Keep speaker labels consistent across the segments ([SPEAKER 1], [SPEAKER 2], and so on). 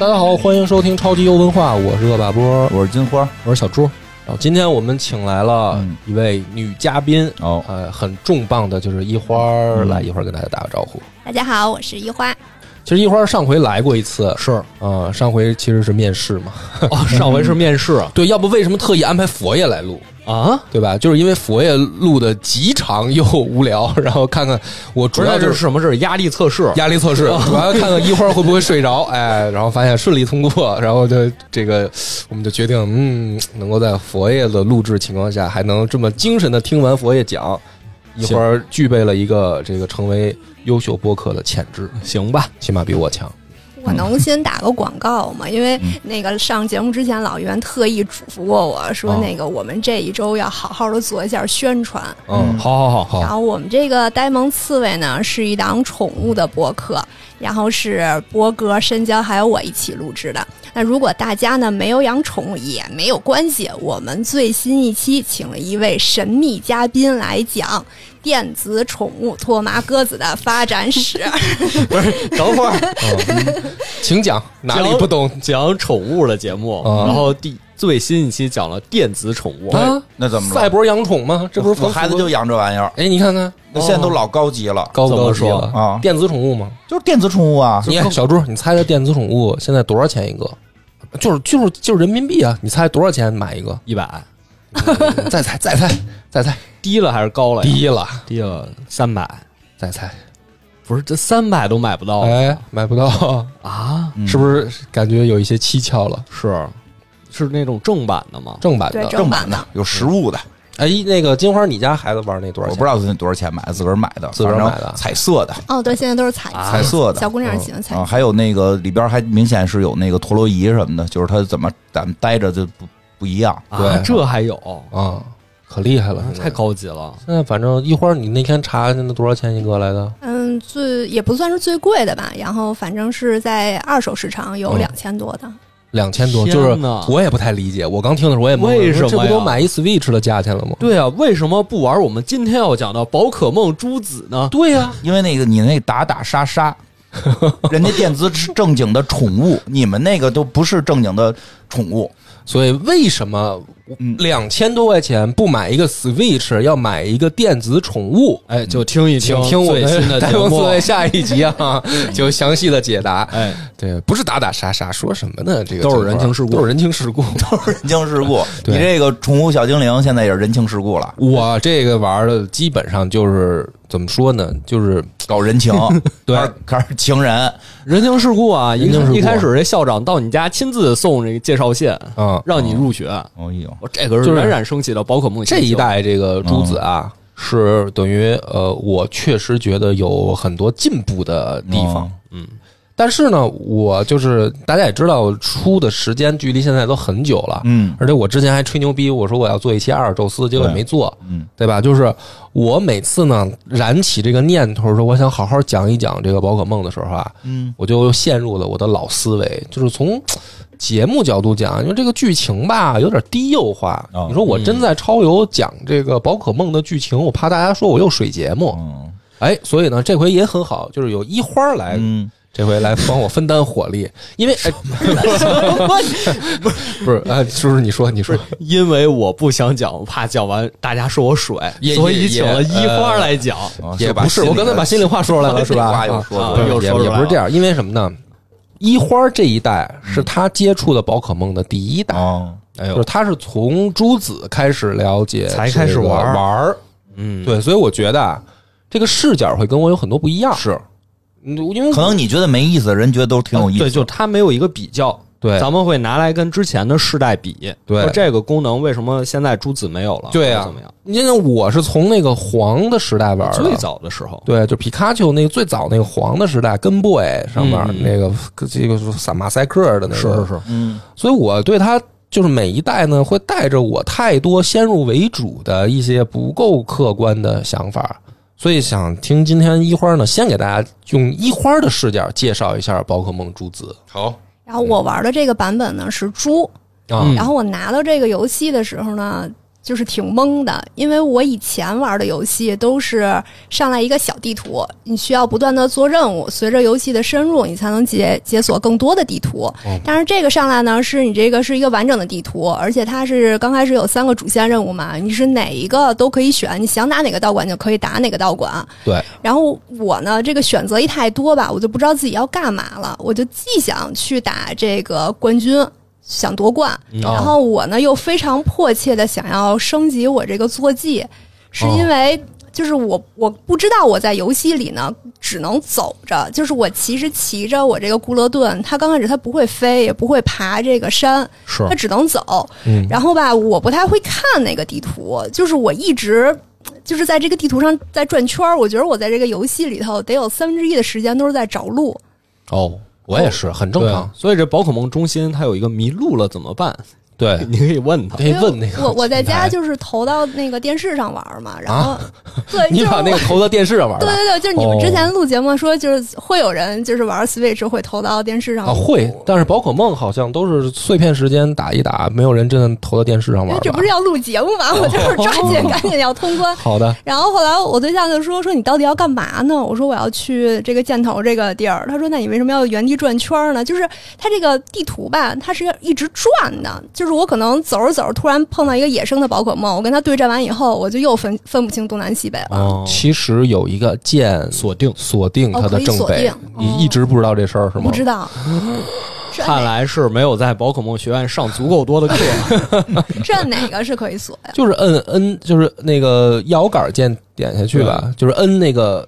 [SPEAKER 1] 大家好，欢迎收听超级优文化，我是恶霸波，
[SPEAKER 2] 我是金花。
[SPEAKER 1] 我是小朱。然后今天我们请来了
[SPEAKER 2] 嗯
[SPEAKER 1] 一位女嘉宾，
[SPEAKER 2] 哦，
[SPEAKER 1] 呃，很重磅的，就是一花儿，来一花儿跟大家打个招呼。
[SPEAKER 3] 大家好，我是一花。
[SPEAKER 1] 其实一花儿上回来过一次，
[SPEAKER 4] 是，
[SPEAKER 1] 呃，上回其实是面试嘛，
[SPEAKER 4] 哦，上回是面试啊
[SPEAKER 1] 对，要不为什么特意安排佛爷来录，
[SPEAKER 4] 啊，
[SPEAKER 1] 对吧？就是因为佛爷录的极长又无聊，然后看看我主
[SPEAKER 4] 主要
[SPEAKER 1] 要
[SPEAKER 4] 这
[SPEAKER 1] 就是是
[SPEAKER 4] 什么事？压力测试。
[SPEAKER 1] 压力测试，
[SPEAKER 4] 嗯
[SPEAKER 1] 主要看看一花儿会不会睡着，哎，然后发现顺利通过，然后就这个我们就决定，嗯，能够在佛爷的录制情况下，还能这么精神的听完佛爷讲，一花儿具备了一个这个成为优秀播客的潜质，
[SPEAKER 4] 行吧，
[SPEAKER 1] 起码比我强。
[SPEAKER 3] 我能先打个广告吗？因为那个上节目之前，老袁特意嘱咐过我说，
[SPEAKER 1] 哦
[SPEAKER 3] 那个我们这一周要好好的做一下宣传。
[SPEAKER 1] 嗯，好
[SPEAKER 4] 好好好，
[SPEAKER 3] 然
[SPEAKER 1] 好，
[SPEAKER 3] 后我们这个呆萌刺猬呢，是一档宠物的播客，然后是波哥、深交还有我一起录制的。那如果大家呢没有养宠物也没有关系，我们最新一期请了一位神秘嘉宾来讲电子宠物拓麻鸽子的发展史。
[SPEAKER 4] 不是，等会儿
[SPEAKER 1] 请讲，哪里不懂？
[SPEAKER 4] 讲宠物的节目，
[SPEAKER 1] 啊
[SPEAKER 4] 然后第最新一期讲了电子宠物，
[SPEAKER 1] 啊，
[SPEAKER 2] 那怎么了
[SPEAKER 1] 赛博养宠吗？这不是
[SPEAKER 4] 嗯
[SPEAKER 2] 我孩子就养这玩意儿，
[SPEAKER 1] 哎，你看看
[SPEAKER 2] 那现在都老高级了，
[SPEAKER 1] 高不高级
[SPEAKER 4] 怎么说
[SPEAKER 1] 了
[SPEAKER 2] 啊
[SPEAKER 1] 电子宠物吗？
[SPEAKER 2] 就是电子宠物啊。
[SPEAKER 1] 你看小猪，你猜猜电子宠物现在多少钱一个？就是就是就是人民币啊！你猜多少钱买一个？
[SPEAKER 4] 一百，
[SPEAKER 1] 再猜再猜再猜，
[SPEAKER 4] 低了还是高了呀？
[SPEAKER 1] 低了，
[SPEAKER 4] 低了三百，
[SPEAKER 1] 再猜，
[SPEAKER 4] 不是这三百都买不到
[SPEAKER 1] 哎，买不到，
[SPEAKER 4] 啊？
[SPEAKER 2] 嗯
[SPEAKER 1] 是不是感觉有一些蹊跷了？
[SPEAKER 4] 是，是那种正版的吗？
[SPEAKER 1] 正版
[SPEAKER 3] 对
[SPEAKER 1] 的，
[SPEAKER 2] 正
[SPEAKER 3] 版
[SPEAKER 2] 版的，有实物的，
[SPEAKER 1] 哎，那个金花，你家孩子玩那多少
[SPEAKER 2] 我
[SPEAKER 1] 钱？
[SPEAKER 2] 不知道他多少钱买的，自个儿买的，
[SPEAKER 1] 自个儿买的
[SPEAKER 2] 反正彩色的，
[SPEAKER 3] 哦，对，现在都是彩色
[SPEAKER 4] 啊
[SPEAKER 2] 彩色
[SPEAKER 3] 小
[SPEAKER 2] 的
[SPEAKER 3] 姑娘喜欢彩
[SPEAKER 2] 啊，
[SPEAKER 3] 色。
[SPEAKER 2] 还有那个里边还明显是有那个陀螺仪什么的，就是它怎么咱们待着就不不一样。
[SPEAKER 4] 啊
[SPEAKER 1] 对，
[SPEAKER 4] 这还有，
[SPEAKER 1] 啊，可厉害了，现在
[SPEAKER 4] 太。高级了。
[SPEAKER 1] 现在反正一会儿你那天查那多少钱一个来的？
[SPEAKER 3] 嗯，最也不算是最贵的吧，然后反正是在二手市场有
[SPEAKER 1] 嗯
[SPEAKER 3] 两千多的。
[SPEAKER 1] 两千多，
[SPEAKER 4] 天
[SPEAKER 1] 就是
[SPEAKER 4] 哪
[SPEAKER 1] 我也不太理解。我刚听的时候我也懵了，
[SPEAKER 4] 为什么
[SPEAKER 1] 这不都
[SPEAKER 4] 呀
[SPEAKER 1] 买一 Switch 的价钱了吗？
[SPEAKER 4] 对啊，为什么不玩我们今天要讲的宝可梦朱子呢？
[SPEAKER 1] 对呀，
[SPEAKER 2] 因为那个你那打打杀杀，人家电子是正经的宠物， 你们那个都不是正经的宠物。
[SPEAKER 1] 所以为什么
[SPEAKER 2] 嗯
[SPEAKER 1] 两千多块钱不买一个 Switch，要买一个电子宠物？
[SPEAKER 4] 哎，就听一
[SPEAKER 1] 请听我
[SPEAKER 4] 最新
[SPEAKER 1] 们
[SPEAKER 4] 的
[SPEAKER 1] 大
[SPEAKER 4] 节
[SPEAKER 1] 公
[SPEAKER 4] 目
[SPEAKER 1] 司。的下一集 啊，就详细的解答。
[SPEAKER 4] 哎，
[SPEAKER 1] 对，不是打打杀杀，说什么呢？这个
[SPEAKER 4] 都是
[SPEAKER 1] 情况
[SPEAKER 4] 人情世故
[SPEAKER 1] 都是人情世故。
[SPEAKER 2] 人情世故，
[SPEAKER 1] 对
[SPEAKER 2] 你这个宠物小精灵现在也是人情世故了，
[SPEAKER 1] 我这个玩的基本上就是怎么说呢？就是
[SPEAKER 2] 搞人情，
[SPEAKER 1] 对
[SPEAKER 2] 开始开始情人，
[SPEAKER 4] 人情世故啊！一
[SPEAKER 1] 人情世故
[SPEAKER 4] 一开始这校长到你家亲自送这个介绍信，
[SPEAKER 1] 啊，
[SPEAKER 4] 让你入学。
[SPEAKER 2] 哎呦，
[SPEAKER 4] 我这个
[SPEAKER 1] 就是
[SPEAKER 4] 是冉冉升起的宝可梦
[SPEAKER 1] 这一代这个珠子啊，是等于呃，我确实觉得有很多进步的地方。
[SPEAKER 2] 哦
[SPEAKER 1] 嗯，但是呢，我就是大家也知道，出的时间距离现在都很久了。
[SPEAKER 2] 嗯
[SPEAKER 1] 而且我之前还吹牛逼，我说我要做一期阿尔宙斯，结果
[SPEAKER 2] 对
[SPEAKER 1] 没做，
[SPEAKER 2] 嗯
[SPEAKER 1] 对吧？就是我每次呢燃起这个念头，说我想好好讲一讲这个宝可梦的时候啊，
[SPEAKER 2] 嗯，
[SPEAKER 1] 我就又陷入了我的老思维，就是从节目角度讲，因为这个剧情吧有点低幼化。
[SPEAKER 2] 哦
[SPEAKER 1] 你说我真在超游讲这个宝可梦的剧情，我怕大家说我又水节目。
[SPEAKER 2] 嗯
[SPEAKER 1] 哎，所以呢，这回也很好，就是有一花来，
[SPEAKER 2] 嗯，
[SPEAKER 1] 这回来帮我分担火力，因为哎，不是哎，叔叔你说你说
[SPEAKER 4] 不是 因为我不想讲，我怕讲完大家说我水
[SPEAKER 1] 也，
[SPEAKER 4] 所
[SPEAKER 1] 也
[SPEAKER 4] 以请了一花来讲。
[SPEAKER 2] 啊
[SPEAKER 1] 也
[SPEAKER 2] 就把
[SPEAKER 1] 不是，
[SPEAKER 2] 心里
[SPEAKER 1] 我刚才把心里 话说出来了是吧？
[SPEAKER 2] 话又
[SPEAKER 1] 啊
[SPEAKER 2] 说
[SPEAKER 4] 啊
[SPEAKER 2] 出来了
[SPEAKER 4] 又
[SPEAKER 1] 也
[SPEAKER 4] 说出
[SPEAKER 1] 也
[SPEAKER 4] 来
[SPEAKER 1] 不是
[SPEAKER 4] 了嗯
[SPEAKER 1] 这样，因为什么呢？一花这一代是他接触的宝可梦的第一代，
[SPEAKER 2] 哦，
[SPEAKER 4] 哎
[SPEAKER 1] 就是，他是从朱子开始了解，
[SPEAKER 4] 才开始玩儿
[SPEAKER 1] 玩儿。
[SPEAKER 4] 嗯，
[SPEAKER 1] 对，所以我觉得啊，这个视角会跟我有很多不一样。
[SPEAKER 2] 是，
[SPEAKER 1] 嗯，因为
[SPEAKER 2] 可能你觉得没意思，人觉得都挺有意思，
[SPEAKER 4] 呃哦对，就它没有一个比较，
[SPEAKER 1] 对
[SPEAKER 4] 咱们会拿来跟之前的世代比。
[SPEAKER 1] 对
[SPEAKER 4] 说这个功能为什么现在朱子没有了？
[SPEAKER 1] 对
[SPEAKER 4] 呀、
[SPEAKER 1] 啊
[SPEAKER 4] 怎么样？
[SPEAKER 1] 因为我是从那个黄的时代玩的，
[SPEAKER 4] 最早的时候，
[SPEAKER 1] 对，就皮卡丘那个最早那个黄的时代，跟 boy 上面
[SPEAKER 4] 嗯
[SPEAKER 1] 那个这个萨马赛克的那个，
[SPEAKER 4] 是是是，
[SPEAKER 2] 嗯
[SPEAKER 1] 所以我对他就是每一代呢，会带着我太多先入为主的一些不够客观的想法，所以想听今天一花呢，先给大家用一花的视角介绍一下宝可梦朱子
[SPEAKER 2] 好，
[SPEAKER 3] 然后我玩的这个版本呢是猪，
[SPEAKER 1] 啊，
[SPEAKER 4] 嗯
[SPEAKER 3] 然后我拿到这个游戏的时候呢，就是挺懵的，因为我以前玩的游戏都是上来一个小地图，你需要不断的做任务，随着游戏的深入，你才能解解锁更多的地图。但是这个上来呢，是你这个是一个完整的地图，而且它是刚开始有三个主线任务嘛，你是哪一个都可以选，你想打哪个道馆就可以打哪个道馆。
[SPEAKER 1] 对，
[SPEAKER 3] 然后我呢，这个选择一太多吧，我就不知道自己要干嘛了。我就既想去打这个冠军，想夺冠，
[SPEAKER 1] 嗯
[SPEAKER 3] 然后我呢又非常迫切的想要升级我这个坐骑，
[SPEAKER 1] 哦
[SPEAKER 3] 是因为。就是我，我不知道我在游戏里呢，只能走着。就是我其实骑着我这个固勒顿，它刚开始它不会飞，也不会爬这个山，
[SPEAKER 1] 是
[SPEAKER 3] 它只能走。
[SPEAKER 1] 嗯
[SPEAKER 3] 然后吧，我不太会看那个地图，就是我一直就是在这个地图上在转圈儿。我觉得我在这个游戏里头得有三分之一的时间都是在找路。
[SPEAKER 1] 哦，我也是，很正
[SPEAKER 4] 对
[SPEAKER 1] 常。
[SPEAKER 4] 所以这宝可梦中心它有一个迷路了怎么办？
[SPEAKER 1] 对，
[SPEAKER 4] 你可以问他
[SPEAKER 1] 可。以哎问那个。
[SPEAKER 3] 我我在家就是投到那个电视上玩儿嘛，然后、 对，
[SPEAKER 1] 啊你
[SPEAKER 3] 就是
[SPEAKER 1] 把那个
[SPEAKER 3] 我
[SPEAKER 1] 投到电视上玩
[SPEAKER 3] 对
[SPEAKER 1] 了
[SPEAKER 3] 对对，就是你们
[SPEAKER 1] 哦
[SPEAKER 3] 之前录节目说，就是会有人就是玩 Switch 会投到电视上
[SPEAKER 1] 啊？会，但是宝可梦好像都是碎片时间打一打，没有人真的投到电视上
[SPEAKER 3] 因为
[SPEAKER 1] 玩吧。哦
[SPEAKER 3] 这不是要录节目嘛，我就是抓紧 赶紧要通关。
[SPEAKER 1] 好的，
[SPEAKER 3] 然后后来我对象就说：“说你到底要干嘛呢？”我说：“我要去这个箭头这个地儿。”他说：“那你为什么要原地转圈儿呢？就是它这个地图吧，它是一直转的。就是我可能走着走着，突然碰到一个野生的宝可梦，我跟它对战完以后，我就又分分不清东南西北了。
[SPEAKER 4] 哦
[SPEAKER 1] 其实有一个键
[SPEAKER 4] 锁定，
[SPEAKER 1] 锁定它
[SPEAKER 3] 哦
[SPEAKER 1] 的
[SPEAKER 3] 可以
[SPEAKER 1] 正
[SPEAKER 3] 锁
[SPEAKER 1] 北
[SPEAKER 3] 定，
[SPEAKER 1] 你
[SPEAKER 3] 哦
[SPEAKER 1] 一直不知道这事儿是吗
[SPEAKER 3] 不？知 道，是
[SPEAKER 4] 看
[SPEAKER 3] 按
[SPEAKER 4] 来是没有在宝可梦学院上足够多的课。
[SPEAKER 3] 哪是按哪个是可以锁呀？
[SPEAKER 1] 就是摁 N，就是那个摇杆键点下去吧，就是 N 那个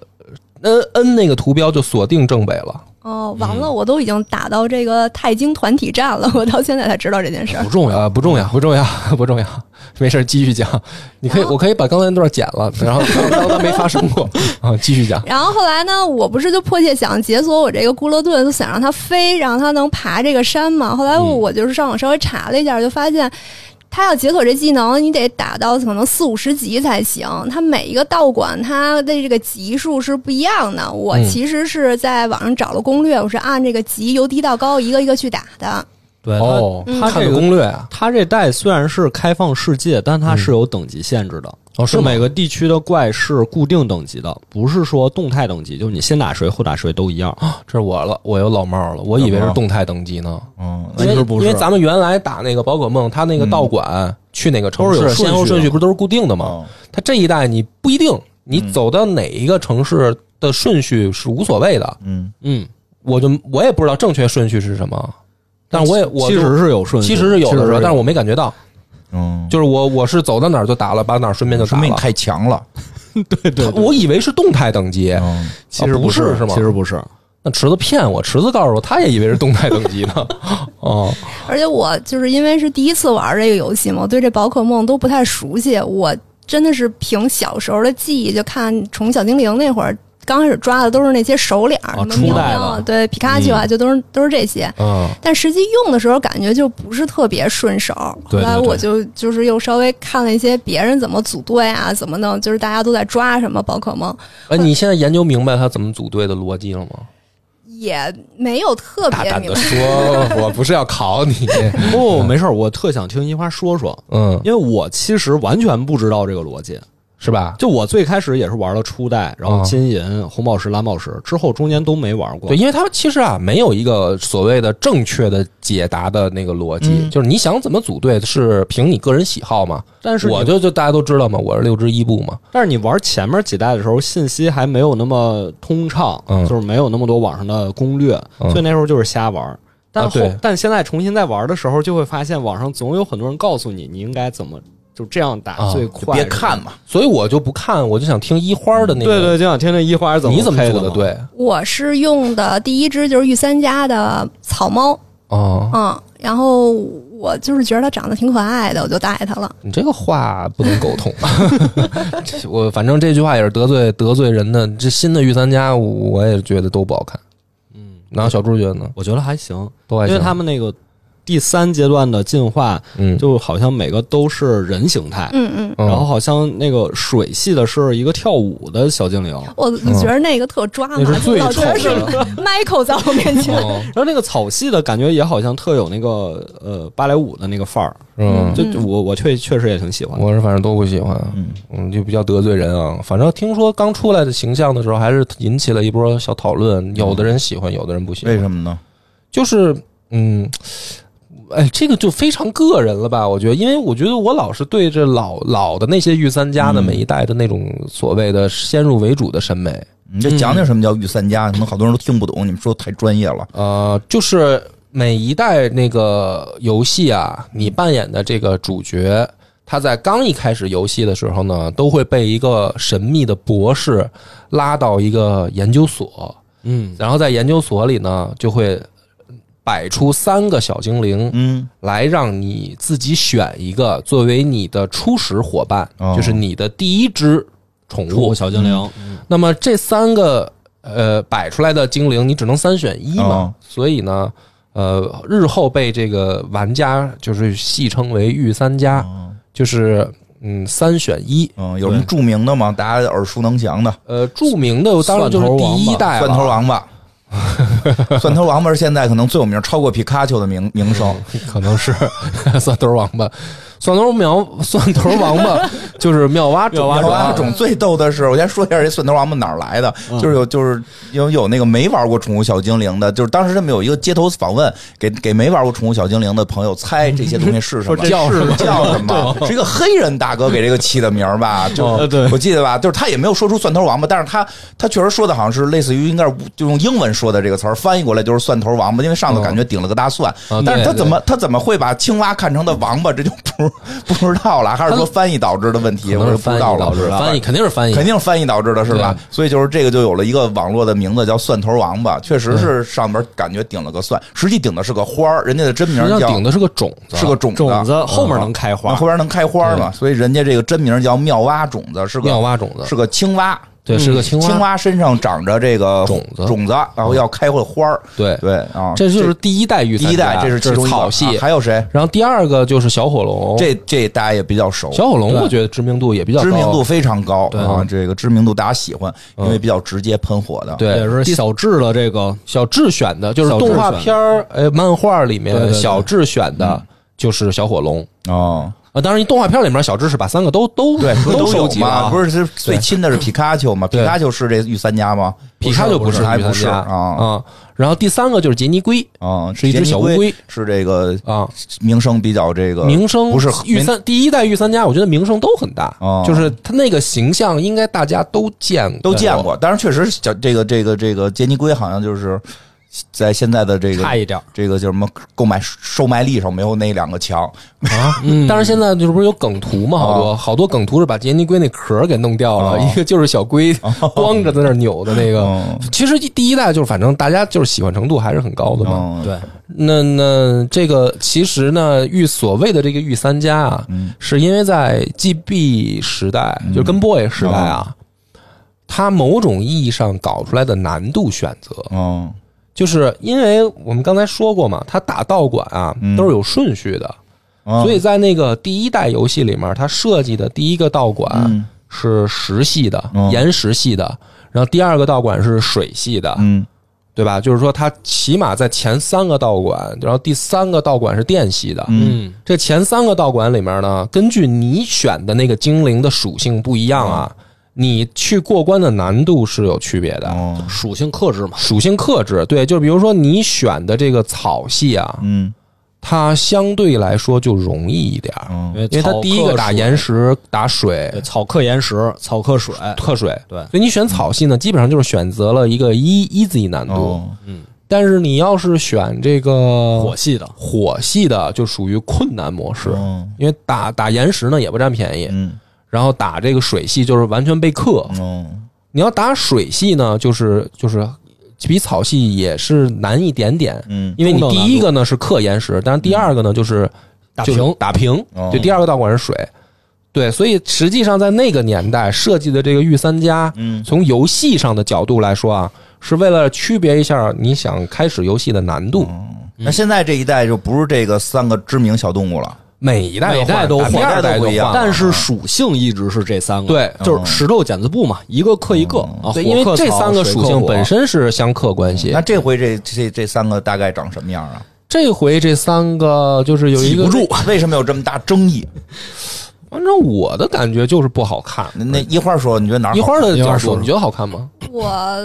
[SPEAKER 1] N N 那个图标就锁定正北了。
[SPEAKER 3] 哦，完了，我都已经打到这个太京团体战了， 我到现在才知道这件事 儿
[SPEAKER 1] 不。重要，啊，不重要，不重要，不重要， 没事儿，继续讲。你可以，
[SPEAKER 3] 然后
[SPEAKER 1] 我可以把刚才那段剪了，然后当当它没发生 过啊，继续讲。
[SPEAKER 3] 然后后来呢，我不是就迫切想解锁我这个固勒顿，就想让它飞，让它能爬这个山嘛。后来
[SPEAKER 1] 嗯
[SPEAKER 3] 我我就是上网稍微查了一下，就发现。它要解锁这技能，你得打到可能四五十级才行。它每一个道馆，它的这个级数是不一样的。我
[SPEAKER 1] 嗯
[SPEAKER 3] 其实是在网上找了攻略，我是按这个级由低到高一个一个去打的。
[SPEAKER 4] 对
[SPEAKER 1] 哦，
[SPEAKER 3] 嗯
[SPEAKER 1] 看的攻略啊，
[SPEAKER 4] 它这代虽然是开放世界，但它是有等级限制的。
[SPEAKER 1] 哦
[SPEAKER 4] 是每个地区的怪是固定等级的，不是说动态等级，就是你先打谁后打谁都一样。
[SPEAKER 1] 这是我了，我又老帽了，我以为
[SPEAKER 2] 老
[SPEAKER 1] 是
[SPEAKER 2] 帽
[SPEAKER 1] 动态等级呢，
[SPEAKER 2] 嗯，
[SPEAKER 1] 因
[SPEAKER 2] 那
[SPEAKER 1] 为
[SPEAKER 2] 就不
[SPEAKER 1] 因
[SPEAKER 2] 是
[SPEAKER 1] 为咱们原来打那个宝可梦，它那个道馆去哪个城
[SPEAKER 4] 都是
[SPEAKER 1] 市
[SPEAKER 4] 有顺序的
[SPEAKER 1] 先后顺序不是都是固定的吗？
[SPEAKER 2] 嗯
[SPEAKER 1] 它这一代你不一定，你
[SPEAKER 2] 嗯
[SPEAKER 1] 走到哪一个城市的顺序是无所谓的，
[SPEAKER 2] 嗯，
[SPEAKER 4] 嗯，
[SPEAKER 1] 我就我也不知道正确顺序是什么，但我也我
[SPEAKER 4] 其
[SPEAKER 1] 就
[SPEAKER 4] 实是有啊顺序，
[SPEAKER 1] 其实是有的时候，但是
[SPEAKER 4] 我
[SPEAKER 1] 我没感觉到，
[SPEAKER 2] 嗯，
[SPEAKER 1] 就是我我是走到哪儿就打了，把哪儿顺便就
[SPEAKER 2] 说
[SPEAKER 1] 打
[SPEAKER 2] 明你
[SPEAKER 1] 了。
[SPEAKER 2] 太强了。
[SPEAKER 4] 对对对
[SPEAKER 1] 我以为是动态等级，
[SPEAKER 2] 嗯，
[SPEAKER 4] 其实
[SPEAKER 1] 啊不是
[SPEAKER 4] 是
[SPEAKER 1] 是吗
[SPEAKER 4] 其实不 是，
[SPEAKER 1] 那池子骗我，池子告诉我他也以为是动态等级呢。 哦，
[SPEAKER 3] 而且我就是因为是第一次玩这个游戏嘛，我对这宝可梦都不太熟悉。我真的是凭小时候的记忆，就看《宠物小精灵》那会儿，刚开始抓的都是那些手脸儿，
[SPEAKER 4] 哦
[SPEAKER 3] 什么喵
[SPEAKER 4] 初代
[SPEAKER 3] 喵
[SPEAKER 4] 的
[SPEAKER 3] 啊，对皮卡丘啊，就都是都是这些。
[SPEAKER 1] 嗯，
[SPEAKER 3] 但实际用的时候，感觉就不是特别顺手。后
[SPEAKER 1] 对对
[SPEAKER 3] 来我就就是又稍微看了一些别人怎么组队啊，怎么弄，就是大家都在抓什么宝可梦，
[SPEAKER 1] 哎，你现在研究明白他怎么组队的逻辑了吗？
[SPEAKER 3] 也没有特
[SPEAKER 1] 大
[SPEAKER 3] 别
[SPEAKER 1] 胆
[SPEAKER 3] 明
[SPEAKER 1] 的
[SPEAKER 3] 白。
[SPEAKER 1] 说，我 不是要考你。
[SPEAKER 4] 不哦没事儿，我特想听樱花说说，
[SPEAKER 1] 嗯，
[SPEAKER 4] 因为我其实完全不知道这个逻辑。
[SPEAKER 1] 是吧？
[SPEAKER 4] 就我最开始也是玩了初代，然后
[SPEAKER 1] 啊
[SPEAKER 4] 金银、红宝石、蓝宝石，之后中间都没玩过。
[SPEAKER 1] 对，因为他其实啊，没有一个所谓的正确的解答的那个逻辑，
[SPEAKER 2] 嗯
[SPEAKER 1] 就是你想怎么组队是凭你个人喜好嘛。
[SPEAKER 4] 但是你
[SPEAKER 1] 我就就大家都知道嘛，我是六支一部嘛。
[SPEAKER 4] 但是你玩前面几代的时候，信息还没有那么通畅，
[SPEAKER 1] 嗯
[SPEAKER 4] 就是没有那么多网上的攻略，
[SPEAKER 1] 嗯啊
[SPEAKER 4] 所以那时候就是瞎玩。但后、
[SPEAKER 1] 对
[SPEAKER 4] 但现在重新再玩的时候，就会发现网上总有很多人告诉你，你应该怎么就这样打
[SPEAKER 1] 啊
[SPEAKER 4] 最
[SPEAKER 2] 就
[SPEAKER 4] 快。
[SPEAKER 2] 别看嘛，
[SPEAKER 1] 所以我就不看，我就想听一花的那
[SPEAKER 4] 对
[SPEAKER 1] 个。
[SPEAKER 4] 对，就想听听一花怎么
[SPEAKER 1] 你怎么
[SPEAKER 4] 配
[SPEAKER 1] 组
[SPEAKER 4] 的
[SPEAKER 1] 的
[SPEAKER 4] 嘛？
[SPEAKER 1] 队？
[SPEAKER 3] 我是用的第一只就是御三家的草猫，
[SPEAKER 1] 哦，
[SPEAKER 3] 嗯，然后我就是觉得它长得挺可爱的，我就带它了。
[SPEAKER 1] 你这个话不能苟 同。这我反正这句话也是得罪得罪人的。这新的御三家，我我也觉得都不好看。
[SPEAKER 4] 嗯，
[SPEAKER 1] 然后小猪觉得呢，
[SPEAKER 4] 我觉得还行，
[SPEAKER 1] 都还
[SPEAKER 4] 因
[SPEAKER 1] 行。
[SPEAKER 4] 为他们那个第三阶段的进化，
[SPEAKER 1] 嗯，
[SPEAKER 4] 就好像每个都是人形态，
[SPEAKER 3] 嗯嗯，
[SPEAKER 1] 嗯
[SPEAKER 4] 然后好像那个水系的是一个跳舞的小精灵，
[SPEAKER 3] 我觉得那个特抓马，
[SPEAKER 1] 那是最
[SPEAKER 3] 嗯啊老觉得
[SPEAKER 1] 丑
[SPEAKER 3] 是 Michael 在我面前。
[SPEAKER 1] 哦
[SPEAKER 4] 然后那个草系的感觉也好像特有那个呃芭蕾舞的那个范儿，
[SPEAKER 1] 嗯，
[SPEAKER 4] 就就我我确确实也挺喜欢的。
[SPEAKER 1] 我是反正都不喜欢，嗯，就比较得罪人啊。反正听说刚出来的形象的时候，还是引起了一波小讨论，有的人喜欢，有的人不喜欢
[SPEAKER 2] 为。什么呢？
[SPEAKER 1] 就是嗯，哎，这个就非常个人了吧？我觉得，因为我觉得我老是对这老老的那些御三家的
[SPEAKER 2] 嗯
[SPEAKER 1] 每一代的那种所谓的先入为主的审美，
[SPEAKER 2] 你这讲讲什么叫御三家，可能好多人都听不懂，你们说太专业了。
[SPEAKER 1] 呃，就是每一代那个游戏啊，你扮演的这个主角。他在刚一开始游戏的时候呢，都会被一个神秘的博士拉到一个研究所，
[SPEAKER 4] 嗯
[SPEAKER 1] 然后在研究所里呢，就会摆出三个小精灵，
[SPEAKER 2] 嗯，
[SPEAKER 1] 来让你自己选一个作为你的初始伙伴，
[SPEAKER 2] 哦
[SPEAKER 1] 就是你的第一只宠
[SPEAKER 4] 宠
[SPEAKER 1] 物
[SPEAKER 4] 物。小精灵，嗯
[SPEAKER 1] 那么这三个呃摆出来的精灵，你只能三选一嘛。
[SPEAKER 2] 哦
[SPEAKER 1] 所以呢，呃，日后被这个玩家就是戏称为“御三家”，
[SPEAKER 2] 哦
[SPEAKER 1] 就是嗯三选一。
[SPEAKER 2] 嗯，有什么著名的吗？大家耳熟能详的
[SPEAKER 1] 呃，著名的当然就是第一代了
[SPEAKER 2] 蒜头，王八， 蒜头王八是现在可能最有名，超过皮卡丘的名名声。
[SPEAKER 1] 可能是 蒜头王八。蒜头苗，蒜头王八就是妙蛙种
[SPEAKER 4] 妙蛙
[SPEAKER 2] 然
[SPEAKER 1] 的
[SPEAKER 2] 后
[SPEAKER 4] 种
[SPEAKER 2] 阿
[SPEAKER 1] 啊
[SPEAKER 2] 种最逗的是，我先说一下这蒜头王八哪儿来的，就是有就是有有那个没玩过宠物小精灵的，就是当时他们有一个街头访问，给给没玩过宠物小精灵的朋友猜这些东西是什么，
[SPEAKER 1] 叫什么
[SPEAKER 2] 叫什么，是一个黑人大哥给这个起的名儿吧，就
[SPEAKER 4] 哦对
[SPEAKER 2] 我记得吧，就是他也没有说出蒜头王八，但是他他确实说的好像是类似于应该是就用英文说的这个词儿翻译过来就是蒜头王八，因为上头感觉顶了个大蒜
[SPEAKER 1] 哦，
[SPEAKER 2] 但是他
[SPEAKER 1] 对
[SPEAKER 2] 怎么他怎么会把青蛙看成的王八，这就不不知道了，还是说翻译导致的问题，
[SPEAKER 1] 可
[SPEAKER 2] 我
[SPEAKER 1] 能
[SPEAKER 2] 就是不
[SPEAKER 1] 翻
[SPEAKER 2] 知
[SPEAKER 1] 译
[SPEAKER 2] 道
[SPEAKER 1] 导
[SPEAKER 2] 了，
[SPEAKER 1] 致的，翻译肯定是翻译，
[SPEAKER 2] 肯定是翻译导致的是吧
[SPEAKER 1] 对？
[SPEAKER 2] 所以就是这个就有了一个网络的名字叫蒜头王八，确实是上边感觉顶了个蒜，实际顶的是个花儿，人家的真名
[SPEAKER 1] 实际上
[SPEAKER 2] 叫
[SPEAKER 1] 顶的是个种子，
[SPEAKER 2] 是个种嗯
[SPEAKER 4] 种子后面能开
[SPEAKER 2] 那
[SPEAKER 4] 花
[SPEAKER 2] 后，边能开花嘛？所以人家这个真名叫妙蛙种子，是
[SPEAKER 1] 妙
[SPEAKER 2] 个
[SPEAKER 1] 蛙种子，
[SPEAKER 2] 是个青蛙，嗯
[SPEAKER 1] 对，是个青蛙，
[SPEAKER 2] 青蛙身上长着这个
[SPEAKER 1] 种子嗯
[SPEAKER 2] 种子，然后要开会花儿。
[SPEAKER 1] 对，
[SPEAKER 2] 对啊，
[SPEAKER 1] 这就是第一代御
[SPEAKER 2] 第
[SPEAKER 1] 三家
[SPEAKER 2] 一代，这是其中一个
[SPEAKER 1] 草系哦
[SPEAKER 2] 啊，还有谁？
[SPEAKER 1] 然后第二个就是小火龙，
[SPEAKER 2] 这这大家也比较熟，
[SPEAKER 1] 小火龙我觉得知名度也比较高
[SPEAKER 2] 知名度，非常高
[SPEAKER 1] 对嗯
[SPEAKER 2] 啊，这个知名度大家喜欢，因为比较直接喷火的。
[SPEAKER 1] 对，
[SPEAKER 4] 也是小智的这个
[SPEAKER 1] 小智选的，就是
[SPEAKER 4] 小智
[SPEAKER 1] 动画片儿呃漫画里
[SPEAKER 4] 对
[SPEAKER 1] 面
[SPEAKER 4] 对对
[SPEAKER 1] 小智选
[SPEAKER 2] 嗯
[SPEAKER 1] 的就是小火龙
[SPEAKER 2] 哦，
[SPEAKER 1] 啊，当然动画片里面小智是把三个都都
[SPEAKER 2] 对，
[SPEAKER 1] 都
[SPEAKER 2] 有
[SPEAKER 1] 收集了
[SPEAKER 2] 嘛，
[SPEAKER 1] 啊，
[SPEAKER 2] 不是是最亲 的是皮卡丘嘛？
[SPEAKER 1] 对
[SPEAKER 2] 皮卡丘是这御三家吗？
[SPEAKER 1] 皮卡就不
[SPEAKER 2] 还
[SPEAKER 1] 御
[SPEAKER 2] 不
[SPEAKER 1] 三
[SPEAKER 2] 是
[SPEAKER 1] 家
[SPEAKER 2] 啊
[SPEAKER 1] 啊，然后第三个就是杰尼龟
[SPEAKER 2] 啊，
[SPEAKER 1] 是一只小乌
[SPEAKER 2] 杰尼
[SPEAKER 1] 龟
[SPEAKER 2] 是这个
[SPEAKER 1] 啊，
[SPEAKER 2] 名声比较这个
[SPEAKER 1] 名声
[SPEAKER 2] 不是
[SPEAKER 1] 御
[SPEAKER 2] 没
[SPEAKER 1] 三第一代御三家，我觉得名声都很大，
[SPEAKER 2] 哦
[SPEAKER 1] 就是他那个形象应该大家都见过
[SPEAKER 2] 都见过，当然确实小这个这个这个杰尼龟好像就是在现在的这个
[SPEAKER 4] 差一点儿，
[SPEAKER 2] 这个叫什么购买售卖力上没有那两个强，
[SPEAKER 1] 啊。但是现在就是不是有梗图嘛，好多好多梗图是把杰尼龟那壳儿给弄掉了，
[SPEAKER 2] 哦
[SPEAKER 1] 一个就是小龟光着在那儿扭的那个。
[SPEAKER 2] 嗯
[SPEAKER 1] 其实第一代就是反正大家就是喜欢程度还是很高的嘛。
[SPEAKER 2] 嗯，
[SPEAKER 4] 对，
[SPEAKER 1] 那那这个其实呢，御所谓的这个御三家啊，
[SPEAKER 2] 嗯
[SPEAKER 1] 是因为在 GB 时代，
[SPEAKER 2] 嗯哦
[SPEAKER 1] 就跟 Boy 时代啊，它某种意义上搞出来的难度选择，
[SPEAKER 2] 嗯
[SPEAKER 1] 就是因为我们刚才说过嘛，它打道馆啊
[SPEAKER 2] 嗯
[SPEAKER 1] 都是有顺序的，
[SPEAKER 2] 嗯，
[SPEAKER 1] 所以在那个第一代游戏里面，它设计的第一个道馆
[SPEAKER 2] 嗯
[SPEAKER 1] 是石系的、
[SPEAKER 2] 嗯
[SPEAKER 1] 岩石系的，然后第二个道馆是水系的，
[SPEAKER 2] 嗯
[SPEAKER 1] 对吧？就是说它起码在前三个道馆，然后第三个道馆是电系的。
[SPEAKER 2] 嗯
[SPEAKER 4] 嗯
[SPEAKER 1] 这前三个道馆里面呢，根据你选的那个精灵的属性不一样啊，你去过关的难度是有区别的。
[SPEAKER 2] 哦
[SPEAKER 4] 属性克制嘛，
[SPEAKER 1] 属性克制，对，就比如说你选的这个草系啊，
[SPEAKER 2] 嗯
[SPEAKER 1] 它相对来说就容易一点儿，
[SPEAKER 2] 嗯
[SPEAKER 4] 因
[SPEAKER 1] 因为它第一个打岩石、打水、
[SPEAKER 4] 草克岩石、草克水，
[SPEAKER 1] 特水，
[SPEAKER 4] 对
[SPEAKER 1] 所以你选草系呢，基本上就是选择了一个一 easy 难度，
[SPEAKER 2] 哦
[SPEAKER 1] 但是你要是选这个
[SPEAKER 4] 火系的，
[SPEAKER 1] 火系的，就属于困难模式，
[SPEAKER 2] 嗯
[SPEAKER 1] 因为打打岩石呢也不占便宜，
[SPEAKER 2] 嗯
[SPEAKER 1] 然后打这个水系就是完全被克，
[SPEAKER 2] 嗯
[SPEAKER 1] 你要打水系呢，就是就是比草系也是难一点点，
[SPEAKER 2] 嗯
[SPEAKER 1] 因为你第一个呢是克岩石，但是第二个呢就是
[SPEAKER 4] 打
[SPEAKER 1] 就是
[SPEAKER 4] 平
[SPEAKER 1] 打平
[SPEAKER 2] 哦，
[SPEAKER 1] 对，第二个道馆是水，对，所以实际上在那个年代设计的这个御三家，
[SPEAKER 2] 嗯
[SPEAKER 1] 从游戏上的角度来说啊，是为了区别一下你想开始游戏的难度，
[SPEAKER 2] 嗯那现在这一代就不是这个三个知名小动物了，
[SPEAKER 1] 每一代
[SPEAKER 4] 每代
[SPEAKER 1] 都
[SPEAKER 4] 都
[SPEAKER 1] 换，
[SPEAKER 4] 换
[SPEAKER 1] 每二代
[SPEAKER 2] 都不一样
[SPEAKER 1] 换
[SPEAKER 4] 但是属性一直是这三个，
[SPEAKER 1] 对
[SPEAKER 4] 就是石头剪子布嘛，一个克一个嗯啊，
[SPEAKER 1] 对，
[SPEAKER 4] 火
[SPEAKER 1] 因为
[SPEAKER 4] 克
[SPEAKER 1] 这
[SPEAKER 4] 草
[SPEAKER 1] 三个
[SPEAKER 4] 水
[SPEAKER 1] 属
[SPEAKER 4] 克
[SPEAKER 1] 性
[SPEAKER 4] 火
[SPEAKER 1] 本身是相克关系
[SPEAKER 2] 嗯那。这回这这这三个大概长什么样啊？
[SPEAKER 1] 这回这三个就是有一个，
[SPEAKER 2] 为什么有这么大争议？
[SPEAKER 1] 反正我的感觉就是不好看。
[SPEAKER 2] 那那一会儿说，你觉得哪儿好
[SPEAKER 1] 一花的
[SPEAKER 4] 一花
[SPEAKER 1] 角
[SPEAKER 4] 儿
[SPEAKER 1] 度，
[SPEAKER 4] 说
[SPEAKER 1] 你觉得好看吗？
[SPEAKER 3] 我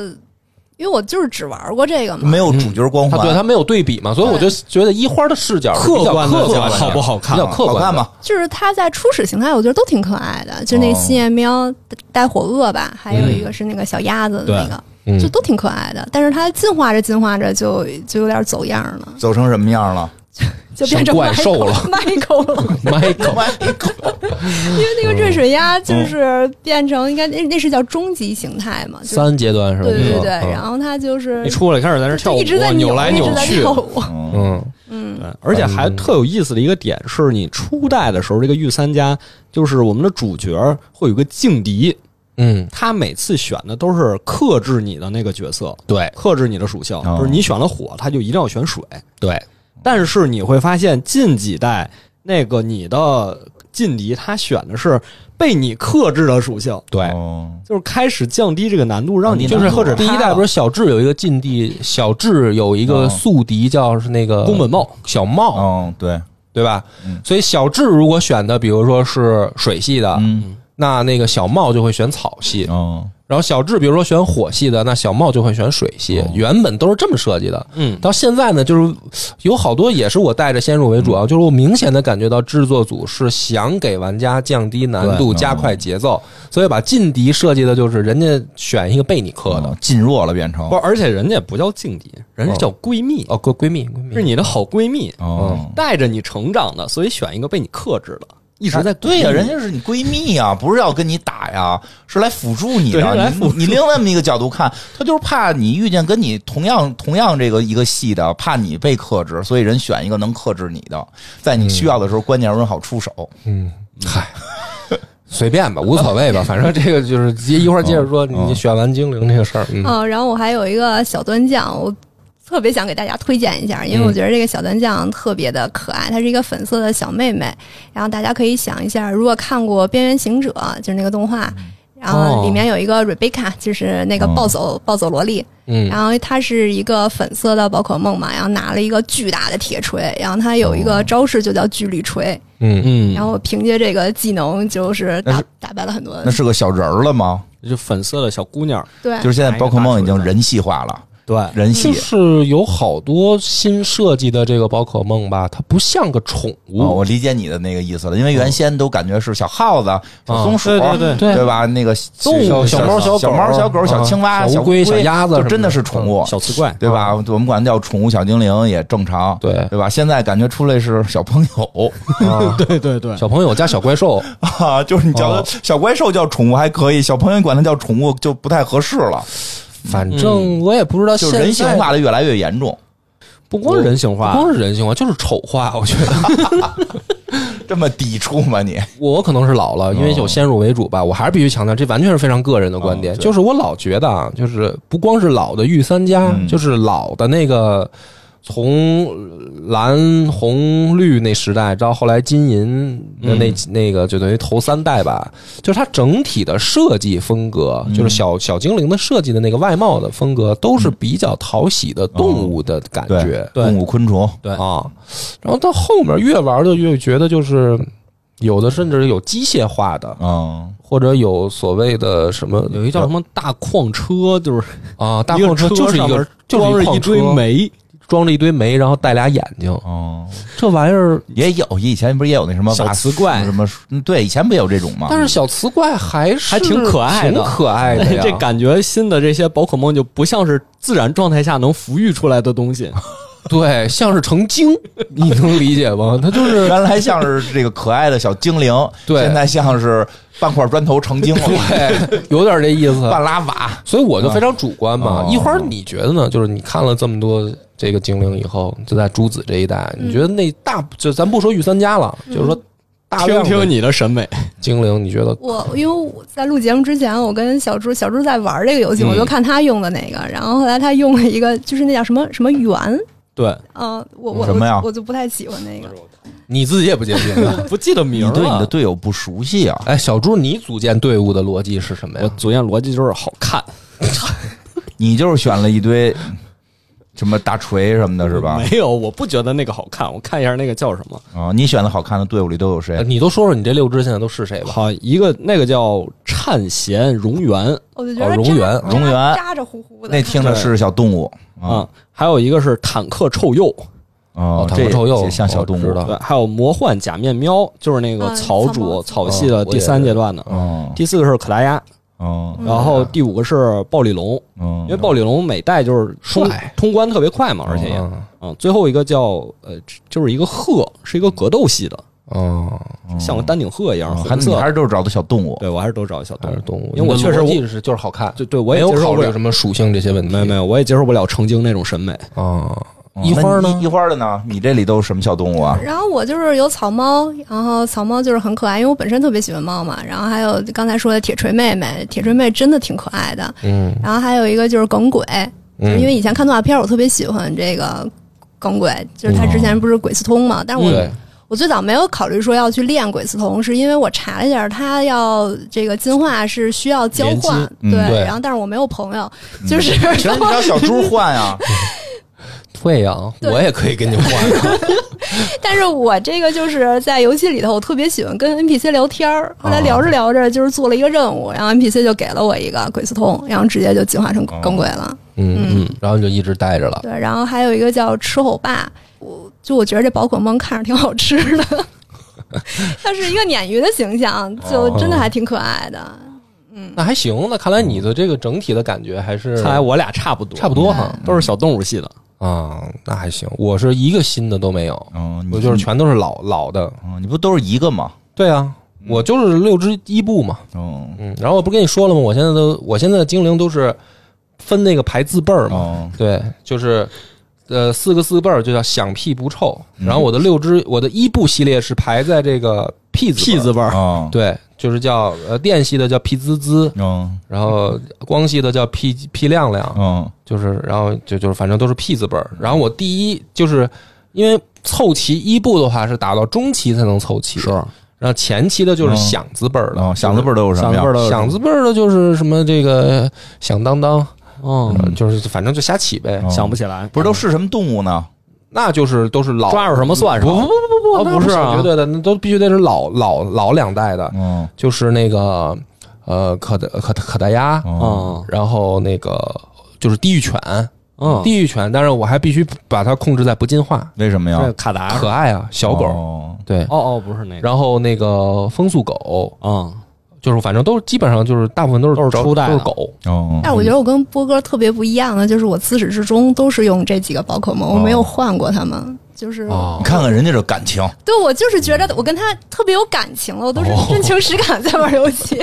[SPEAKER 3] 因为我就是只玩过这个嘛，
[SPEAKER 2] 没有主角光
[SPEAKER 1] 他
[SPEAKER 2] 环？
[SPEAKER 1] 啊对他没有对比嘛，所以我就觉得一花的视角是比
[SPEAKER 4] 客
[SPEAKER 1] 较
[SPEAKER 4] 观的
[SPEAKER 1] 客
[SPEAKER 4] 讲
[SPEAKER 1] 观
[SPEAKER 4] 好不好看
[SPEAKER 1] 比较
[SPEAKER 4] 嘛
[SPEAKER 1] 客
[SPEAKER 2] 啊好
[SPEAKER 1] 观
[SPEAKER 2] 看
[SPEAKER 1] 的
[SPEAKER 2] 吗？？
[SPEAKER 3] 就是它在初始形态，我觉得都挺可爱的，就那
[SPEAKER 2] 哦
[SPEAKER 3] 新叶喵带火鳄吧，还有一个是那个小鸭子的那个，
[SPEAKER 1] 嗯
[SPEAKER 3] 就都挺可爱的。但是它进化着进化着就就有点走样了，
[SPEAKER 2] 走成什么样了？
[SPEAKER 3] 就变成
[SPEAKER 1] 像怪兽
[SPEAKER 3] Michael-
[SPEAKER 1] 了
[SPEAKER 3] Michael 了，
[SPEAKER 1] Michael，
[SPEAKER 3] 因为
[SPEAKER 1] 嗯
[SPEAKER 3] 那个热水鸭就是变成应该那那是叫终极形态嘛，就是
[SPEAKER 1] 三阶段是吧？
[SPEAKER 3] 对对对对，
[SPEAKER 1] 嗯
[SPEAKER 3] 然后它就是
[SPEAKER 4] 一出来开始在那
[SPEAKER 3] 就
[SPEAKER 4] 跳舞，啊
[SPEAKER 3] 一直在
[SPEAKER 4] 扭来
[SPEAKER 3] 一
[SPEAKER 4] 扭
[SPEAKER 3] 直在
[SPEAKER 4] 去，
[SPEAKER 3] 跳舞，
[SPEAKER 2] 嗯，
[SPEAKER 1] 嗯，
[SPEAKER 3] 嗯，
[SPEAKER 4] 对，而且还特有意思的一个点是，你初代的时候，这个御三家就是我们的主角会有个劲敌，
[SPEAKER 1] 嗯，
[SPEAKER 4] 他每次选的都是克制你的那个角色，
[SPEAKER 1] 对
[SPEAKER 4] 克制你的属性，
[SPEAKER 2] 哦
[SPEAKER 4] 就是你选了火，他就一定要选水。
[SPEAKER 1] 对，
[SPEAKER 4] 但是你会发现近几代那个你的劲敌，他选的是被你克制的属性，
[SPEAKER 1] 对。
[SPEAKER 2] 哦
[SPEAKER 4] 就是开始降低这个难度，让你
[SPEAKER 1] 就
[SPEAKER 4] 能
[SPEAKER 1] 是
[SPEAKER 4] 克制他了。
[SPEAKER 1] 第一代不是小智有一个禁地，小智有一个
[SPEAKER 2] 哦
[SPEAKER 1] 宿敌叫是那个
[SPEAKER 4] 宫本茂、
[SPEAKER 1] 小嗯茂，嗯
[SPEAKER 2] 哦，对，
[SPEAKER 1] 对吧
[SPEAKER 2] 嗯？
[SPEAKER 1] 所以小智如果选的，比如说是水系的，
[SPEAKER 2] 嗯，
[SPEAKER 1] 那那个小茂就会选草系；
[SPEAKER 2] 哦，
[SPEAKER 1] 然后小智比如说选火系的，那小茂就会选水系
[SPEAKER 2] 哦。
[SPEAKER 1] 原本都是这么设计的，
[SPEAKER 4] 嗯，
[SPEAKER 1] 到现在呢，就是有好多也是我带着先入为主啊，
[SPEAKER 2] 嗯
[SPEAKER 1] 就是我明显的感觉到制作组是想给玩家降低难度、
[SPEAKER 2] 对嗯
[SPEAKER 1] 加快节奏，所以把劲敌设计的就是人家选一个被你克的
[SPEAKER 2] 哦，进弱了变成
[SPEAKER 4] 不，而且人家不叫劲敌，人家叫闺蜜，
[SPEAKER 1] 哦，闺闺蜜闺
[SPEAKER 4] 是
[SPEAKER 1] 蜜，
[SPEAKER 4] 你的好闺蜜。
[SPEAKER 2] 哦，
[SPEAKER 4] 带着你成长的，所以选一个被你克制的，一
[SPEAKER 2] 一
[SPEAKER 4] 直在鼓励
[SPEAKER 2] 啊对呀，人
[SPEAKER 4] 你
[SPEAKER 2] 家是你闺蜜呀，不是要跟你打呀，是来辅助你
[SPEAKER 4] 对是来
[SPEAKER 2] 的。
[SPEAKER 4] 辅
[SPEAKER 2] 你
[SPEAKER 4] 助
[SPEAKER 2] 你另那么一个角度看，他就是怕你遇见跟你同样同样这个一个系的，怕你被克制，所以人选一个能克制你的，在你需要的时候关键时候好出手。
[SPEAKER 1] 嗯，嗨。随便吧，无所谓 吧，反正这个就是一一会儿接着说
[SPEAKER 2] 哦
[SPEAKER 1] 你选完精灵这个事儿，嗯
[SPEAKER 3] 嗯、然后我还有一个小端酱，我特别想给大家推荐一下，因
[SPEAKER 1] 嗯
[SPEAKER 3] 为我觉得这个小端酱特别的可爱，她是一个粉色的小妹妹。然后大家可以想一下，如果看过《边缘行者》，就是那个动画，
[SPEAKER 1] 嗯
[SPEAKER 3] 然后
[SPEAKER 4] 哦
[SPEAKER 3] 里面有一个 Rebecca，就是那个暴走、暴走萝莉，
[SPEAKER 1] 哦嗯
[SPEAKER 3] 然后她是一个粉色的宝可梦嘛，然后拿了一个巨大的铁锤，然后她有一
[SPEAKER 1] 哦
[SPEAKER 3] 个招式就叫巨力锤，
[SPEAKER 1] 嗯，
[SPEAKER 4] 嗯，
[SPEAKER 3] 然后凭借这个技能就是
[SPEAKER 2] 那
[SPEAKER 3] 打
[SPEAKER 2] 是
[SPEAKER 3] 打败了很多
[SPEAKER 2] 那是个小人儿了吗？
[SPEAKER 4] 就粉色的小姑娘，
[SPEAKER 3] 对
[SPEAKER 2] 就是现在宝可梦已经人气化了，
[SPEAKER 4] 对，
[SPEAKER 2] 人
[SPEAKER 1] 就
[SPEAKER 2] 气。
[SPEAKER 1] 是有好多新设计的这个宝可梦吧，它不像个宠
[SPEAKER 2] 哦，
[SPEAKER 1] 物，
[SPEAKER 2] 我理解你的那个意思了，因为原先都感觉是小耗子、小松鼠，
[SPEAKER 4] 对对对
[SPEAKER 1] 对
[SPEAKER 2] 吧？那个
[SPEAKER 1] 动物
[SPEAKER 2] 小
[SPEAKER 1] 猫、
[SPEAKER 2] 小
[SPEAKER 1] 小
[SPEAKER 2] 猫、小狗、
[SPEAKER 1] 啊
[SPEAKER 2] 小青蛙、
[SPEAKER 1] 小
[SPEAKER 2] 小
[SPEAKER 1] 乌龟、小鸭子什么，嗯
[SPEAKER 2] 就真的是宠物，
[SPEAKER 4] 小刺怪，
[SPEAKER 2] 对吧？我们管它叫宠物小精灵也正常，
[SPEAKER 1] 哦对
[SPEAKER 2] 对吧？现在感觉出来是小朋 友
[SPEAKER 1] 啊，
[SPEAKER 4] 对对对，
[SPEAKER 1] 小朋友加小怪兽，
[SPEAKER 2] 啊，就是你叫它
[SPEAKER 1] 哦
[SPEAKER 2] 小怪兽叫宠物还可以，小朋友管它叫宠物就不太合适了，
[SPEAKER 1] 嗯反正我也不知道
[SPEAKER 2] 嗯
[SPEAKER 1] 现
[SPEAKER 2] 就是
[SPEAKER 1] 在
[SPEAKER 2] 人性化的越来越严重。
[SPEAKER 4] 不光人性
[SPEAKER 1] 不
[SPEAKER 4] 化，
[SPEAKER 1] 光是人性化，就是丑化。我觉 得
[SPEAKER 2] 这么抵触吗你？
[SPEAKER 1] 我可能是老了，因
[SPEAKER 2] 哦
[SPEAKER 1] 为有先入为主吧，我还是必须强调，这完全是非常个人的观点。
[SPEAKER 2] 哦对
[SPEAKER 1] 就是我老觉得啊，就是不光是老的御三家，
[SPEAKER 2] 嗯
[SPEAKER 1] 就是老的那个。从蓝红绿那时代到后来金银的那、
[SPEAKER 2] 嗯
[SPEAKER 1] 那个，就等于头三代吧，就是它整体的设计风格，
[SPEAKER 2] 嗯
[SPEAKER 1] 就是小小精灵的设计的那个外貌的风格，都是比较讨喜的动物的感觉。
[SPEAKER 2] 嗯对，动物昆虫，
[SPEAKER 4] 对
[SPEAKER 1] 啊，然后到后面越玩就越觉得就是有的甚至有机械化的，
[SPEAKER 2] 嗯，
[SPEAKER 1] 或者有所谓的什么
[SPEAKER 4] 有一叫什么大矿车，就是
[SPEAKER 1] 啊，大
[SPEAKER 4] 一个
[SPEAKER 1] 矿车就是一
[SPEAKER 4] 上
[SPEAKER 1] 个
[SPEAKER 4] 面
[SPEAKER 1] 就是
[SPEAKER 4] 装着
[SPEAKER 1] 矿
[SPEAKER 4] 一堆
[SPEAKER 1] 车
[SPEAKER 4] 煤，
[SPEAKER 1] 装着一堆煤，然后带俩眼睛，
[SPEAKER 2] 哦，
[SPEAKER 1] 这玩意儿。
[SPEAKER 2] 也有以前不是也有那什么
[SPEAKER 4] 小
[SPEAKER 2] 瓦
[SPEAKER 4] 磁怪
[SPEAKER 2] 什么？嗯对，以前不也有这种吗？
[SPEAKER 1] 但是小磁怪啊还是
[SPEAKER 4] 还挺可爱的
[SPEAKER 1] 挺可爱 的呀。
[SPEAKER 4] 这感觉新的这些宝可梦就不像是自然状态下能抚育出来的东西，
[SPEAKER 1] 对，像是成精，你能理解吗？它 就是
[SPEAKER 2] 原来像是这个可爱的小精灵，
[SPEAKER 1] 对
[SPEAKER 2] 现在像是半块砖头成精了，
[SPEAKER 1] 对，哎有点这意思。
[SPEAKER 2] 半拉瓦。
[SPEAKER 1] 所以我
[SPEAKER 4] 啊
[SPEAKER 1] 就非常主观嘛。
[SPEAKER 2] 哦
[SPEAKER 1] 一会儿你觉得呢？就是你看了这么多这个精灵以后，就在朱子这一代，你觉得那大就咱不说御三家
[SPEAKER 3] 嗯
[SPEAKER 1] 了，就是说大
[SPEAKER 4] 听
[SPEAKER 1] 量
[SPEAKER 4] 听
[SPEAKER 1] 的
[SPEAKER 4] 你的审美，
[SPEAKER 1] 精灵，你觉得
[SPEAKER 3] 我因为我在录节目之前，我跟小猪小猪在玩这个游戏，
[SPEAKER 1] 嗯
[SPEAKER 3] 我就看他用的那个，然后后来他用了一个就是那叫什么什么圆
[SPEAKER 4] 对，
[SPEAKER 3] 嗯、我我
[SPEAKER 2] 什么呀哦
[SPEAKER 3] 我我就不太喜欢那个。
[SPEAKER 1] 你自己也不接近 啊。
[SPEAKER 4] 不记得
[SPEAKER 2] 你
[SPEAKER 4] 名儿了。
[SPEAKER 2] 对你的队友不熟悉啊？
[SPEAKER 1] 哎，小朱，你组建队伍的逻辑是什么
[SPEAKER 4] 我
[SPEAKER 1] 呀？
[SPEAKER 4] 组建逻辑就是好看，
[SPEAKER 2] 你就是选了一堆什么大锤什么的，是吧？
[SPEAKER 4] 没有，我不觉得那个好看。我看一下那个叫什么？
[SPEAKER 2] 啊、你选的好看的队伍里都有
[SPEAKER 1] 呃
[SPEAKER 2] 谁？
[SPEAKER 1] 你都说说你这六支现在都是谁吧？
[SPEAKER 4] 好，一个那个叫忏贤蝾螈
[SPEAKER 3] 我就觉得
[SPEAKER 1] 哦
[SPEAKER 3] 它
[SPEAKER 1] 蝾
[SPEAKER 3] 扎
[SPEAKER 1] 螈
[SPEAKER 3] 扎
[SPEAKER 2] 蝾螈
[SPEAKER 3] 扎着乎乎的，
[SPEAKER 2] 那听着是小动物啊
[SPEAKER 4] 啊，还有一个是坦克臭鼬，
[SPEAKER 2] 哦，
[SPEAKER 1] 坦
[SPEAKER 2] 这
[SPEAKER 1] 克臭鼬
[SPEAKER 2] 也像小动
[SPEAKER 1] 我
[SPEAKER 2] 物啊
[SPEAKER 1] 知道
[SPEAKER 4] 对，还有魔幻假面喵，就是那个
[SPEAKER 3] 嗯
[SPEAKER 4] 草
[SPEAKER 3] 草
[SPEAKER 4] 主
[SPEAKER 3] 帽
[SPEAKER 4] 草系
[SPEAKER 1] 啊
[SPEAKER 4] 的第三阶段的。
[SPEAKER 2] 哦
[SPEAKER 4] 第四个是可达鸭，
[SPEAKER 2] 哦
[SPEAKER 3] 嗯
[SPEAKER 4] 然后第五个是暴力龙，
[SPEAKER 2] 哦，
[SPEAKER 4] 因为暴力龙每代就是通
[SPEAKER 1] 嗯帅
[SPEAKER 4] 通关特别快嘛，而且也
[SPEAKER 1] 嗯
[SPEAKER 4] 嗯，最后一个叫呃，就是一个鹤，是一个格斗系的，
[SPEAKER 1] 嗯，
[SPEAKER 4] 像个丹顶鹤一样，
[SPEAKER 2] 哦还
[SPEAKER 4] 红
[SPEAKER 2] 你
[SPEAKER 4] 色
[SPEAKER 2] 还。是就是找的小动物。
[SPEAKER 4] 对我还是都找小动
[SPEAKER 1] 还
[SPEAKER 4] 物
[SPEAKER 1] 是，动物，
[SPEAKER 4] 因为我
[SPEAKER 1] 你
[SPEAKER 4] 确
[SPEAKER 1] 的
[SPEAKER 4] 实
[SPEAKER 1] 逻
[SPEAKER 4] 我
[SPEAKER 1] 辑是就是好看，
[SPEAKER 4] 就对我
[SPEAKER 1] 没
[SPEAKER 4] 也
[SPEAKER 1] 有
[SPEAKER 4] 接受
[SPEAKER 1] 考
[SPEAKER 4] 不
[SPEAKER 1] 虑
[SPEAKER 4] 了
[SPEAKER 1] 什，么属性这些问题。
[SPEAKER 4] 没有没有，我也接受不了成精那种审美。
[SPEAKER 1] 啊，
[SPEAKER 2] 哦
[SPEAKER 1] 一花
[SPEAKER 2] 那
[SPEAKER 1] 呢
[SPEAKER 2] 你一？花的呢？你这里都是什么小动物啊？
[SPEAKER 3] 然后我就是有草猫，然后草猫就是很可爱，因为我本身特别喜欢猫嘛。然后还有刚才说的铁锤妹妹，铁锤妹真的挺可爱的。
[SPEAKER 1] 嗯，
[SPEAKER 3] 然后还有一个就是耿鬼，就是
[SPEAKER 1] 嗯
[SPEAKER 3] 因为以前看动画片，我特别喜欢这个耿鬼，就是他之前不是鬼斯通嘛，
[SPEAKER 4] 嗯
[SPEAKER 3] 但是我、
[SPEAKER 1] 对，
[SPEAKER 3] 我最早没有考虑说要去练鬼斯通，是因为我查了一下，他要这个进化是需要交
[SPEAKER 4] 连
[SPEAKER 3] 换
[SPEAKER 4] 击，
[SPEAKER 2] 嗯
[SPEAKER 1] 对
[SPEAKER 3] 然后但是我没有朋友， 就是、
[SPEAKER 2] 行，嗯你让小猪换啊！
[SPEAKER 1] 会呀，
[SPEAKER 3] 对
[SPEAKER 1] 我也可以跟你换。
[SPEAKER 3] 但是我这个就是在游戏里头，我特别喜欢跟 NPC 聊天儿。后来聊着聊着，就是做了一个任务，然后 NPC 就给了我一个鬼斯通，然后直接就进化成耿鬼了。
[SPEAKER 1] 嗯嗯，然后你就一直带着了。
[SPEAKER 3] 对，然后还有一个叫吃吼爸，我就我觉得这宝可梦看着挺好吃的， 它是一个鲶鱼的形象，就
[SPEAKER 1] 哦
[SPEAKER 3] 真的还挺可爱的。
[SPEAKER 1] 那还行，那看来你的这个整体的感觉还是
[SPEAKER 4] 看来我俩差不多，嗯
[SPEAKER 1] 差不多哈
[SPEAKER 4] 都是小动物系的。
[SPEAKER 1] 啊，那还行。我是一个新的都没有，
[SPEAKER 2] 哦，
[SPEAKER 4] 嗯
[SPEAKER 2] 你
[SPEAKER 1] 我就是全都是老老的。
[SPEAKER 2] 哦，你不都是一个吗？
[SPEAKER 1] 对啊，我就是六只伊布嘛。
[SPEAKER 2] 哦
[SPEAKER 1] 嗯，然后我不跟你说了吗？我现在都，我现在的精灵都是分那个排字辈儿嘛。
[SPEAKER 2] 哦，
[SPEAKER 1] 对，就是呃四个四个辈儿就叫响屁不臭。
[SPEAKER 4] 嗯
[SPEAKER 1] 然后我的六只，我的伊布系列是排在这个屁字辈儿
[SPEAKER 4] 屁字辈儿，
[SPEAKER 2] 哦，
[SPEAKER 1] 对，就是叫呃电系的叫屁滋滋，
[SPEAKER 2] 哦，
[SPEAKER 1] 然后光系的叫屁屁亮亮，
[SPEAKER 2] 哦，
[SPEAKER 1] 就是然后就就是反正都是屁字辈儿。然后我第一就是因为凑齐伊布的话是打到中期才能凑齐，
[SPEAKER 4] 是
[SPEAKER 1] 然后前期的就是
[SPEAKER 2] 嗯
[SPEAKER 1] 响字辈儿的
[SPEAKER 2] 哦，，响字辈儿都有什么
[SPEAKER 4] 响字辈
[SPEAKER 2] 呀
[SPEAKER 4] 儿？都有
[SPEAKER 1] 响字辈儿的就是什么这个响当当，
[SPEAKER 4] 嗯，
[SPEAKER 1] 呃就是反正就瞎起呗。
[SPEAKER 2] 哦
[SPEAKER 4] 想不起来，嗯
[SPEAKER 2] 不是都是什么动物呢？
[SPEAKER 1] 那就是都是老
[SPEAKER 4] 抓住什么算什
[SPEAKER 1] 不不
[SPEAKER 4] 么。
[SPEAKER 1] 不不不，
[SPEAKER 4] 哦
[SPEAKER 1] 那
[SPEAKER 4] 不是啊
[SPEAKER 1] 小绝对的，那都必须得是老老老两代的，
[SPEAKER 2] 嗯，
[SPEAKER 1] 就是那个呃可达可可达鸭，
[SPEAKER 2] 哦，
[SPEAKER 4] 嗯
[SPEAKER 1] 然后那个就是地狱犬，
[SPEAKER 2] 哦
[SPEAKER 4] 嗯，
[SPEAKER 1] 地狱犬，但是我还必须把它控制在不进化，
[SPEAKER 2] 为什么呀
[SPEAKER 4] 这？卡达是
[SPEAKER 1] 可
[SPEAKER 4] 吧
[SPEAKER 1] 爱啊，小狗，
[SPEAKER 2] 哦
[SPEAKER 1] 对，
[SPEAKER 4] 哦哦，不是那个，
[SPEAKER 1] 然后那个风速狗，
[SPEAKER 4] 嗯，
[SPEAKER 1] 就是反正都是基本上就是大部分都是
[SPEAKER 4] 都是
[SPEAKER 1] 找
[SPEAKER 4] 初代的
[SPEAKER 1] 都是狗，
[SPEAKER 2] 哦，
[SPEAKER 3] 但是我觉得我跟波哥特别不一样的，就是我自始至终都是用这几个宝可梦，我没有换过他们。就是，
[SPEAKER 1] 哦
[SPEAKER 2] 你看看人家这 感情，
[SPEAKER 3] 对我就是觉得我跟他特别有感情了，我都是
[SPEAKER 1] 哦
[SPEAKER 3] 真情实感在玩游 戏。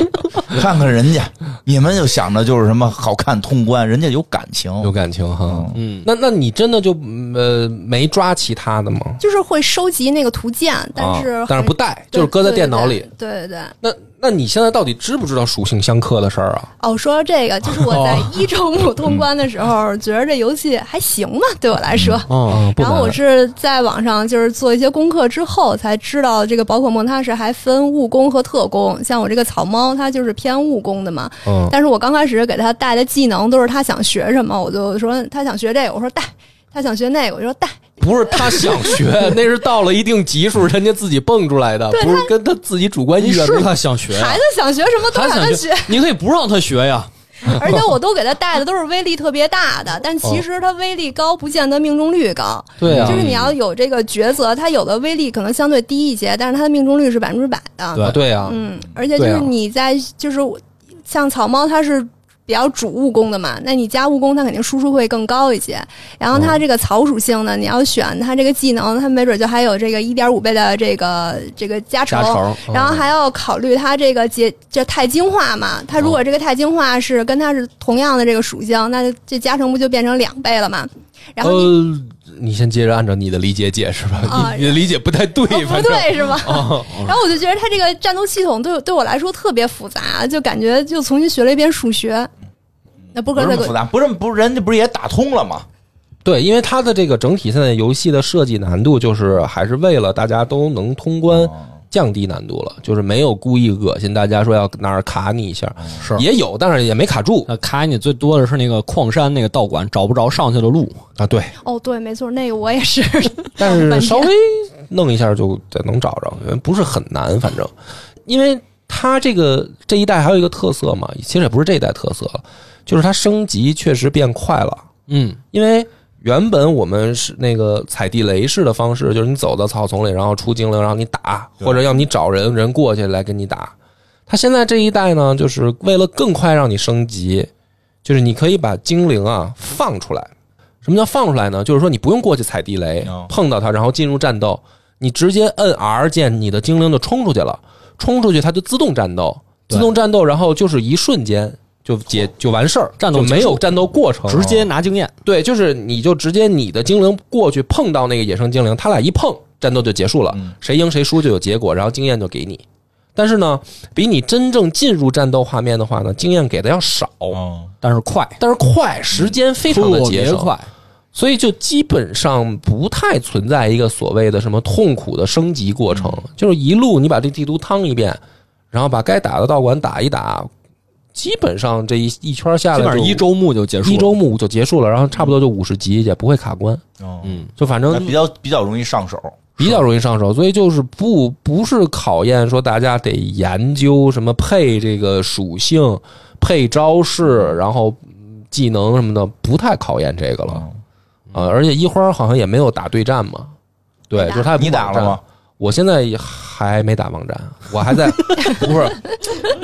[SPEAKER 2] 看看人家，你们就想着就是什么好看通关，人家有感情。
[SPEAKER 1] 有感情哈。
[SPEAKER 4] 嗯
[SPEAKER 1] 那那你真的就嗯呃没抓其他的吗？
[SPEAKER 3] 就是会收集那个图鉴，但是、
[SPEAKER 1] 啊但是不带，就是搁在电脑里。。
[SPEAKER 3] 对对对，
[SPEAKER 1] 那那你现在到底知不知道属性相克的事儿啊？
[SPEAKER 3] 哦，说到这个，就是我在一周目通关的时候，觉得这游戏还行吧，对我来说。
[SPEAKER 1] 嗯，不
[SPEAKER 3] 然后
[SPEAKER 1] 难
[SPEAKER 3] 我是在网上就是做一些功课之后才知道，这个宝可梦它是还分务工和特工。像我这个草猫，它就是偏务工的嘛。
[SPEAKER 1] 嗯
[SPEAKER 3] 但是我刚开始给它带的技能都是它想学什么，我就说它想学这个，我说带；它想学那个，我就说带。
[SPEAKER 1] 不是他想学， 那是到了一定级数，人家自己蹦出来的，不是跟他自己主观意
[SPEAKER 4] 你
[SPEAKER 1] 愿
[SPEAKER 4] 是
[SPEAKER 1] 没
[SPEAKER 4] 他想学呀，啊
[SPEAKER 3] 孩子想学什么都
[SPEAKER 4] 他
[SPEAKER 3] 让它
[SPEAKER 4] 想
[SPEAKER 3] 学，，
[SPEAKER 4] 你可以不让他学呀。
[SPEAKER 3] 而且我都给它带的都是威力特别大的，但其实它威力高不见得命中率高。
[SPEAKER 1] 对啊，
[SPEAKER 3] 就是你要有这个抉择，它有的威力可能相对低一些，但是它的命中率是百分之百的。
[SPEAKER 1] 啊对啊，
[SPEAKER 3] 嗯，而且就
[SPEAKER 1] 对
[SPEAKER 3] 是
[SPEAKER 1] 啊
[SPEAKER 3] 你在、就是我像草猫，它是比较主务工的嘛，那你加务工，它肯定输出会更高一些。然后
[SPEAKER 1] 嗯
[SPEAKER 3] 它这个草属性呢，你要选它这个技能，它没准就还有这个一点五倍的这个这个加成。
[SPEAKER 1] 加成，嗯
[SPEAKER 3] 然后还要考虑它这个结，这钛金化嘛，它如
[SPEAKER 1] 嗯
[SPEAKER 3] 果这个钛金化是跟它是同样的这个属性，那这加成不就变成两倍了嘛？然后你、
[SPEAKER 1] 呃，你先接着按照你的理解解释吧，
[SPEAKER 3] 啊
[SPEAKER 1] 你你的理解不太对，
[SPEAKER 3] 哦、
[SPEAKER 1] 反
[SPEAKER 3] 不
[SPEAKER 1] 正哦
[SPEAKER 3] 对是吧？ 然后我就觉得它这个战斗系统对我对我来说特别复杂，就感觉就重新学了一遍数学。那波
[SPEAKER 2] 不
[SPEAKER 3] 哥这
[SPEAKER 2] 是那么复
[SPEAKER 3] 个
[SPEAKER 2] 杂，不是不是人家不是也打通了吗？
[SPEAKER 1] 对，因为它的这个整体现在游戏的设计难度，就是还是为了大家都能通关，
[SPEAKER 2] 哦
[SPEAKER 1] 降低难度了，就是没有故意恶心大家说要哪儿卡你一下，
[SPEAKER 4] 是
[SPEAKER 1] 也有，但是也没卡住
[SPEAKER 4] 呃，卡你最多的是那个矿山那个道馆找不着上去的路，
[SPEAKER 1] 啊。对，
[SPEAKER 3] 哦，对，没错，那个我也是。
[SPEAKER 1] 但
[SPEAKER 3] 嗯半
[SPEAKER 1] 是
[SPEAKER 3] 天
[SPEAKER 1] 稍微弄一下就得能找着，不是很难，反正，因为它这个这一代还有一个特色嘛，其实也不是这一代特色了，就是它升级确实变快了，
[SPEAKER 4] 嗯，
[SPEAKER 1] 因为。原本我们是那个踩地雷式的方式，就是你走到草丛里，然后出精灵，然后你打，
[SPEAKER 2] 对
[SPEAKER 1] 或者要你找人，人过去来跟你打。它现在这一代呢，就是为了更快让你升级，就是你可以把精灵啊放出来。什么叫放出来呢？就是说你不用过去踩地雷
[SPEAKER 2] 哦，
[SPEAKER 1] 碰到它，然后进入战斗，你直接摁 R 键，你的精灵就冲出去了。冲出去它就自动战斗，
[SPEAKER 4] 对哦
[SPEAKER 1] 自动战斗，然后就是一瞬间就解就完事儿，
[SPEAKER 4] 战斗
[SPEAKER 1] 就
[SPEAKER 4] 结束
[SPEAKER 1] 没有战斗过程，
[SPEAKER 4] 直接拿经验，
[SPEAKER 1] 对，就是你就直接你的精灵过去碰到那个野生精灵，他俩一碰，战斗就结束了
[SPEAKER 2] 嗯，
[SPEAKER 1] 谁赢谁输就有结果，然后经验就给你。但是呢，比你真正进入战斗画面的话呢，经验给的要少，
[SPEAKER 2] 哦，
[SPEAKER 4] 但是快，
[SPEAKER 1] 但是快，时间非常的
[SPEAKER 4] 特
[SPEAKER 1] 节
[SPEAKER 4] 别
[SPEAKER 1] 省，
[SPEAKER 4] 快，
[SPEAKER 1] 所以就基本上不太存在一个所谓的什么痛苦的升级过程，
[SPEAKER 4] 嗯
[SPEAKER 1] 就是一路你把这地图趟一遍，然后把该打的道馆打一打，基本上这一一圈下来
[SPEAKER 4] 基
[SPEAKER 1] 就，
[SPEAKER 4] 本上一周目就结束了，
[SPEAKER 1] 一周目就结束了，然后差不多就五十级也不会卡关，
[SPEAKER 2] 嗯，
[SPEAKER 4] 嗯，
[SPEAKER 1] 就反
[SPEAKER 2] 那
[SPEAKER 1] 正
[SPEAKER 2] 比较比较容易上手，
[SPEAKER 1] 比较容易上手，所以就是不不是考验说大家得研究什么配这个属性、配招式，然后嗯技能什么的，不太考验这个了啊、
[SPEAKER 2] 嗯
[SPEAKER 1] 而且一花好像也没有打对战嘛，对，
[SPEAKER 3] 没打
[SPEAKER 1] 就是他
[SPEAKER 2] 你打了吗？？
[SPEAKER 1] 我现在也还没打网站，我还 在不是，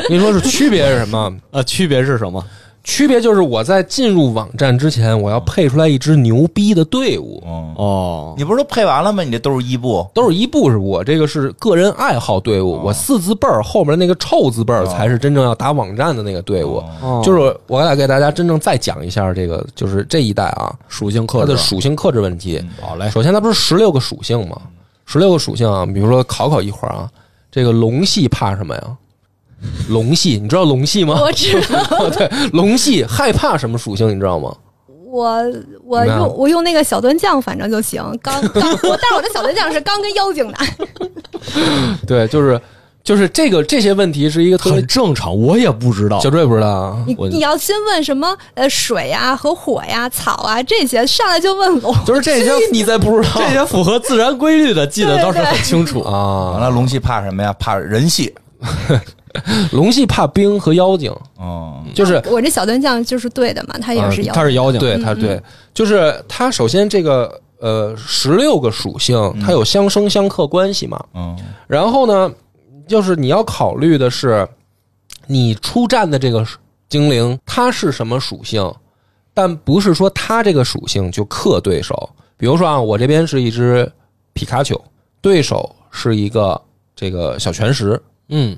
[SPEAKER 1] 跟你说是区别是什么？
[SPEAKER 4] 呃，区别是什么？
[SPEAKER 1] 区别就是我在进入网站之前，我要配出来一支牛逼的队伍，
[SPEAKER 2] 嗯，
[SPEAKER 4] 哦，
[SPEAKER 2] 你不是都配完了吗？你这都是一部，
[SPEAKER 1] 都是一步是我这个是个人爱好队
[SPEAKER 4] 哦
[SPEAKER 1] 伍，我四字辈儿后面那个臭字辈儿才是真正要打网站的那个队伍。
[SPEAKER 4] 哦
[SPEAKER 1] 就是我来给大家真正再讲一下这个，就是这一代啊，
[SPEAKER 4] 属性
[SPEAKER 1] 它
[SPEAKER 4] 克制嗯
[SPEAKER 1] 的，属性克制问题。
[SPEAKER 4] 好嘞，
[SPEAKER 1] 首先，它不是十六个属性吗？十六个属性啊，比如说考考一会儿啊，这个龙系怕什么呀？龙系，你知道龙系吗？
[SPEAKER 3] 我知道，
[SPEAKER 1] 对，龙系害怕什么属性？你知道吗？
[SPEAKER 3] 我我
[SPEAKER 1] 明白了
[SPEAKER 3] 用我用那个小盾酱，反正就行。刚刚我，但是我的小盾酱是刚跟妖精打，
[SPEAKER 1] 对，就是就是这个这些问题是一个特别
[SPEAKER 4] 很正常，我也不知道
[SPEAKER 1] 小，坠不知道啊，
[SPEAKER 3] 你
[SPEAKER 4] 我
[SPEAKER 3] 你要先问什么呃水呀、和火呀、草啊这些，上来就问龙，
[SPEAKER 1] 就是这些你再不知道
[SPEAKER 4] 这些符合自然规律的记得倒是很清楚啊，
[SPEAKER 1] 啊
[SPEAKER 2] 完。了龙系怕什么呀？怕人系，
[SPEAKER 1] 龙系怕冰和妖精，
[SPEAKER 2] 嗯，
[SPEAKER 1] 就是
[SPEAKER 3] 我这小盾酱就是对的嘛，它也
[SPEAKER 1] 啊
[SPEAKER 3] 是妖
[SPEAKER 4] 他
[SPEAKER 3] 精。
[SPEAKER 4] 呃是妖精，
[SPEAKER 1] 对它对，就是它首先这个呃十六个属性，它有相生相克关系嘛。
[SPEAKER 2] 嗯，
[SPEAKER 1] 然后呢，就是你要考虑的是，你出战的这个精灵它是什么属性，但不是说它这个属性就克对手。比如说啊，我这边是一只皮卡丘，对手是一个这个小拳石，
[SPEAKER 4] 嗯，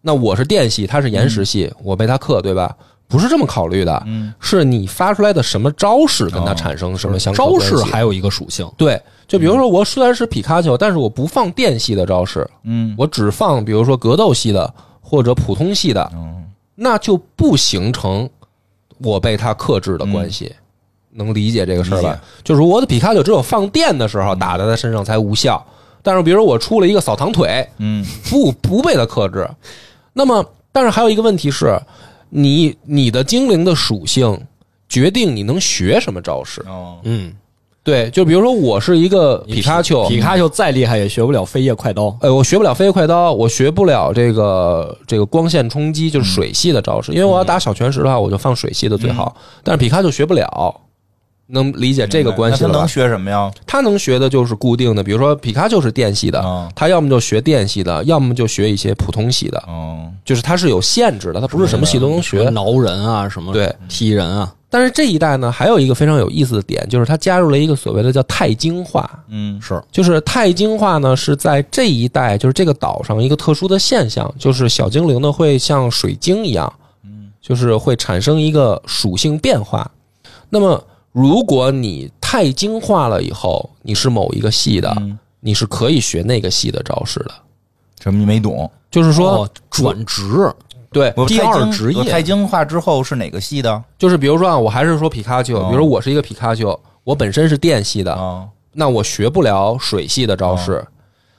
[SPEAKER 1] 那我是电系，他是岩石系，我被他克，对吧？不是这么考虑的，
[SPEAKER 2] 嗯
[SPEAKER 1] 是你发出来的什么招式跟他产生什么相克
[SPEAKER 4] 哦招
[SPEAKER 1] 关系
[SPEAKER 4] 式还嗯有一个属性，
[SPEAKER 1] 对。就比如说，我虽然是皮卡丘，但是我不放电系的招式，
[SPEAKER 2] 嗯，
[SPEAKER 1] 我只放比如说格斗系的或者普通系的，
[SPEAKER 2] 嗯
[SPEAKER 1] 那就不形成我被他克制的关系。能理解这个事儿
[SPEAKER 2] 理
[SPEAKER 1] 吧
[SPEAKER 2] 解？
[SPEAKER 1] 就是我的皮卡丘只有放电的时候打在他身上才无效，但是比如我出了一个扫堂腿，
[SPEAKER 2] 嗯，
[SPEAKER 1] 不不被它克制。那么，但是还有一个问题是，你你的精灵的属性决定你能学什么招式。
[SPEAKER 2] 哦，
[SPEAKER 4] 嗯，
[SPEAKER 1] 对，就比如说我是一个皮卡丘，
[SPEAKER 4] 皮卡丘再厉害也学不了飞叶快刀，
[SPEAKER 1] 哎，我学不了飞跃快刀，我学不了这个这个光线冲击，
[SPEAKER 2] 嗯
[SPEAKER 1] 就是水系的招式。因为我要打小拳石的话，我就放水系的最好。
[SPEAKER 2] 嗯
[SPEAKER 1] 但是皮卡丘学不了，能理解这个关系
[SPEAKER 2] 那
[SPEAKER 1] 了
[SPEAKER 2] 他能
[SPEAKER 1] 吧？
[SPEAKER 2] 学什么呀？
[SPEAKER 1] 他能学的就是固定的，比如说皮卡丘是电系的
[SPEAKER 2] 嗯，
[SPEAKER 1] 他要么就学电系的，要么就学一些普通系的。
[SPEAKER 2] 哦，
[SPEAKER 1] 就是它是有限制的，它不是什么戏都能
[SPEAKER 4] 什么
[SPEAKER 1] 学。
[SPEAKER 4] 挠人啊，什么
[SPEAKER 1] 对
[SPEAKER 4] 踢人啊，
[SPEAKER 1] 但是这一代呢，还有一个非常有意思的点，就是它加入了一个所谓的叫钛晶化，
[SPEAKER 2] 嗯，
[SPEAKER 4] 是
[SPEAKER 1] 就是钛晶化呢是在这一代，就是这个岛上一个特殊的现象，就是小精灵呢会像水晶一样，
[SPEAKER 2] 嗯
[SPEAKER 1] 就是会产生一个属性变化。那么如果你钛晶化了以后，你是某一个系的，
[SPEAKER 2] 嗯
[SPEAKER 1] 你是可以学那个系的招式的。
[SPEAKER 2] 什么你没懂？
[SPEAKER 1] 就是说，
[SPEAKER 4] 哦转职，
[SPEAKER 1] 对
[SPEAKER 2] 我
[SPEAKER 1] 第
[SPEAKER 2] 太
[SPEAKER 1] 二
[SPEAKER 2] 精
[SPEAKER 1] 职业
[SPEAKER 2] 我太精化之后是哪个系的？
[SPEAKER 1] 就是比如说啊，我还是说皮卡丘，
[SPEAKER 2] 哦
[SPEAKER 1] 比如说我是一个皮卡丘，我本身是电系的，
[SPEAKER 2] 啊，
[SPEAKER 1] 那我学不了水系的招式。
[SPEAKER 2] 哦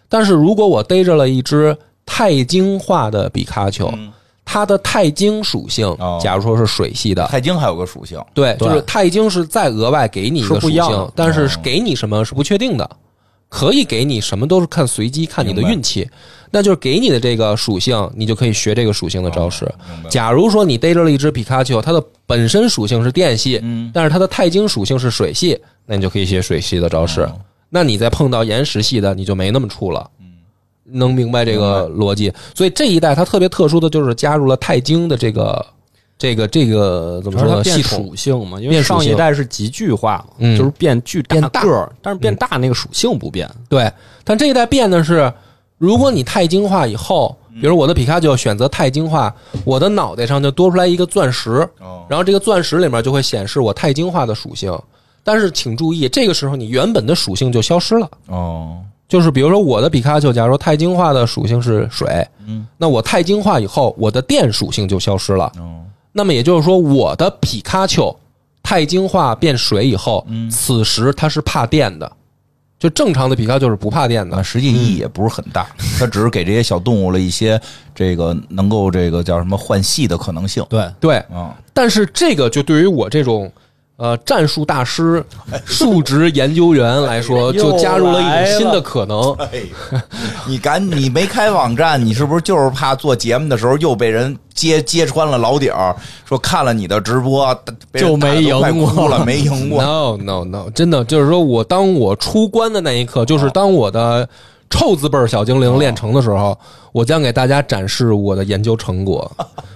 [SPEAKER 1] 但是如果我逮着了一只钛晶化的比卡丘，
[SPEAKER 2] 嗯
[SPEAKER 1] 它的钛晶属性
[SPEAKER 2] 哦，
[SPEAKER 1] 假如说是水系的，
[SPEAKER 2] 钛晶还有个属性，
[SPEAKER 1] 对，
[SPEAKER 4] 对
[SPEAKER 1] 就是钛晶是再额外给你一个
[SPEAKER 4] 是不
[SPEAKER 1] 属
[SPEAKER 4] 一样的
[SPEAKER 1] 性，但是
[SPEAKER 2] 哦
[SPEAKER 1] 给你什么是不确定的，可以给你什么都是看随机，看你的
[SPEAKER 2] 明白
[SPEAKER 1] 运气。那就是给你的这个属性，你就可以学这个属性的招式。
[SPEAKER 2] 哦明白
[SPEAKER 1] 假如说你逮着了一只皮卡丘，它的本身属性是电系，
[SPEAKER 2] 嗯
[SPEAKER 1] 但是它的钛晶属性是水系，那你就可以学水系的招式。
[SPEAKER 2] 哦
[SPEAKER 1] 那你再碰到岩石系的，你就没那么怵了。能明白这个逻辑，所以这一代它特别特殊的就是加入了钛晶的这个、这个、这个怎么说
[SPEAKER 4] 它
[SPEAKER 1] 呢？
[SPEAKER 4] 变
[SPEAKER 1] 系统
[SPEAKER 4] 属性嘛，因为
[SPEAKER 1] 变属
[SPEAKER 4] 上一
[SPEAKER 1] 性
[SPEAKER 4] 代是集聚化嘛，
[SPEAKER 1] 嗯
[SPEAKER 4] 就是变巨大
[SPEAKER 1] 变大
[SPEAKER 4] 个儿，但是变大那个属性不变。
[SPEAKER 1] 对，但这一代变的是，如果你钛晶化以后，比如我的皮卡丘选择钛晶化，我的脑袋上就多出来一个钻石，
[SPEAKER 2] 哦，
[SPEAKER 1] 然后这个钻石里面就会显示我钛晶化的属性。但是请注意，这个时候你原本的属性就消失了。
[SPEAKER 2] 哦，
[SPEAKER 1] 就是比如说我的皮卡丘，假如说钛晶化的属性是水，
[SPEAKER 2] 嗯，
[SPEAKER 1] 那我钛晶化以后，我的电属性就消失了。
[SPEAKER 2] 哦，
[SPEAKER 1] 那么也就是说，我的皮卡丘钛晶化变水以后，
[SPEAKER 2] 嗯
[SPEAKER 1] 此时它是怕电的，就正常的皮卡丘是不怕电的
[SPEAKER 2] 那。实际意义也啊不是很大， 它只是给这些小动物了一些这个能够这个叫什么换系的可能性
[SPEAKER 4] 对，
[SPEAKER 1] 对，
[SPEAKER 2] 啊。
[SPEAKER 1] 但是这个就对于我这种呃战术大师、数值研究员来说，
[SPEAKER 4] 又
[SPEAKER 1] 就加入了一
[SPEAKER 4] 来
[SPEAKER 1] 种
[SPEAKER 4] 了
[SPEAKER 1] 新的可能。
[SPEAKER 2] 哎 你敢你没开网站，你是不是就是怕做节目的时候又被人揭揭穿了老底儿，说看了你的直播被人
[SPEAKER 4] 就没赢过
[SPEAKER 2] 打得快 哭了，没赢过。
[SPEAKER 1] No no no，真的就是说我当我出关的那一刻，就是当我的臭字辈儿小精灵练成的时候，我将给大家展示我的研究成果，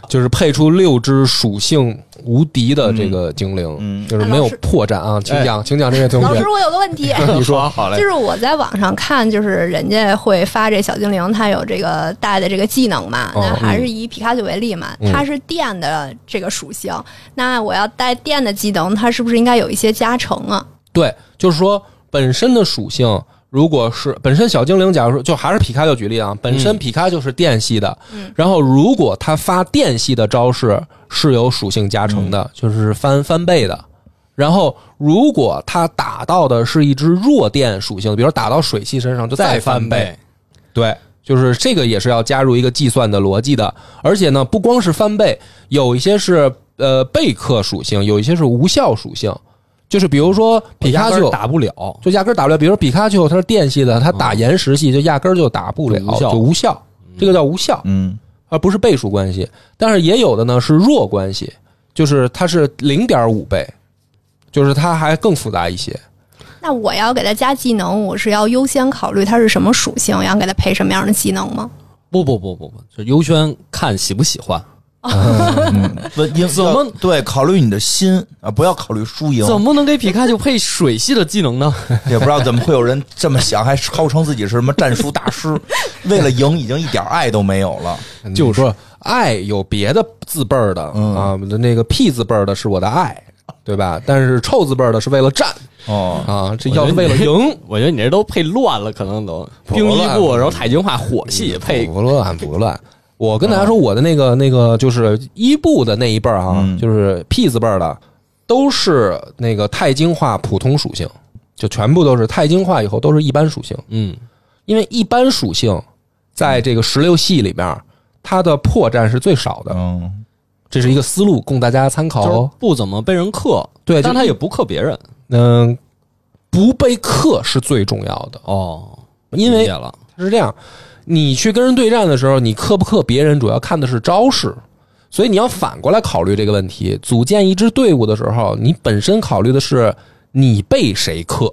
[SPEAKER 1] 就是配出六只属性无敌的这个精灵，就是没有破绽啊，请讲，请讲这位同
[SPEAKER 3] 老
[SPEAKER 1] 学
[SPEAKER 3] 师，，我有个问题。
[SPEAKER 4] 你说好嘞
[SPEAKER 3] 就，是我在网上看，就是人家会发这小精灵，它有这个带的这个技能嘛。
[SPEAKER 1] 哦
[SPEAKER 3] 那还
[SPEAKER 1] 嗯
[SPEAKER 3] 是以皮卡丘为例嘛，
[SPEAKER 1] 嗯
[SPEAKER 3] 它是电的这个属性。那我要带电的技能，它是不是应该有一些加成啊？
[SPEAKER 1] 对，就是说本身的属性。如果是本身小精灵，假如说就还是皮卡丘举例啊，本身皮卡丘是电系的，
[SPEAKER 3] 嗯
[SPEAKER 1] 然后如果它发电系的招式是有属性加成的，就是翻翻倍的。然后如果它打到的是一只弱电属性，比如打到水系身上就再
[SPEAKER 4] 翻
[SPEAKER 1] 倍，，对，就是这个也是要加入一个计算的逻辑的。而且呢，不光是翻倍，有一些是呃备课属性，有一些是无效属性。就是比如说皮卡
[SPEAKER 4] 我压根
[SPEAKER 1] 丘
[SPEAKER 4] 儿打不了，
[SPEAKER 1] 就压根儿打不了，比如说皮卡丘它是电系的，它打岩石系就压根儿就打不了，
[SPEAKER 4] 嗯就无效
[SPEAKER 1] 就无效，这个叫无效。
[SPEAKER 2] 嗯，
[SPEAKER 1] 而不是倍数关系。但是也有的呢是弱关系，就是它是零点五倍，就是它还更复杂一些。
[SPEAKER 3] 那我要给它加技能，我是要优先考虑它是什么属性，我要给它配什么样的技能吗？
[SPEAKER 4] 不不不不不，就优先看喜不喜欢，
[SPEAKER 2] 不因
[SPEAKER 4] 怎么
[SPEAKER 2] 对考虑你的心啊，不要考虑输赢。
[SPEAKER 4] 怎么能给皮卡丘配水系的技能 呢？
[SPEAKER 2] 也不知道怎么会有人这么想，还号称自己是什么战术大师，为了赢已经一点爱都没有了。
[SPEAKER 1] 就是说，爱有别的字辈儿的、
[SPEAKER 2] 嗯
[SPEAKER 1] 啊，那个 P 字辈儿的是我的爱，对吧？但是臭字辈儿的是为了战
[SPEAKER 2] 哦，
[SPEAKER 1] 啊，这要是为了赢，
[SPEAKER 4] 我觉得你这都配乱了，可能都嗯
[SPEAKER 1] 不
[SPEAKER 4] 冰一
[SPEAKER 1] 乱
[SPEAKER 4] 部，然后钛金化火系配
[SPEAKER 1] 不乱不乱。我跟大家说，我的那个那个就是一部的那一辈儿啊，
[SPEAKER 2] 嗯
[SPEAKER 1] 就是 P 字辈儿的，都是那个钛晶化普通属性，就全部都是钛晶化以后都是一般属性。
[SPEAKER 4] 嗯，
[SPEAKER 1] 因为一般属性在这个十六系里面，它的破绽是最少的，
[SPEAKER 2] 嗯，
[SPEAKER 1] 这是一个思路供大家参考
[SPEAKER 4] 就是
[SPEAKER 1] 哦。
[SPEAKER 4] 不怎么被人克，
[SPEAKER 1] 对，
[SPEAKER 4] 但
[SPEAKER 1] 就
[SPEAKER 4] 他也不克别人
[SPEAKER 1] 嗯，不被克是最重要的，
[SPEAKER 4] 哦，
[SPEAKER 1] 因为
[SPEAKER 4] 理解了
[SPEAKER 1] 它是这样，你去跟人对战的时候，你克不克别人，主要看的是招式。所以你要反过来考虑这个问题。组建一支队伍的时候，你本身考虑的是你被谁克，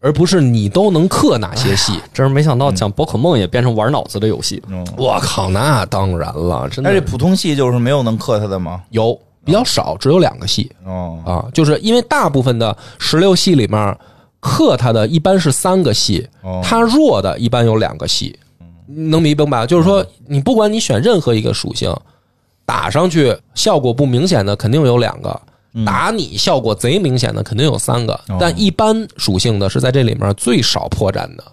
[SPEAKER 1] 而不是你都能克哪些系。
[SPEAKER 2] 啊
[SPEAKER 4] 真是没想到
[SPEAKER 1] 嗯
[SPEAKER 4] 讲宝可梦也变成玩脑子的游戏，
[SPEAKER 2] 嗯
[SPEAKER 1] 我靠，那当然了，真
[SPEAKER 2] 但是
[SPEAKER 1] 的
[SPEAKER 2] 这普通系就是没有能克他的吗？
[SPEAKER 1] 有比较少，只有两个系。
[SPEAKER 2] 哦，
[SPEAKER 1] 啊，就是因为大部分的十六系里面，克他的一般是三个系，
[SPEAKER 2] 哦
[SPEAKER 1] 他弱的一般有两个系，能明白吧？就是说，你不管你选任何一个属性，打上去效果不明显的肯定有两个，打你效果贼明显的肯定有三个
[SPEAKER 2] 哦，
[SPEAKER 1] 但一般属性的是在这里面最少破绽的。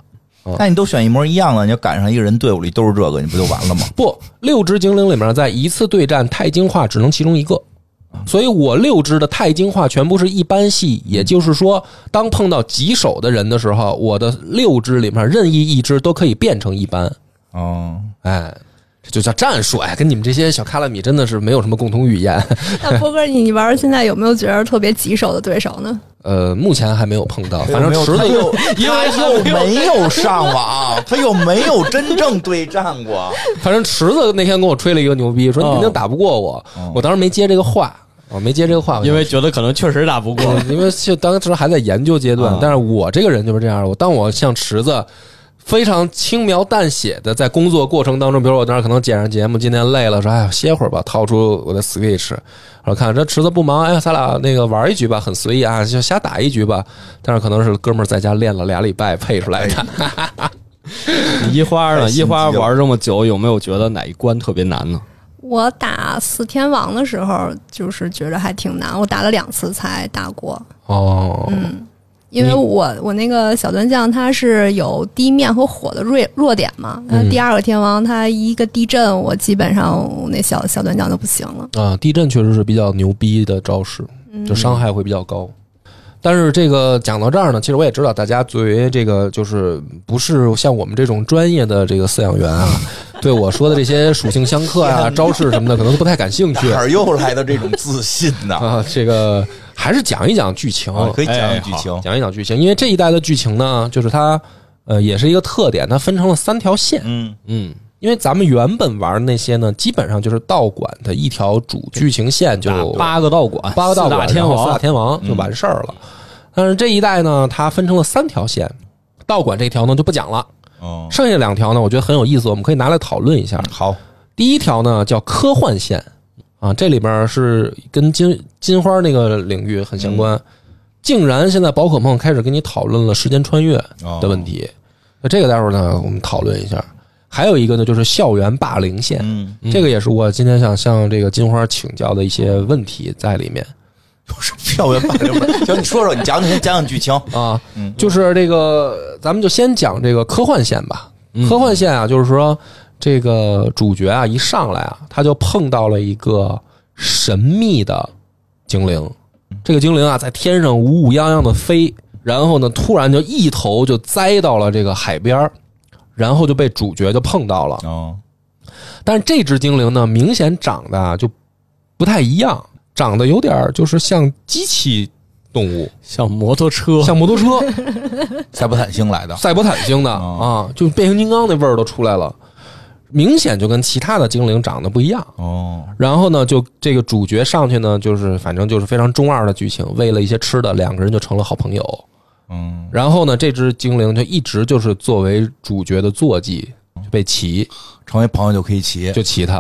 [SPEAKER 2] 那你都选一模一样的，你要赶上一个人队伍里都是这个，你不就完了吗？
[SPEAKER 1] 不，六只精灵里面在一次对战钛晶化只能其中一个，所以我六只的钛金化全部是一般系，也就是说，当碰到棘手的人的时候，我的六只里面任意一只都可以变成一般。
[SPEAKER 2] 哦，
[SPEAKER 1] 哎，这就叫战术。哎，跟你们这些小卡拉米真的是没有什么共同语言。
[SPEAKER 3] 那波哥，你你玩到现在有没有觉得特别棘手的对手呢？
[SPEAKER 1] 呃，目前还没有碰到，反正池
[SPEAKER 2] 他
[SPEAKER 1] 子
[SPEAKER 2] 又
[SPEAKER 1] 因为
[SPEAKER 2] 他又没有上网，他又没有真正对战过。
[SPEAKER 1] 反正池子那天跟我吹了一个牛逼，说你肯定打不过我。我当时没接这个话，我没接这个话，
[SPEAKER 4] 因为觉得可能确实打不过。
[SPEAKER 1] 我因为就当时还在研究阶段
[SPEAKER 4] 啊，
[SPEAKER 1] 但是我这个人就是这样，我当我像池子。非常轻描淡写的，在工作过程当中，比如我当时可能剪上节目，今天累了，说哎呀歇会儿吧，掏出我的 Switch，然后看这池子不忙，哎咱俩那个玩一局吧，很随意啊，就瞎打一局吧。但是可能是哥们儿在家练了俩礼拜配出来的，
[SPEAKER 4] 你一花
[SPEAKER 1] 哎
[SPEAKER 2] 太
[SPEAKER 4] 呢？
[SPEAKER 2] 心机
[SPEAKER 4] 一
[SPEAKER 2] 了
[SPEAKER 4] 花玩这么久，有没有觉得哪一关特别难呢？
[SPEAKER 3] 我打四天王的时候，就是觉得还挺难，我打了两次才打过。
[SPEAKER 1] 哦，
[SPEAKER 3] 因为
[SPEAKER 1] 你
[SPEAKER 3] 我我那个小端将它是有地面和火的弱弱点嘛，那
[SPEAKER 1] 嗯
[SPEAKER 3] 第二个天王它一个地震，我基本上我那小小端将就不行了。
[SPEAKER 1] 啊，地震确实是比较牛逼的招式，就伤害会比较高。但是这个讲到这儿呢，其实我也知道大家作为这个就是不是像我们这种专业的这个饲养员啊，对我说的这些属性相克啊、招式什么的，可能都不太感兴 趣
[SPEAKER 2] 哪儿又来的这种自信呢？
[SPEAKER 1] 啊。这个还是讲一讲剧情，
[SPEAKER 2] 啊可以讲
[SPEAKER 4] 哎
[SPEAKER 2] 讲剧情。
[SPEAKER 1] 哦讲一讲剧情，因为这一代的剧情呢，就是它呃也是一个特点，它分成了三条线。
[SPEAKER 2] 嗯，
[SPEAKER 4] 嗯，
[SPEAKER 1] 因为咱们原本玩那些呢，基本上就是道馆的一条主剧情线就
[SPEAKER 4] 打八个道馆，
[SPEAKER 1] 八个道
[SPEAKER 4] 四
[SPEAKER 1] 馆
[SPEAKER 4] 大天
[SPEAKER 1] 然后四大
[SPEAKER 4] 王，嗯
[SPEAKER 1] 天王就完事儿了。但是这一代呢，它分成了三条线，道馆这条呢就不讲了，
[SPEAKER 2] 哦，
[SPEAKER 1] 剩下两条呢，我觉得很有意思，我们可以拿来讨论一下。
[SPEAKER 4] 嗯
[SPEAKER 2] 好，
[SPEAKER 1] 第一条呢叫科幻线啊，这里边是跟金金花那个领域很相
[SPEAKER 4] 嗯
[SPEAKER 1] 关。竟然现在宝可梦开始跟你讨论了时间穿越的问题，
[SPEAKER 4] 哦
[SPEAKER 1] 那这个待会儿呢我们讨论一下。还有一个呢就是校园霸凌线，
[SPEAKER 2] 嗯，
[SPEAKER 4] 嗯
[SPEAKER 1] 这个也是我今天想向这个金花请教的一些问题在里面。
[SPEAKER 2] 就是票源霸凌。行，你说说，你讲讲，先讲讲剧情。
[SPEAKER 1] 啊
[SPEAKER 2] 嗯，
[SPEAKER 1] 就是这个，咱们就先讲这个科幻线吧。科幻线啊，就是说这个主角啊，一上来啊，他就碰到了一个神秘的精灵。这个精灵啊，在天上呜呜泱泱的飞，然后呢，突然就一头就栽到了这个海边儿然后就被主角就碰到了。
[SPEAKER 2] 哦，
[SPEAKER 1] 但是这只精灵呢，明显长得啊就不太一样，长得有点儿就是像机器动物，
[SPEAKER 4] 像摩托车，
[SPEAKER 1] 像摩托车。
[SPEAKER 2] 塞伯坦星来的。
[SPEAKER 1] 赛博坦星的
[SPEAKER 2] 哦
[SPEAKER 1] 啊，就变形金刚那味儿都出来了，明显就跟其他的精灵长得不一样。
[SPEAKER 2] 哦，
[SPEAKER 1] 然后呢，就这个主角上去呢，就是反正就是非常中二的剧情，为了一些吃的，两个人就成了好朋友。
[SPEAKER 2] 嗯，
[SPEAKER 1] 然后呢，这只精灵就一直就是作为主角的坐骑就被骑，
[SPEAKER 2] 成为朋友就可以骑，
[SPEAKER 1] 就骑它，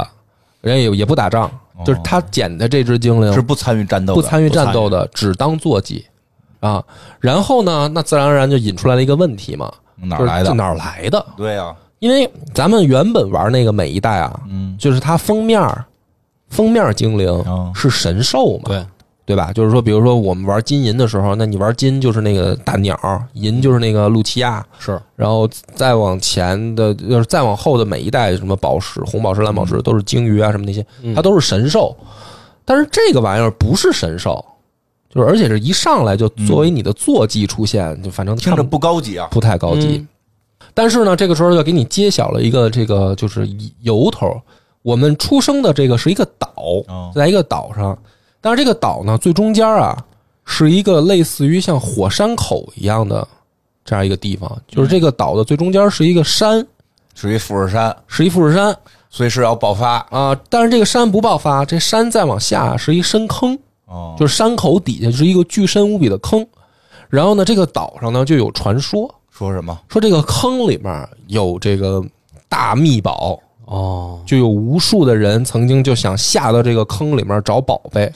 [SPEAKER 1] 人家也也不打仗，就是他捡的这只精灵
[SPEAKER 2] 是不参与战斗的，
[SPEAKER 1] 不参与战斗的，只当坐骑啊。然后呢，那自然而然就引出来了一个问题嘛，
[SPEAKER 2] 哪
[SPEAKER 1] 就是
[SPEAKER 2] 儿来
[SPEAKER 1] 这
[SPEAKER 2] 的？
[SPEAKER 1] 哪儿来的？
[SPEAKER 2] 对啊呀，
[SPEAKER 1] 因为咱们原本玩那个每一代啊，
[SPEAKER 2] 嗯，
[SPEAKER 1] 就是它封面儿封面儿精灵
[SPEAKER 2] 哦
[SPEAKER 1] 是神兽嘛，
[SPEAKER 4] 对，
[SPEAKER 1] 对吧？就是说，比如说我们玩金银的时候，那你玩金就是那个大鸟，银就是那个露琪亚，
[SPEAKER 4] 是
[SPEAKER 1] 然后再往前的，就是再往后的每一代什么宝石、红宝石、蓝宝
[SPEAKER 2] 嗯
[SPEAKER 1] 石都是鲸鱼啊什么那些，它都是神兽。但是这个玩意儿不是神兽，就是而且是一上来就作为你的坐骑出现，就反正
[SPEAKER 2] 嗯听
[SPEAKER 1] 看
[SPEAKER 2] 着不高级啊。
[SPEAKER 1] 不太高级。
[SPEAKER 4] 嗯
[SPEAKER 1] 但是呢，这个时候就给你揭晓了一个这个就是由头。我们出生的这个是一个岛，
[SPEAKER 2] 哦
[SPEAKER 1] 在一个岛上，但是这个岛呢，最中间啊是一个类似于像火山口一样的这样一个地方，就是这个岛的最中间是一个山，
[SPEAKER 2] 属于富士山，
[SPEAKER 1] 是一富士山
[SPEAKER 2] 随时要爆发。
[SPEAKER 1] 啊。但是这个山不爆发，这山再往下是一深坑，
[SPEAKER 2] 哦
[SPEAKER 1] 就是山口底下是一个巨深无比的坑。然后呢，这个岛上呢就有传说，
[SPEAKER 2] 说什么？
[SPEAKER 1] 说这个坑里面有这个大秘宝，
[SPEAKER 4] 哦，
[SPEAKER 1] 就有无数的人曾经就想下到这个坑里面找宝贝，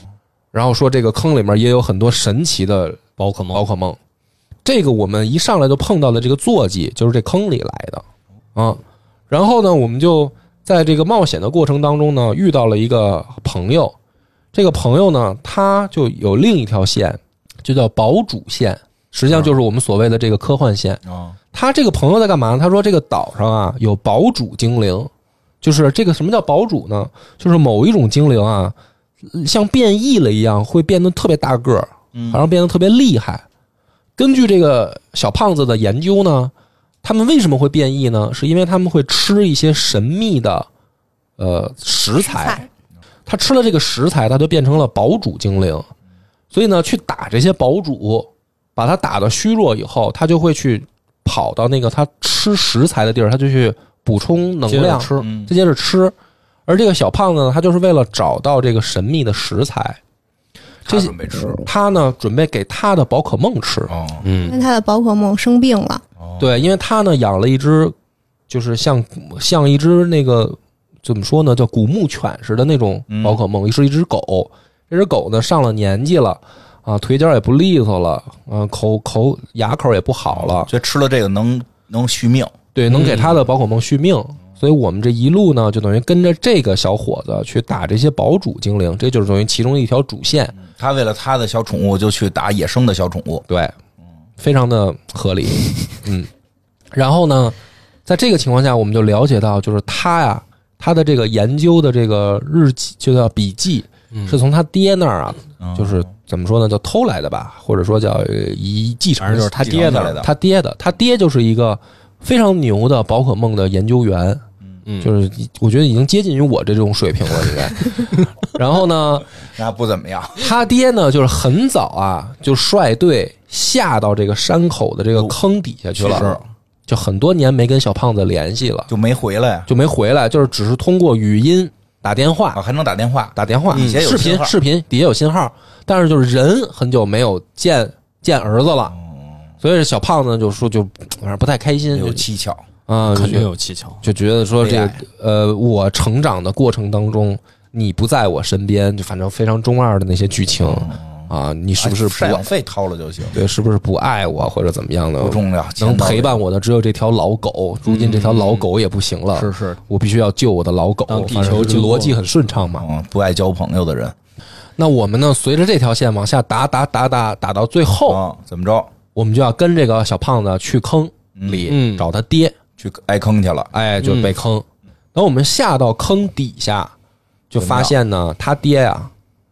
[SPEAKER 1] 然后说这个坑里面也有很多神奇的
[SPEAKER 4] 宝可
[SPEAKER 1] 宝
[SPEAKER 4] 梦，
[SPEAKER 1] 可梦。这个我们一上来就碰到的这个坐骑就是这坑里来的啊。然后呢，我们就在这个冒险的过程当中呢，遇到了一个朋友。这个朋友呢，他就有另一条线，就叫堡主线，实际上就是我们所谓的这个科幻线。
[SPEAKER 2] 哦，
[SPEAKER 1] 他这个朋友在干嘛呢？他说这个岛上啊有堡主精灵，就是这个什么叫堡主呢？就是某一种精灵啊，像变异了一样，会变得特别大个儿，
[SPEAKER 2] 嗯
[SPEAKER 1] 好像变得特别厉害。根据这个小胖子的研究呢，他们为什么会变异呢？是因为他们会吃一些神秘的呃食材，
[SPEAKER 3] 菜
[SPEAKER 1] 他吃了这个食材，他就变成了堡主精灵。所以呢，去打这些堡主，把他打的虚弱以后，他就会去跑到那个他吃食材的地儿，他就去补充能量，
[SPEAKER 4] 接着吃
[SPEAKER 2] 嗯
[SPEAKER 1] 他接着吃。而这个小胖子呢，他就是为了找到这个神秘的食材，这
[SPEAKER 2] 他
[SPEAKER 1] 些
[SPEAKER 2] 准备吃
[SPEAKER 1] 他呢准备给他的宝可梦吃。
[SPEAKER 2] 哦
[SPEAKER 4] 嗯，
[SPEAKER 3] 那他的宝可梦生病了，
[SPEAKER 2] 哦，
[SPEAKER 1] 对，因为他呢养了一只，就是像像一只那个怎么说呢，叫古牧犬似的那种宝可梦，是一只狗。这只狗呢上了年纪了啊，腿脚也不利索了，啊，口口牙口也不好了，
[SPEAKER 2] 觉得吃了这个能能续命，
[SPEAKER 1] 对，能给他的宝可梦续命。所以我们这一路呢，就等于跟着这个小伙子去打这些堡主精灵，这就是等于其中一条主线。
[SPEAKER 2] 他为了他的小宠物就去打野生的小宠物，
[SPEAKER 1] 对，非常的合 理，嗯。然后呢，在这个情况下，我们就了解到，就是他呀，他的这个研究的这个日记，就叫笔记，
[SPEAKER 4] 嗯
[SPEAKER 1] 是从他爹那儿啊，
[SPEAKER 4] 哦
[SPEAKER 2] 嗯
[SPEAKER 1] 就是怎么说呢，叫偷来的吧，或者说叫呃一继承
[SPEAKER 4] 反正就是他爹
[SPEAKER 2] 继承下
[SPEAKER 4] 的
[SPEAKER 2] 来
[SPEAKER 1] 他爹的，他爹就是一个非常牛的宝可梦的研究员，
[SPEAKER 4] 嗯
[SPEAKER 1] 就是我觉得已经接近于我这种水平了， 应该。然后呢，
[SPEAKER 2] 那不怎么样，
[SPEAKER 1] 他爹呢，就是很早啊，就率队下到这个山口的这个坑底下去
[SPEAKER 2] 是
[SPEAKER 1] 了，就很多年没跟小胖子联系了，
[SPEAKER 2] 就没回来
[SPEAKER 1] 就没回来，就是只是通过语音打电话
[SPEAKER 2] 啊，，还能打电话，
[SPEAKER 1] 打电话，
[SPEAKER 2] 以前有
[SPEAKER 1] 视
[SPEAKER 2] 信
[SPEAKER 1] 频，
[SPEAKER 2] 号
[SPEAKER 1] 视频底下有信号，但是就是人很久没有见见儿子
[SPEAKER 2] 哦
[SPEAKER 1] 了，所以小胖子就说就反正不太开心，
[SPEAKER 2] 有
[SPEAKER 1] 就
[SPEAKER 2] 蹊跷，
[SPEAKER 1] 啊，就
[SPEAKER 4] 肯定
[SPEAKER 1] 觉
[SPEAKER 4] 有蹊跷。
[SPEAKER 1] 就觉得说这
[SPEAKER 2] 悲
[SPEAKER 1] 个
[SPEAKER 2] 哀
[SPEAKER 1] 呃，我成长的过程当中。你不在我身边，就反正非常中二的那些剧情啊，你是不是
[SPEAKER 2] 啊
[SPEAKER 1] 不
[SPEAKER 2] 赡养费掏了就行？
[SPEAKER 1] 对，是不是不爱我或者怎么样的？
[SPEAKER 2] 不重要，钱
[SPEAKER 1] 能
[SPEAKER 2] 到
[SPEAKER 1] 陪
[SPEAKER 2] 位
[SPEAKER 1] 伴我的只有这条老狗，如今这条老狗也不行了，
[SPEAKER 4] 是是，
[SPEAKER 1] 我必须要救我的老狗。
[SPEAKER 4] 当地
[SPEAKER 1] 反正就
[SPEAKER 4] 球
[SPEAKER 1] 是
[SPEAKER 4] 经过
[SPEAKER 1] 逻辑很顺畅嘛。
[SPEAKER 2] 嗯，不爱交朋友的人啊
[SPEAKER 1] 那我们呢，随着这条线往下打打打打打到最后，
[SPEAKER 2] 啊，怎么着
[SPEAKER 1] 我们就要跟这个小胖子去坑里、
[SPEAKER 4] 嗯
[SPEAKER 1] 找他爹，
[SPEAKER 2] 去挨坑去了？
[SPEAKER 1] 哎，就被坑。等我们下到坑底下，就发现呢，他爹呀、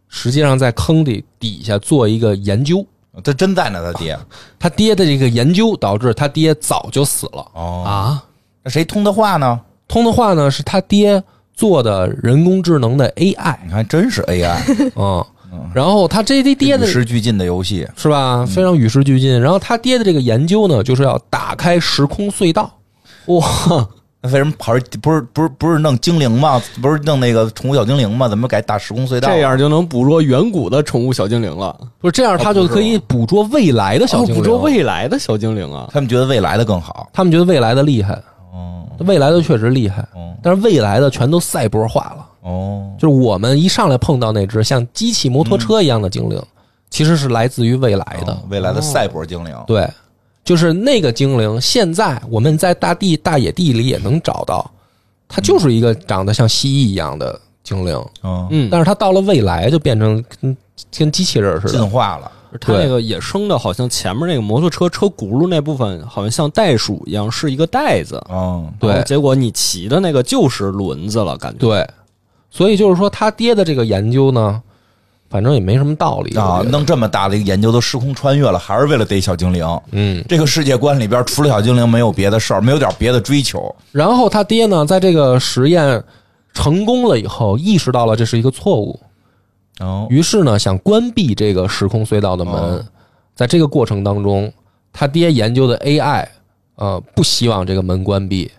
[SPEAKER 1] 实际上在坑底底下做一个研究。
[SPEAKER 2] 他真在呢，他爹
[SPEAKER 1] 他爹的这个研究导致他爹早就死了。
[SPEAKER 2] 哦，
[SPEAKER 4] 啊，
[SPEAKER 2] 那谁通的话呢？
[SPEAKER 1] 通的话呢，是他爹做的人工智能的 AI
[SPEAKER 2] 你看，真是 AI
[SPEAKER 1] 啊、然后他这这爹
[SPEAKER 2] 与
[SPEAKER 1] 的
[SPEAKER 2] 时俱进的游戏，
[SPEAKER 1] 是吧，非常与时俱进。然后他爹的这个研究呢，就是要打开时空隧道。哇，
[SPEAKER 2] 那为什么跑？不是不是不是弄精灵吗？不是弄那个宠物小精灵吗？怎么改打时空隧道？
[SPEAKER 4] 这样就能捕捉远古的宠物小精灵了，
[SPEAKER 1] 不是这样，他就可以捕捉未来的小精灵。
[SPEAKER 4] 哦捕捉未来的小精灵啊。
[SPEAKER 2] 他们觉得未来的更好。
[SPEAKER 1] 他们觉得未来的厉害，
[SPEAKER 2] 哦
[SPEAKER 1] 未来的确实厉害，
[SPEAKER 2] 哦
[SPEAKER 1] 但是未来的全都赛博化了。
[SPEAKER 2] 哦，
[SPEAKER 1] 就是我们一上来碰到那只像机器摩托车一样的精灵，其实是来自于未来的。
[SPEAKER 2] 嗯哦
[SPEAKER 1] 哦
[SPEAKER 2] 未来的赛博精灵。
[SPEAKER 1] 对，就是那个精灵，现在我们在大地大野地里也能找到，它就是一个长得像蜥蜴一样的精灵，
[SPEAKER 2] 嗯，
[SPEAKER 4] 嗯，
[SPEAKER 1] 但是它到了未来就变成跟跟机器人似的
[SPEAKER 2] 进。化了。
[SPEAKER 4] 它那个野生的，好像前面那个摩托车车轱辘那部分，好像像袋鼠一样，是一个袋子。
[SPEAKER 2] 嗯，
[SPEAKER 1] 对
[SPEAKER 4] 然后结果你骑的那个就是轮子了，感觉。
[SPEAKER 1] 对，所以就是说他爹的这个研究呢，反正也没什么道理
[SPEAKER 2] 啊
[SPEAKER 1] 我，觉得
[SPEAKER 2] 弄这么大的一个研究都时空穿越了，还是为了逮小精灵。
[SPEAKER 1] 嗯，
[SPEAKER 2] 这个世界观里边，除了小精灵，没有别的事儿，没有点别的追求。
[SPEAKER 1] 然后他爹呢，在这个实验成功了以后，意识到了这是一个错误，
[SPEAKER 2] 哦，
[SPEAKER 1] 于是呢，想关闭这个时空隧道的门。
[SPEAKER 2] 哦
[SPEAKER 1] 在这个过程当中，他爹研究的 AI，呃，不希望这个门关闭，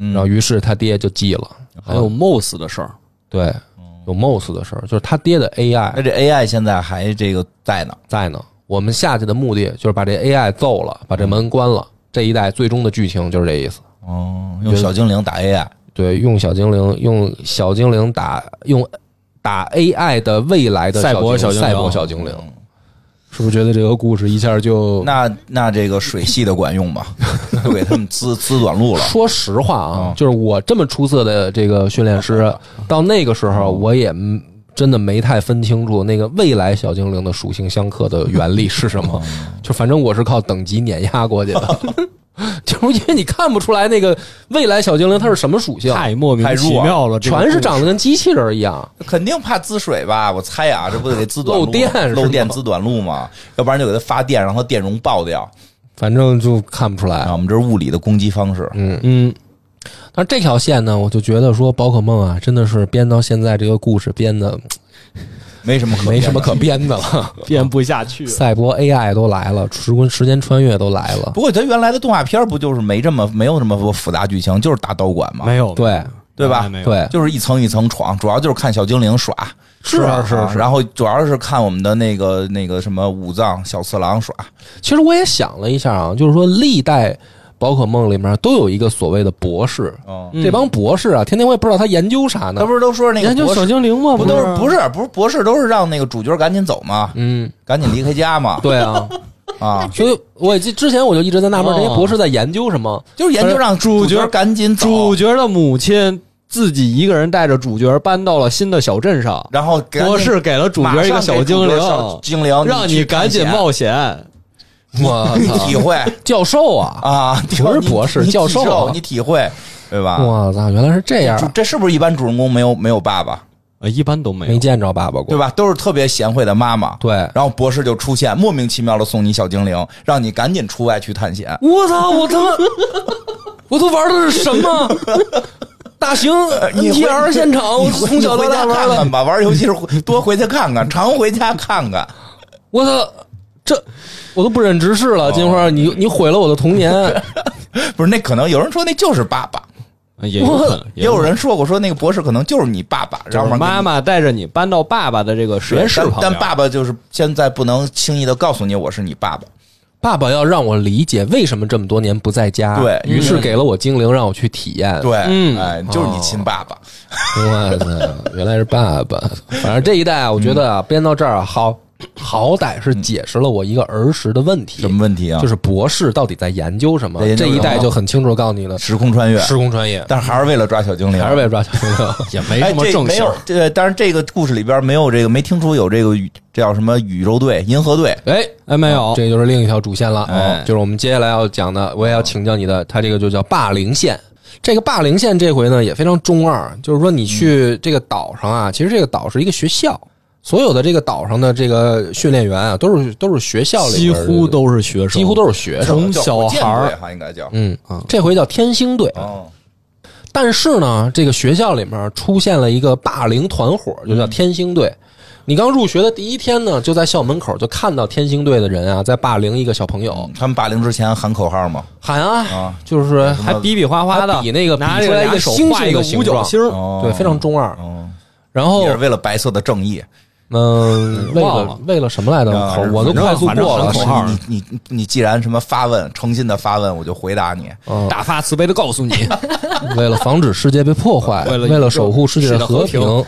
[SPEAKER 2] 嗯
[SPEAKER 1] 然后于是他爹就记了。
[SPEAKER 4] 还有 MOS 的事儿，
[SPEAKER 1] 对，有 MOS 的事儿，就是他爹的
[SPEAKER 2] 那
[SPEAKER 1] AI
[SPEAKER 2] 这 AI 现在还这个在呢，
[SPEAKER 1] 在呢。我们下去的目的就是把这 AI 揍了，把这门关了。这一代最终的剧情就是这意思。
[SPEAKER 2] 哦，用小精灵打 AI，
[SPEAKER 1] 对，用小精灵，用小精灵打，用打 AI 的未来的
[SPEAKER 4] 赛博
[SPEAKER 1] 小
[SPEAKER 4] 小精灵
[SPEAKER 1] 赛博小精灵，是不是觉得这个故事一下就
[SPEAKER 2] 嗯那那这个水系的管用吗？ 就给他们滋滋短路了。
[SPEAKER 1] 说实话啊，
[SPEAKER 2] 嗯
[SPEAKER 1] 就是我这么出色的这个训练师，到那个时候我也嗯真的没太分清楚那个未来小精灵啊的属性相克的原理是什么。就反正我是靠等级碾压过去的。 就是因为你看不出来那个未来小精灵它是什么属性，
[SPEAKER 4] 太莫名其妙了，这个
[SPEAKER 1] 全是
[SPEAKER 4] 故事
[SPEAKER 1] 长得跟机器人一样。
[SPEAKER 2] 肯定怕滋水吧？我猜啊，这不得给滋短路
[SPEAKER 1] 漏电是吗
[SPEAKER 2] 漏电滋短路嘛，要不然就给它发电，让它电容爆掉。
[SPEAKER 1] 反正就看不出来
[SPEAKER 2] 啊，。我们这是物理的攻击方式。
[SPEAKER 1] 哎嗯，
[SPEAKER 4] 嗯，
[SPEAKER 1] 但这条线呢，我就觉得说宝可梦啊，真的是编到现在这个故事编的
[SPEAKER 2] 没什么可
[SPEAKER 1] 没什么
[SPEAKER 2] 编的
[SPEAKER 1] 可编的了。
[SPEAKER 4] 编不下去了。
[SPEAKER 1] 赛博 AI 都来了，时光时间穿越都来了。
[SPEAKER 2] 不过它原来的动画片不就是没这么没有这么多复杂剧情，就是打道馆嘛，
[SPEAKER 4] 没有，
[SPEAKER 1] 对
[SPEAKER 2] 对吧
[SPEAKER 4] 哎没有
[SPEAKER 1] 对，
[SPEAKER 2] 就是一层一层闯，主要就是看小精灵耍，
[SPEAKER 1] 是啊
[SPEAKER 2] 吧
[SPEAKER 1] 是啊是啊
[SPEAKER 2] 然后主要是看我们的那个那个什么武藏小次郎耍，
[SPEAKER 1] 其实我也想了一下啊，就是说历代宝可梦里面都有一个所谓的博士，
[SPEAKER 2] 嗯，
[SPEAKER 4] 嗯
[SPEAKER 1] 这帮博士啊，天天我也不知道他研究啥呢
[SPEAKER 2] 他。不是都说那个
[SPEAKER 4] 研究
[SPEAKER 2] 博
[SPEAKER 4] 小
[SPEAKER 2] 士
[SPEAKER 4] 精灵吗？
[SPEAKER 2] 不都是不是不是博士都是让那个主角赶紧走嘛，
[SPEAKER 1] 嗯，
[SPEAKER 2] 赶紧离开家嘛
[SPEAKER 1] 对啊，
[SPEAKER 2] 啊，
[SPEAKER 1] 所以我记之前我就一直在纳闷，
[SPEAKER 4] 哦
[SPEAKER 1] 这些博士在研究什么？
[SPEAKER 2] 就是研究让主角赶紧走，
[SPEAKER 4] 主角的母亲自己一个人带着主角搬到了新的小镇上，
[SPEAKER 2] 然后赶紧
[SPEAKER 4] 博士给了主
[SPEAKER 2] 马
[SPEAKER 4] 角一
[SPEAKER 2] 上
[SPEAKER 4] 个小
[SPEAKER 2] 给
[SPEAKER 4] 精
[SPEAKER 2] 主角
[SPEAKER 4] 灵，
[SPEAKER 2] 小精灵
[SPEAKER 4] 让
[SPEAKER 2] 你
[SPEAKER 4] 你
[SPEAKER 2] 去
[SPEAKER 4] 赶紧
[SPEAKER 2] 探险
[SPEAKER 4] 冒险。
[SPEAKER 1] 我
[SPEAKER 2] 你
[SPEAKER 1] 操，
[SPEAKER 2] 体会
[SPEAKER 1] 教授啊，
[SPEAKER 2] 啊，不
[SPEAKER 1] 不是博士教授啊
[SPEAKER 2] 你体会对吧？
[SPEAKER 1] 我操，原来是这样啊
[SPEAKER 2] 主，这是不是一般主人公没有没有爸爸，
[SPEAKER 4] 呃，一般都没
[SPEAKER 1] 没
[SPEAKER 4] 有。
[SPEAKER 1] 见着爸爸
[SPEAKER 2] 对
[SPEAKER 1] 过。
[SPEAKER 2] 吧？都是特别贤惠的妈妈。
[SPEAKER 1] 对，
[SPEAKER 2] 然后博士就出现，莫名其妙的送你小精灵，让你赶紧出外去探险。
[SPEAKER 1] 我操，我他妈，我都玩的是什么？大型
[SPEAKER 2] 你回
[SPEAKER 1] NTR 现场，我
[SPEAKER 2] 你回
[SPEAKER 1] 从小到大
[SPEAKER 2] 你回家
[SPEAKER 1] 玩
[SPEAKER 2] 看
[SPEAKER 1] 了
[SPEAKER 2] 看。吧，玩游戏是回多回去看看，常回家看看。
[SPEAKER 1] 我操，这我都不忍直视
[SPEAKER 2] 哦
[SPEAKER 1] 了，金花，你你毁了我的童年。
[SPEAKER 2] 不是，那可能有人说那就是爸爸，
[SPEAKER 4] 呃也有可能，
[SPEAKER 2] 也有人说过说那个博士可能就是你爸爸，
[SPEAKER 4] 就
[SPEAKER 2] 然
[SPEAKER 4] 是
[SPEAKER 2] 后
[SPEAKER 4] 妈
[SPEAKER 2] 妈
[SPEAKER 4] 妈带着你搬到爸爸的这个实验室旁边，
[SPEAKER 2] 但但爸爸就是现在不能轻易的告诉你我是你爸爸。
[SPEAKER 1] 爸爸要让我理解为什么这么多年不在家，
[SPEAKER 2] 对
[SPEAKER 1] 于是给了我精灵让我去体验。，哦
[SPEAKER 2] 对，
[SPEAKER 4] 嗯
[SPEAKER 2] 哎，就是你亲爸爸。
[SPEAKER 1] 我操，原来是爸爸。反正这一代啊，我觉得啊，编到这儿啊好，好歹是解释了我一个儿时的问题
[SPEAKER 2] 什，么问题啊？
[SPEAKER 1] 就是博士到底在研究什么
[SPEAKER 2] 在。研究
[SPEAKER 1] 这
[SPEAKER 2] 什么
[SPEAKER 1] 一代就很清楚地告诉你了，
[SPEAKER 2] 时空穿越，
[SPEAKER 1] 时空穿越，
[SPEAKER 2] 但是还是为了抓小精灵，
[SPEAKER 1] 还是为了抓小精灵。
[SPEAKER 4] 也没
[SPEAKER 2] 哎，
[SPEAKER 4] 什么
[SPEAKER 2] 这
[SPEAKER 4] 正
[SPEAKER 2] 没
[SPEAKER 4] 事
[SPEAKER 2] 有
[SPEAKER 4] 儿。，
[SPEAKER 2] 这当然这个故事里边没有这个，没听出有这个宇这叫什么宇宙队、银河队，
[SPEAKER 1] 哎，
[SPEAKER 4] 哎，没有，
[SPEAKER 1] 这就是另一条主线了，哦
[SPEAKER 2] 哎
[SPEAKER 1] 就是我们接下来要讲的，我也要请教你的，它这个就叫霸凌线。这个霸凌线这回呢也非常中二，就是说你去这个岛上啊，其实这个岛是一个学校，所有的这个岛上的这个训练员啊，都是都是学校里
[SPEAKER 4] 几
[SPEAKER 1] 边的
[SPEAKER 4] 乎都是学生，
[SPEAKER 1] 几乎都是学生。
[SPEAKER 4] 从
[SPEAKER 2] 叫
[SPEAKER 4] 小
[SPEAKER 2] 火箭
[SPEAKER 4] 孩儿
[SPEAKER 2] 队哈，应该叫
[SPEAKER 1] 嗯，
[SPEAKER 4] 啊
[SPEAKER 1] 这回叫天星队，啊
[SPEAKER 2] 哦，
[SPEAKER 1] 但是呢，这个学校里面出现了一个霸凌团伙，就
[SPEAKER 4] 嗯
[SPEAKER 1] 叫天星队。你刚入学的第一天呢，就在校门口就看到天星队的人啊，在霸凌一个小朋友，
[SPEAKER 4] 嗯
[SPEAKER 2] 他们霸凌之前喊口号嘛，
[SPEAKER 1] 喊啊，
[SPEAKER 2] 啊，
[SPEAKER 1] 就是
[SPEAKER 4] 嗯还比比划划的，
[SPEAKER 1] 还比那个
[SPEAKER 4] 拿
[SPEAKER 1] 比出来一个
[SPEAKER 4] 俩手
[SPEAKER 1] 星
[SPEAKER 4] 画
[SPEAKER 1] 星
[SPEAKER 4] 一个
[SPEAKER 1] 的形
[SPEAKER 4] 五角
[SPEAKER 1] 状
[SPEAKER 4] 星儿，
[SPEAKER 2] 哦
[SPEAKER 1] 对，非常中二。
[SPEAKER 2] 哦，
[SPEAKER 1] 然后
[SPEAKER 2] 也，是为了白色的正义。
[SPEAKER 1] 嗯， 为
[SPEAKER 4] 忘
[SPEAKER 1] 了
[SPEAKER 4] 了
[SPEAKER 1] 为了什么来
[SPEAKER 2] 啊
[SPEAKER 1] 着？口哦我都
[SPEAKER 4] 反正
[SPEAKER 1] 快速
[SPEAKER 4] 反正
[SPEAKER 1] 过了
[SPEAKER 4] 喊口
[SPEAKER 1] 是
[SPEAKER 4] 号
[SPEAKER 1] 吧
[SPEAKER 2] 你你你你既然什么发问，诚心的发问，我就回答你。
[SPEAKER 1] 嗯，
[SPEAKER 4] 大发慈悲的告 诉你，
[SPEAKER 1] 为了防止世界被破坏，
[SPEAKER 4] 为了
[SPEAKER 1] 为了守护世界的和
[SPEAKER 4] 世界的哦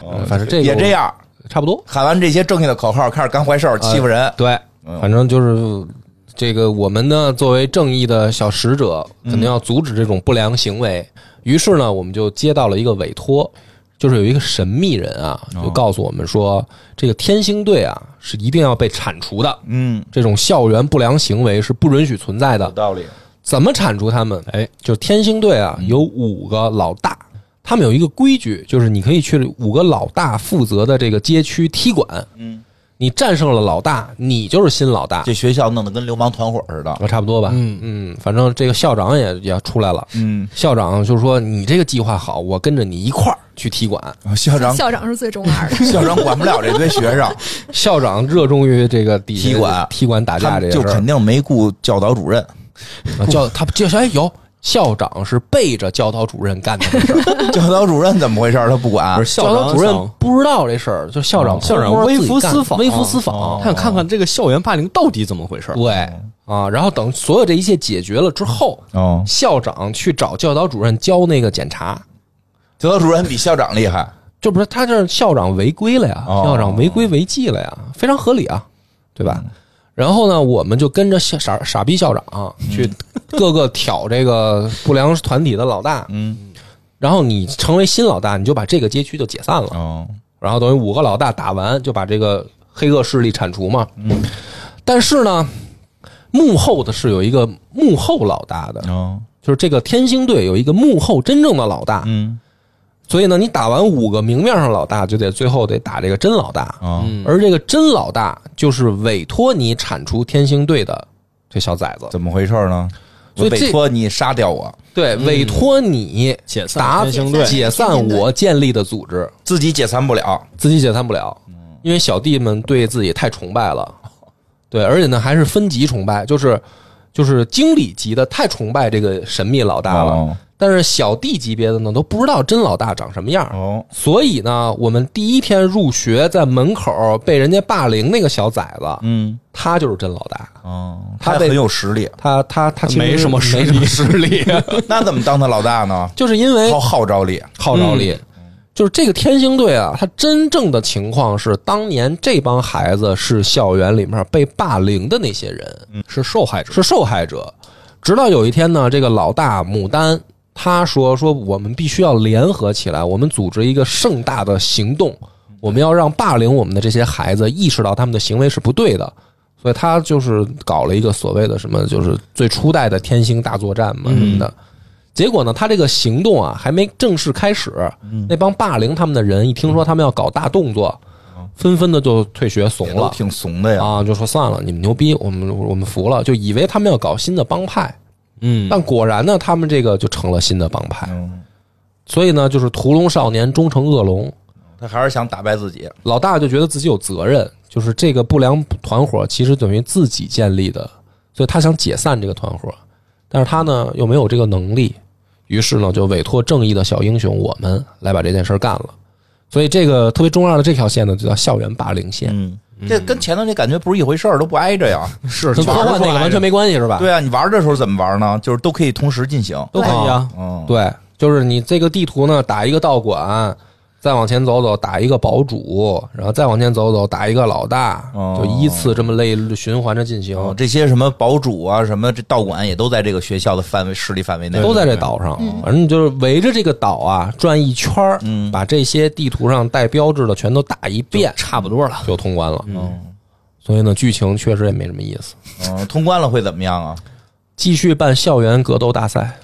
[SPEAKER 1] 平，嗯反正这个
[SPEAKER 2] 也这样，
[SPEAKER 1] 差不多。
[SPEAKER 2] 喊完这些正义的口号，开始干坏事儿，欺负人。
[SPEAKER 1] 对，
[SPEAKER 2] 嗯
[SPEAKER 1] 反正就是这个，我们呢作为正义的小使者，肯定要阻止这种不良行为。于是呢，我们就接到了一个委托，就是有一个神秘人啊，就告诉我们说，这个天星队啊是一定要被铲除的。
[SPEAKER 2] 嗯，
[SPEAKER 1] 这种校园不良行为是不允许存在
[SPEAKER 2] 有
[SPEAKER 1] 的。
[SPEAKER 2] 道理。
[SPEAKER 1] 怎么铲除他们？哎，就是天星队啊，有五个老大，他们有一个规矩，就是你可以去五个老大负责的这个街区踢馆。
[SPEAKER 2] 嗯，
[SPEAKER 1] 你战胜了老大，你就是新老大。
[SPEAKER 2] 这学校弄得跟流氓团伙似的。
[SPEAKER 1] 啊，差不多吧。嗯嗯，反正这个校长也也出来了。
[SPEAKER 2] 嗯，
[SPEAKER 1] 校长就是说：“你这个计划好，我跟着你一块儿去踢馆。
[SPEAKER 2] 校长。
[SPEAKER 3] 校长是最中二的
[SPEAKER 2] 校长管不了这堆学生，”
[SPEAKER 1] 校长热衷于这个底下
[SPEAKER 2] 踢馆
[SPEAKER 1] 踢馆打架
[SPEAKER 2] 他
[SPEAKER 1] 这
[SPEAKER 2] 们
[SPEAKER 1] 个
[SPEAKER 2] 就
[SPEAKER 1] 事儿
[SPEAKER 2] 肯。定没雇教导 主任。
[SPEAKER 1] 啊教他教哎有校长是背着教导主任干的这 事儿，
[SPEAKER 2] 教导主任怎么回事儿？他不管
[SPEAKER 4] 不是。
[SPEAKER 1] 教导
[SPEAKER 4] 长
[SPEAKER 1] 主任
[SPEAKER 4] 想
[SPEAKER 1] 不知道这事儿，就校长
[SPEAKER 4] 哦校长
[SPEAKER 1] 偷摸
[SPEAKER 4] 微
[SPEAKER 1] 自己
[SPEAKER 4] 服
[SPEAKER 1] 干
[SPEAKER 4] 私访
[SPEAKER 1] 微服私访
[SPEAKER 4] 他。想哦看看这个校园霸凌到底怎么回事儿。
[SPEAKER 1] 对啊，然后等所有这一切解决了之后，
[SPEAKER 2] 哦，
[SPEAKER 1] 校长去找教导主任交那个检查，
[SPEAKER 2] 教导主任比校长厉害。
[SPEAKER 1] 就不是他这校长违规了呀，
[SPEAKER 2] 哦
[SPEAKER 1] 校长违规违纪了呀，非常合理啊，对吧？
[SPEAKER 4] 嗯
[SPEAKER 1] 然后呢，我们就跟着校傻傻逼校长啊、
[SPEAKER 4] 嗯
[SPEAKER 1] 去各个挑这个不良团体的老大，
[SPEAKER 2] 嗯，
[SPEAKER 1] 然后你成为新老大，你就把这个街区就解散了，
[SPEAKER 2] 哦，
[SPEAKER 1] 然后等于五个老大打完就把这个黑恶势力铲除嘛。嗯，但是呢，幕后的是有一个幕后老大的，
[SPEAKER 2] 哦，
[SPEAKER 1] 就是这个天星队有一个幕后真正的老大，
[SPEAKER 2] 嗯，
[SPEAKER 1] 所以呢，你打完五个明面上老大，就得最后得打这个真老大，
[SPEAKER 2] 啊，
[SPEAKER 1] 而这个真老大就是委托你铲除天星队的这小崽子，
[SPEAKER 2] 怎么回事呢？
[SPEAKER 1] 所
[SPEAKER 2] 我
[SPEAKER 1] 以这
[SPEAKER 2] 委托你杀掉我，
[SPEAKER 1] 对，委托你
[SPEAKER 4] 解散
[SPEAKER 1] 打
[SPEAKER 4] 天星队
[SPEAKER 1] 解散我建立的组织，
[SPEAKER 2] 自己解散不了，
[SPEAKER 1] 自己解散不了，因为小弟们对自己太崇拜了，对，而且呢还是分级崇拜，就是就是经理级的太崇拜这个神秘老大了，
[SPEAKER 2] 哦
[SPEAKER 1] 但是小弟级别的呢都不知道真老大长什么样。
[SPEAKER 2] 哦，
[SPEAKER 1] 所以呢，我们第一天入学，在门口被人家霸凌那个小崽子，
[SPEAKER 2] 嗯，
[SPEAKER 1] 他就是真老大，
[SPEAKER 2] 哦，
[SPEAKER 1] 他
[SPEAKER 2] 他
[SPEAKER 1] 被，
[SPEAKER 2] 很有实 力
[SPEAKER 1] 他他他其实
[SPEAKER 4] 没什么实
[SPEAKER 1] 没
[SPEAKER 4] 力
[SPEAKER 1] 什么实力，
[SPEAKER 2] 那怎么当他老大呢？
[SPEAKER 1] 就是因 为
[SPEAKER 2] 靠哎号召力，嗯
[SPEAKER 1] 号召力。就是这个天星队啊，他真正的情况是，当年这帮孩子是校园里面被霸凌的那些人，
[SPEAKER 4] 是受害者，
[SPEAKER 1] 嗯是受害者。直到有一天呢，这个老大牡丹他说：“说我们必须要联合起来，我们组织一个盛大的行动，我们要让霸凌我们的这些孩子意识到他们的行为是不对的。”所以他就是搞了一个所谓的什么，就是最初代的天星大作战嘛什么的。结果呢，他这个行动啊还没正式开始，那帮霸凌他们的人一听说他们要搞大动作，纷纷的就退学怂
[SPEAKER 2] 也都
[SPEAKER 1] 了，
[SPEAKER 2] 挺怂哦的呀，
[SPEAKER 1] 啊，就说算了，你们牛逼，我们我们服了，就以为他们要搞新的帮派，
[SPEAKER 4] 嗯
[SPEAKER 1] 但果然呢，他们这个就成了新的帮派。
[SPEAKER 2] 嗯，
[SPEAKER 1] 所以呢，就是屠龙少年终成恶龙，
[SPEAKER 2] 他还是想打败自己，
[SPEAKER 1] 老大就觉得自己有责任，就是这个不良团伙其实等于自己建立的，所以他想解散这个团伙，但是他呢又没有这个能力，于是呢就委托正义的小英雄我们来把这件事儿干了。所以这个特别中二的这条线呢，就叫校园霸凌线，
[SPEAKER 2] 嗯，这跟前头那感觉不是一回事儿，都不挨着 呀。
[SPEAKER 4] 是
[SPEAKER 1] 跟科幻那个完全没关系是吧？
[SPEAKER 2] 对啊，你玩的时候怎么玩呢？就是都可以同时进行。
[SPEAKER 1] 都可以啊。
[SPEAKER 2] 嗯，
[SPEAKER 1] 对，就是你这个地图呢，打一个道馆，再往前走走，打一个堡主，然后再往前走走，打一个老大，
[SPEAKER 2] 哦
[SPEAKER 1] 就依次这么类循环着进行，
[SPEAKER 2] 哦，这些什么堡主啊，什么这道馆也都在这个学校的范围势力范围内，
[SPEAKER 1] 都在这岛上。反正你就是围着这个岛啊转一圈儿，
[SPEAKER 2] 嗯
[SPEAKER 1] 把这些地图上带标志的全都打一遍，差不多了，就通关了。
[SPEAKER 2] 嗯。
[SPEAKER 1] 所以呢，剧情确实也没什么意思。
[SPEAKER 2] 嗯，通关了会怎么样啊？
[SPEAKER 1] 继续办校园格斗大赛，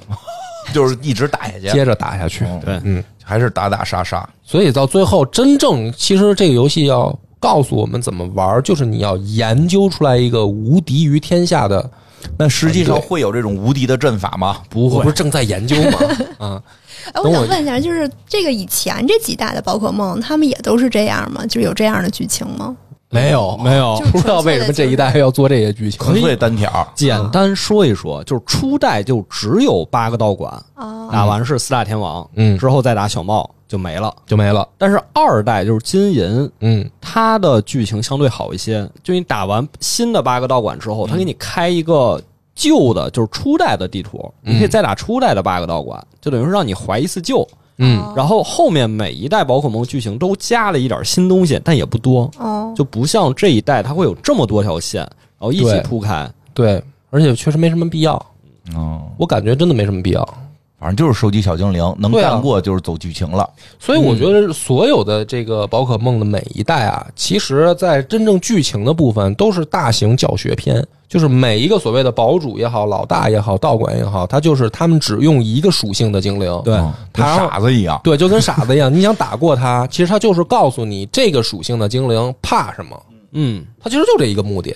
[SPEAKER 2] 就是一直打下去，
[SPEAKER 1] 接着打下去。
[SPEAKER 2] 嗯
[SPEAKER 4] 对
[SPEAKER 1] 嗯，
[SPEAKER 2] 还是打打杀杀。
[SPEAKER 1] 所以到最后，真正其实这个游戏要告诉我们怎么玩儿，就是你要研究出来一个无敌于天下的。
[SPEAKER 2] 那实际上
[SPEAKER 1] 对
[SPEAKER 2] 会有这种无敌的阵法吗？
[SPEAKER 1] 不会，不是正在研究 吗？啊，
[SPEAKER 3] 哎，
[SPEAKER 1] 等
[SPEAKER 3] 我
[SPEAKER 1] 我
[SPEAKER 3] 想问一下，就是这个以前这几代的宝可梦，他们也都是这样吗？就是有这样的剧情吗？
[SPEAKER 1] 没有
[SPEAKER 4] 没有
[SPEAKER 3] 就是
[SPEAKER 1] 不知道为什么这一代要做这些剧情。
[SPEAKER 2] 纯粹单挑。
[SPEAKER 4] 简单说一说，就是初代就只有八个道馆，
[SPEAKER 3] 啊，
[SPEAKER 4] 打完是四大天王，
[SPEAKER 1] 嗯
[SPEAKER 4] 之后再打小帽就没了。
[SPEAKER 1] 就没了。
[SPEAKER 4] 但是二代就是金银，
[SPEAKER 1] 嗯，
[SPEAKER 4] 它的剧情相对好一些，就你打完新的八个道馆之
[SPEAKER 1] 嗯
[SPEAKER 4] 后，它给你开一个旧的，就是初代的地图，你可以再打初代的八个道馆，就等于是让你怀一次旧。
[SPEAKER 3] 哦
[SPEAKER 1] 嗯
[SPEAKER 4] 然后后面每一代宝可梦剧情都加了一点新东西，但也不多，
[SPEAKER 3] 哦，
[SPEAKER 4] 就不像这一代它会有这么多条线，然后一起
[SPEAKER 1] 对
[SPEAKER 4] 铺开。
[SPEAKER 1] 对，而且确实没什么必要，
[SPEAKER 2] 嗯，
[SPEAKER 1] 我感觉真的没什么必要。
[SPEAKER 2] 反正就是收集小精灵，能
[SPEAKER 1] 对啊
[SPEAKER 2] 干过就是走剧情了。
[SPEAKER 1] 所以我觉得所有的这个宝可梦的每一代啊，其实在真正剧情的部分都是大型教学片，就是每一个所谓的堡主也好、老大也好、道馆也好，它就是他们只用一个属性的精灵，
[SPEAKER 4] 对
[SPEAKER 2] 嗯跟
[SPEAKER 1] 他
[SPEAKER 2] 傻子一样。
[SPEAKER 1] 对，就跟傻子一样，你想打过他，其实他就是告诉你这个属性的精灵怕什么，
[SPEAKER 4] 嗯，
[SPEAKER 1] 他其实就这一个目的。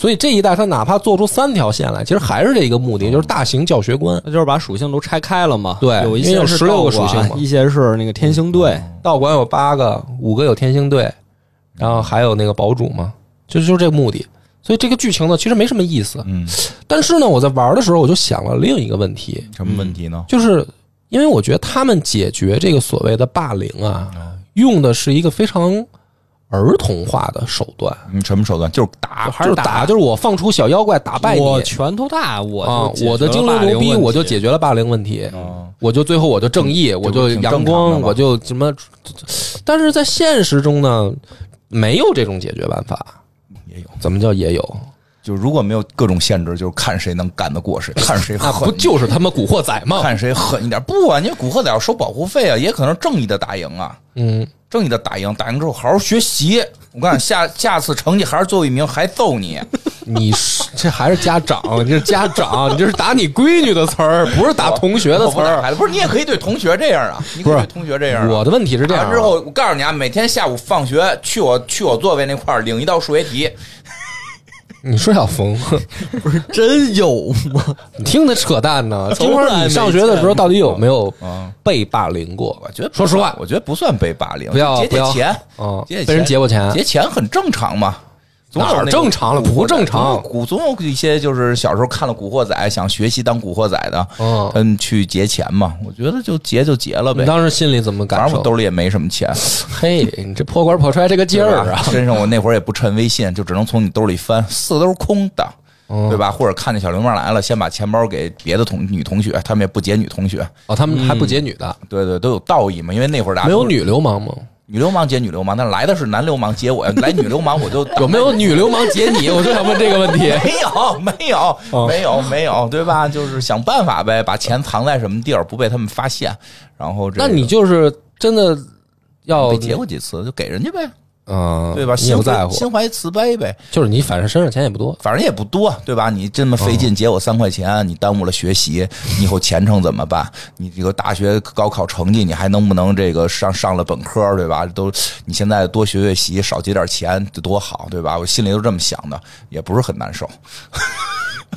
[SPEAKER 1] 所以这一代他哪怕做出三条线来，其实还是这一个目的，就是大型教学观。
[SPEAKER 4] 那就是把属性都拆开了嘛。
[SPEAKER 1] 对
[SPEAKER 4] 有一
[SPEAKER 1] 因为
[SPEAKER 4] 些
[SPEAKER 1] 有
[SPEAKER 4] 是
[SPEAKER 1] 16个
[SPEAKER 4] 道馆
[SPEAKER 1] 属性嘛嗯
[SPEAKER 4] 一些是那个天星队。
[SPEAKER 1] 道馆有八个，五个有天星队，然后还有那个堡主嘛，就就是这个目的。所以这个剧情呢，其实没什么意思。
[SPEAKER 2] 嗯，
[SPEAKER 1] 但是呢，我在玩的时候，我就想了另一个问题，
[SPEAKER 2] 什么问题呢？
[SPEAKER 1] 就是因为我觉得他们解决这个所谓的霸凌啊，用的是一个非常儿童化的手段，
[SPEAKER 2] 嗯，什么手段？就是打，
[SPEAKER 1] 就是打，就是我放出小妖怪打败你。
[SPEAKER 4] 我拳头大，我就
[SPEAKER 1] 啊
[SPEAKER 4] 解，决了
[SPEAKER 1] 我的精灵牛逼，
[SPEAKER 4] 霸凌问题哦
[SPEAKER 1] 我就解决了霸凌问题，
[SPEAKER 2] 嗯
[SPEAKER 1] 我就最后我就正义，我就阳光，
[SPEAKER 2] 挺正常的嘛
[SPEAKER 1] 我就什么，但是在现实中呢，没有这种解决办法，
[SPEAKER 2] 嗯也有。
[SPEAKER 1] 怎么叫也有？
[SPEAKER 2] 就如果没有各种限制，就是看谁能干得 过谁，看谁
[SPEAKER 1] 那
[SPEAKER 2] 狠
[SPEAKER 1] 啊不，就是他妈古惑仔吗？
[SPEAKER 2] 看谁狠一点。不啊，因为古惑仔要收保护费啊，也可能正义的打赢啊，
[SPEAKER 1] 嗯，
[SPEAKER 2] 正义的打赢，打赢之后好好学习。我告诉你，下下次成绩还是最后一名，还揍你。
[SPEAKER 1] 你是这还是家长，你这是家长，你这是打你闺女的词儿，不是打同学的
[SPEAKER 2] 我
[SPEAKER 1] 词
[SPEAKER 2] 不打
[SPEAKER 1] 儿。
[SPEAKER 2] 孩子，不是你也可以对同学这样 啊，你可以
[SPEAKER 1] 不
[SPEAKER 2] 对
[SPEAKER 1] 是
[SPEAKER 2] 同学这样啊。
[SPEAKER 1] 我的问题是这
[SPEAKER 2] 打
[SPEAKER 1] 样
[SPEAKER 2] 完
[SPEAKER 1] 啊，
[SPEAKER 2] 之后，我告诉你啊，每天下午放学去我去我座位那块儿领一道数学题，
[SPEAKER 1] 你说要疯，
[SPEAKER 4] 不是真有吗？
[SPEAKER 1] 你听他扯淡呢。
[SPEAKER 4] 从
[SPEAKER 1] 金
[SPEAKER 4] 来
[SPEAKER 1] 花，
[SPEAKER 4] 没
[SPEAKER 1] 你上学的时候到底有没有
[SPEAKER 2] 嗯
[SPEAKER 1] 被霸凌过？
[SPEAKER 2] 我觉得不
[SPEAKER 1] 说实话，
[SPEAKER 2] 我觉得不算被霸凌，
[SPEAKER 1] 不要
[SPEAKER 2] 节
[SPEAKER 1] 不
[SPEAKER 2] 节
[SPEAKER 1] 要
[SPEAKER 2] 钱，
[SPEAKER 1] 嗯
[SPEAKER 2] 节，
[SPEAKER 1] 被人
[SPEAKER 2] 钱
[SPEAKER 1] 劫过钱，
[SPEAKER 2] 节钱很正常嘛。总有
[SPEAKER 1] 哪
[SPEAKER 2] 那
[SPEAKER 1] 儿
[SPEAKER 2] 个
[SPEAKER 1] 正常了不
[SPEAKER 2] 古惑仔
[SPEAKER 1] 正常
[SPEAKER 2] 总有古总有一些就是小时候看了《古惑仔》，想学习当古惑仔的，
[SPEAKER 1] 嗯
[SPEAKER 2] 嗯，去劫钱嘛。我觉得就劫就劫了呗
[SPEAKER 1] 你，当时心里怎么感
[SPEAKER 2] 反正
[SPEAKER 1] 受？
[SPEAKER 2] 我兜里也没什么钱，
[SPEAKER 1] 嘿，你这破罐破摔这个劲儿
[SPEAKER 2] 对吧
[SPEAKER 1] 啊！
[SPEAKER 2] 身上我那会儿也不趁微信，就只能从你兜里翻，四兜空的。
[SPEAKER 1] 嗯
[SPEAKER 2] 对吧？或者看见小流氓来了，先把钱包给别的同女同学，他们也不劫女同学，
[SPEAKER 1] 哦，他们还不劫女的，
[SPEAKER 2] 对对，都有道义嘛。因为那会儿大家
[SPEAKER 1] 嗯没有
[SPEAKER 2] 都是
[SPEAKER 1] 女流氓吗？
[SPEAKER 2] 女流氓劫女流氓，但来的是男流 氓劫我，来女流氓我就
[SPEAKER 1] 有没有女流氓劫你？我就想问这个问题。
[SPEAKER 2] 没有，没
[SPEAKER 1] 哦
[SPEAKER 2] 有，没有，没有，对吧？就是想办法呗，把钱藏在什么地儿，不被他们发现。然后 这
[SPEAKER 1] 那
[SPEAKER 2] 个
[SPEAKER 1] 你就是真的要
[SPEAKER 2] 被劫过几次，就给人家呗，
[SPEAKER 1] 嗯，
[SPEAKER 2] 对吧？
[SPEAKER 1] 你也不
[SPEAKER 2] 心怀
[SPEAKER 1] 在乎，
[SPEAKER 2] 心怀慈悲呗，
[SPEAKER 1] 就是你反正身上钱也不多。
[SPEAKER 2] 反正也不多，对吧？你这么费劲劫我三块钱，你耽误了学习，你以后前程怎么办？你这个大学高考成绩，你还能不能这个上上了本科，对吧？都你现在多学学习，少借点钱，这多好，对吧？我心里都这么想的，也不是很难受。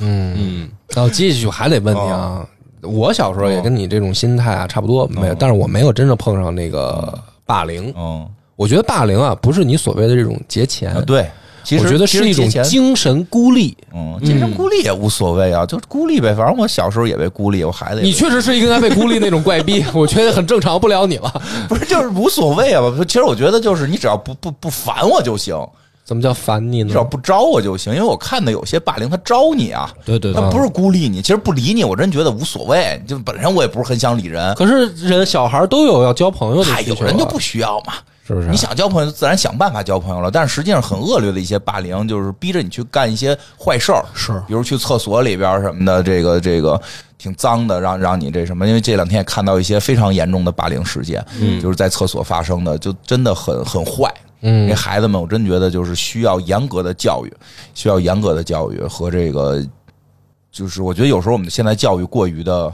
[SPEAKER 1] 嗯，然后接下去还得问你啊，我小时候也跟你这种心态啊差不多，没有，但是我没有真正碰上那个霸凌。
[SPEAKER 2] 嗯，
[SPEAKER 1] 我觉得霸凌啊，不是你所谓的这种节钱
[SPEAKER 2] 啊，，对，其实
[SPEAKER 1] 我觉得
[SPEAKER 2] 其
[SPEAKER 1] 是
[SPEAKER 2] 实
[SPEAKER 1] 一种
[SPEAKER 2] 节前
[SPEAKER 1] 精神孤立。
[SPEAKER 2] 嗯，精神孤立也无所谓啊，就是孤立呗。反正我小时候也被孤立，我孩子也
[SPEAKER 1] 你确实是应该被孤立那种怪 逼，我觉得很正常，不聊你了。
[SPEAKER 2] 不是就是无所谓啊。其实我觉得就是你只要不不不烦我就行，
[SPEAKER 1] 怎么叫烦你
[SPEAKER 2] 你只要
[SPEAKER 1] 呢？
[SPEAKER 2] 不招我就行。因为我看的有些霸凌他招你啊，
[SPEAKER 4] 对对
[SPEAKER 2] 他
[SPEAKER 4] 对，
[SPEAKER 2] 不是孤立你，其实不理你，我真觉得无所谓。就本身我也不是很想理人，
[SPEAKER 1] 可是人小孩都有要交朋友的
[SPEAKER 2] 嗨，
[SPEAKER 1] 需
[SPEAKER 2] 有
[SPEAKER 1] 求啊，
[SPEAKER 2] 人就不需要嘛。
[SPEAKER 1] 是不是啊？
[SPEAKER 2] 你想交朋友，就自然想办法交朋友了。但是实际上很恶劣的一些霸凌，就是逼着你去干一些坏事儿，
[SPEAKER 4] 是
[SPEAKER 2] 比如去厕所里边儿什么的，这个这个挺脏的，让让你这什么。因为这两天也看到一些非常严重的霸凌事件，嗯，就是在厕所发生的，就真的很很坏。
[SPEAKER 1] 嗯
[SPEAKER 2] 这孩子们，我真觉得就是需要严格的教育，需要严格的教育和这个，就是我觉得有时候我们现在教育过于的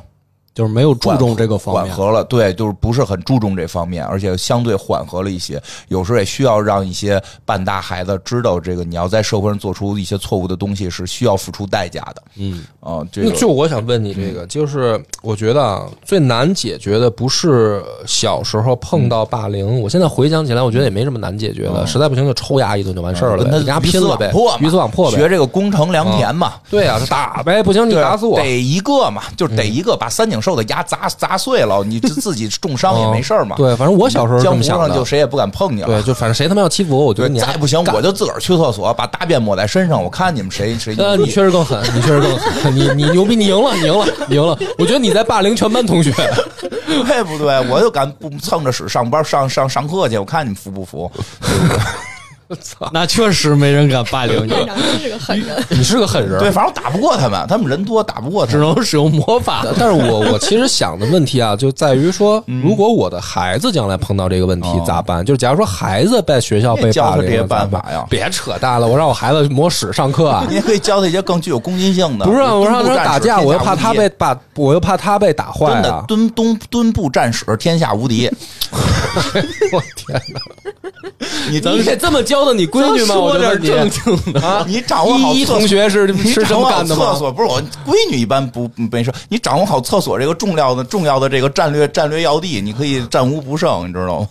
[SPEAKER 4] 就是没有注重这个方
[SPEAKER 2] 缓
[SPEAKER 4] 面。
[SPEAKER 2] 和了，对，就是不是很注重这方面，而且相对缓和了一些。有时候也需要让一些半大孩子知道，这个你要在社会上做出一些错误的东西是需要付出代价的。
[SPEAKER 4] 嗯，
[SPEAKER 2] 啊、这
[SPEAKER 1] 那
[SPEAKER 2] 个嗯
[SPEAKER 1] 就我想问你这个，就是我觉得啊，最难解决的不是小时候碰到霸
[SPEAKER 2] 嗯
[SPEAKER 1] 凌，我现在回想起来，我觉得也没什么难解决
[SPEAKER 2] 哦
[SPEAKER 1] 的，实在不行就抽牙一顿就完事儿了呗，
[SPEAKER 2] 跟
[SPEAKER 1] 人
[SPEAKER 2] 他
[SPEAKER 1] 家拼了呗，鱼
[SPEAKER 2] 鱼
[SPEAKER 1] 死
[SPEAKER 2] 死
[SPEAKER 1] 网
[SPEAKER 2] 网
[SPEAKER 1] 破
[SPEAKER 2] 破嘛，
[SPEAKER 1] 呗
[SPEAKER 2] 学，这个攻城良田嘛。
[SPEAKER 1] 对 啊，他打呗，不行你
[SPEAKER 2] 对
[SPEAKER 1] 打死我，嗯
[SPEAKER 2] 逮一个嘛，就是逮一个，把三井寿的牙砸砸碎了，你自自 己重伤也没事儿嘛。
[SPEAKER 1] 嗯对，反正我小时候是这
[SPEAKER 2] 江
[SPEAKER 1] 么
[SPEAKER 2] 湖
[SPEAKER 1] 想
[SPEAKER 2] 上就
[SPEAKER 1] 的，
[SPEAKER 2] 谁也不敢碰你了。
[SPEAKER 1] 对，就反正谁他妈要欺负我，我觉得
[SPEAKER 2] 对，
[SPEAKER 1] 你还
[SPEAKER 2] 再不行
[SPEAKER 1] 干
[SPEAKER 2] 我就自个儿去厕所，把大便抹在身上，我看你们谁谁 牛
[SPEAKER 1] 呃，你
[SPEAKER 2] 逼。
[SPEAKER 1] 确实更狠，你确实更狠，你你牛逼，你赢了，你赢了，你赢了！我觉得你在霸凌全班同学，
[SPEAKER 2] 对不对？我就敢不蹭着屎上班上上上课去，我看你们服不服？
[SPEAKER 4] 那确实没人敢霸凌你，
[SPEAKER 3] 院长真是个狠人。
[SPEAKER 1] 你是个狠人。
[SPEAKER 2] 对，反正我打不过他们，他们人多，打不过他
[SPEAKER 4] 只
[SPEAKER 2] 们。
[SPEAKER 1] 啊
[SPEAKER 4] 能使用魔法。
[SPEAKER 1] 但但是我我其实想的问题啊，就在于说，如果我的孩子将来碰到这个问题
[SPEAKER 2] 嗯哦
[SPEAKER 1] 咋办？就是假如说孩子在学校被
[SPEAKER 2] 也
[SPEAKER 1] 霸
[SPEAKER 2] 教他这
[SPEAKER 1] 凌
[SPEAKER 2] 些
[SPEAKER 1] 了，咋
[SPEAKER 2] 办
[SPEAKER 1] 办
[SPEAKER 2] 法呀
[SPEAKER 1] 别扯淡了，我让我孩子抹屎上 课啊
[SPEAKER 2] 你。也可以教他一些更具有攻击性的。
[SPEAKER 1] 不是啊，我让
[SPEAKER 2] 蹲
[SPEAKER 1] 他
[SPEAKER 2] 步战
[SPEAKER 1] 打
[SPEAKER 2] 士
[SPEAKER 1] 架，
[SPEAKER 2] 天
[SPEAKER 1] 我又
[SPEAKER 2] 下
[SPEAKER 1] 怕
[SPEAKER 2] 无
[SPEAKER 1] 他
[SPEAKER 2] 敌
[SPEAKER 1] 被打，我又怕他被打坏
[SPEAKER 2] 真的
[SPEAKER 1] 啊！
[SPEAKER 2] 蹲蹲蹲步战士，天下无敌。
[SPEAKER 1] 我天哪，
[SPEAKER 2] 你
[SPEAKER 1] 你得这么教的你闺女吗？我
[SPEAKER 4] 说
[SPEAKER 1] 就
[SPEAKER 4] 点
[SPEAKER 1] 问
[SPEAKER 4] 正
[SPEAKER 1] 你，
[SPEAKER 4] 经的，
[SPEAKER 2] 啊，你掌握好
[SPEAKER 1] 一一
[SPEAKER 2] 厕所
[SPEAKER 1] 同学是
[SPEAKER 2] 你
[SPEAKER 1] 是这
[SPEAKER 2] 掌握
[SPEAKER 1] 么
[SPEAKER 2] 好
[SPEAKER 1] 干的吗
[SPEAKER 2] 厕？所不是我闺女一般不没事，你掌握好厕所这个重要的重要的这个战略战略要地，你可以战无不胜，你知道吗？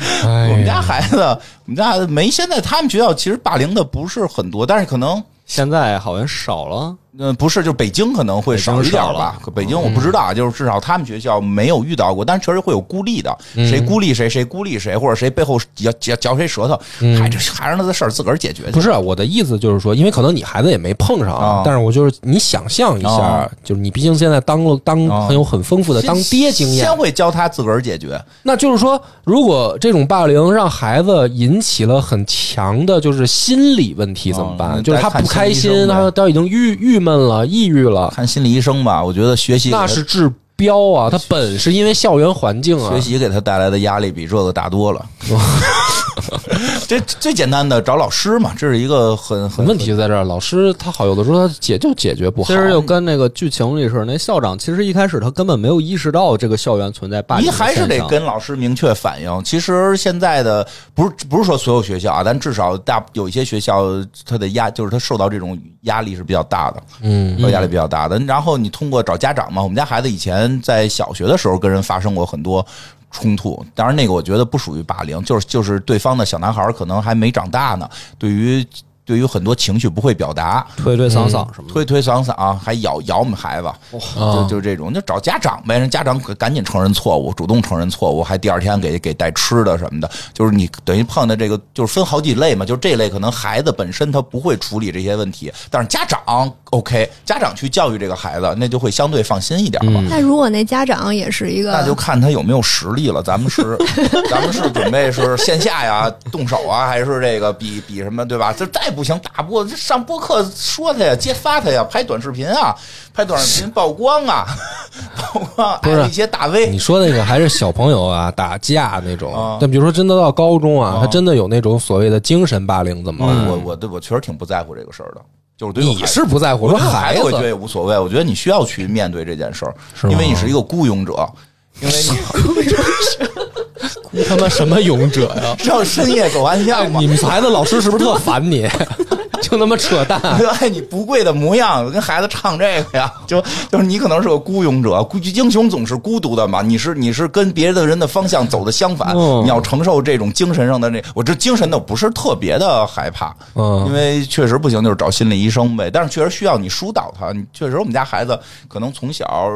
[SPEAKER 1] 哎呀
[SPEAKER 2] 我们家孩子，我们家孩子没现在他们学校其实霸凌的不是很多，但是可能
[SPEAKER 4] 现在好像少了。
[SPEAKER 2] 嗯、呃不是，就北京可能会少一点儿吧。可北
[SPEAKER 1] 嗯
[SPEAKER 2] 京我不知道，啊，就是至少他们学校没有遇到过，但是确实会有孤立的，
[SPEAKER 1] 嗯
[SPEAKER 2] 谁孤立谁，谁孤立谁，或者谁背后嚼嚼嚼谁舌头，
[SPEAKER 1] 嗯
[SPEAKER 2] 还这还让他的事儿自个儿解决去。
[SPEAKER 1] 不是啊我的意思，就是说，因为可能你孩子也没碰上，
[SPEAKER 2] 啊
[SPEAKER 1] 但是我就是你想象一下，
[SPEAKER 2] 啊
[SPEAKER 1] 就是你毕竟现在当了当
[SPEAKER 2] 啊
[SPEAKER 1] 很有很丰富的
[SPEAKER 2] 先
[SPEAKER 1] 当爹经验
[SPEAKER 2] 先，会教他自个儿解决，
[SPEAKER 1] 那就是说，如果这种霸凌让孩子引起了很强的就是心理问题怎么办？
[SPEAKER 2] 哦那
[SPEAKER 1] 就是他不开
[SPEAKER 2] 该看心理
[SPEAKER 1] 心，
[SPEAKER 2] 医生呗
[SPEAKER 1] 他他已经郁郁闷了、抑郁了，
[SPEAKER 2] 看心理医生吧。我觉得学习给他
[SPEAKER 1] 那是治标啊！他本是因为校园环境啊
[SPEAKER 2] 学。习给他带来的压力比这个大多了。这最简单的找老师嘛，这是一个很很
[SPEAKER 1] 问题在这儿，老师他好有的时候他解就解决不好
[SPEAKER 4] 其，实就跟那个剧情里似的，那校长其实一开始他根本没有意识到这个校园存在霸凌
[SPEAKER 2] 你
[SPEAKER 4] 的现象，
[SPEAKER 2] 还是得跟老师明确反映。其实现在的不是不是说所有学校啊，但至少大有一些学校，它的压就是它受到这种压力是比较大的，
[SPEAKER 1] 嗯，
[SPEAKER 2] 受到压力比较大的。然后你通过找家长嘛，我们家孩子以前在小学的时候跟人发生过很多。冲突，当然那个我觉得不属于霸凌，就是就是对方的小男孩可能还没长大呢，对于对于很多情绪不会表达，
[SPEAKER 4] 推推搡搡什么的。
[SPEAKER 2] 推推搡搡、啊还咬咬我们孩子，就就这种，就找家长呗，让家长赶紧承认错误，主动承认错误，还第二天给给带吃的什么的，就是你等于碰的这个就是分好几类嘛，就是这类可能孩子本身他不会处理这些问题，但是家长 OK，家长去教育这个孩子，那就会相对放心一点嘛。
[SPEAKER 3] 那如果那家长也是一个，
[SPEAKER 2] 那就看他有没有实力了。咱们是，咱们是准备是线下呀动手啊，还是这个比比什么，对吧？这再不行打不过，这上播客说他呀，揭发他呀，拍短视频啊，拍短视频曝光啊， 曝光啊
[SPEAKER 1] 不是
[SPEAKER 2] 挨了一些大 V
[SPEAKER 1] 你说那个还是小朋友啊， 打架那种
[SPEAKER 2] 啊。
[SPEAKER 1] 但比如说真的到高中啊
[SPEAKER 2] 啊，嗯
[SPEAKER 1] 他真的有那种所谓的精神霸凌，怎么办？
[SPEAKER 2] 我我对我确实挺不在乎这个事儿的，就是对
[SPEAKER 1] 嗯
[SPEAKER 2] 我
[SPEAKER 1] 你
[SPEAKER 2] 孩子
[SPEAKER 1] 是不在乎，
[SPEAKER 2] 我
[SPEAKER 1] 说
[SPEAKER 2] 对我
[SPEAKER 1] 孩
[SPEAKER 2] 子，我觉得
[SPEAKER 1] 子
[SPEAKER 2] 也无所谓。我觉得你需要去面对这件事儿，
[SPEAKER 1] 是吗
[SPEAKER 2] 因为你是一个孤勇者，因为你？
[SPEAKER 1] 他妈什么勇者呀
[SPEAKER 2] 知道深夜走暗
[SPEAKER 1] 哎
[SPEAKER 2] 巷嘛。
[SPEAKER 1] 你们孩子老师是不是特烦你？就那么扯淡。
[SPEAKER 2] 就爱哎你不跪的模样，跟孩子唱这个呀，就就是你可能是个孤勇者，孤英雄总是孤独的嘛。你是你是跟别的人的方向走的相反，
[SPEAKER 4] 嗯
[SPEAKER 2] 你要承受这种精神上的那，我这精神的不是特别的害怕，
[SPEAKER 1] 嗯
[SPEAKER 2] 因为确实不行，就是找心理医生呗。但是确实需要你疏导他，你确实我们家孩子可能从小。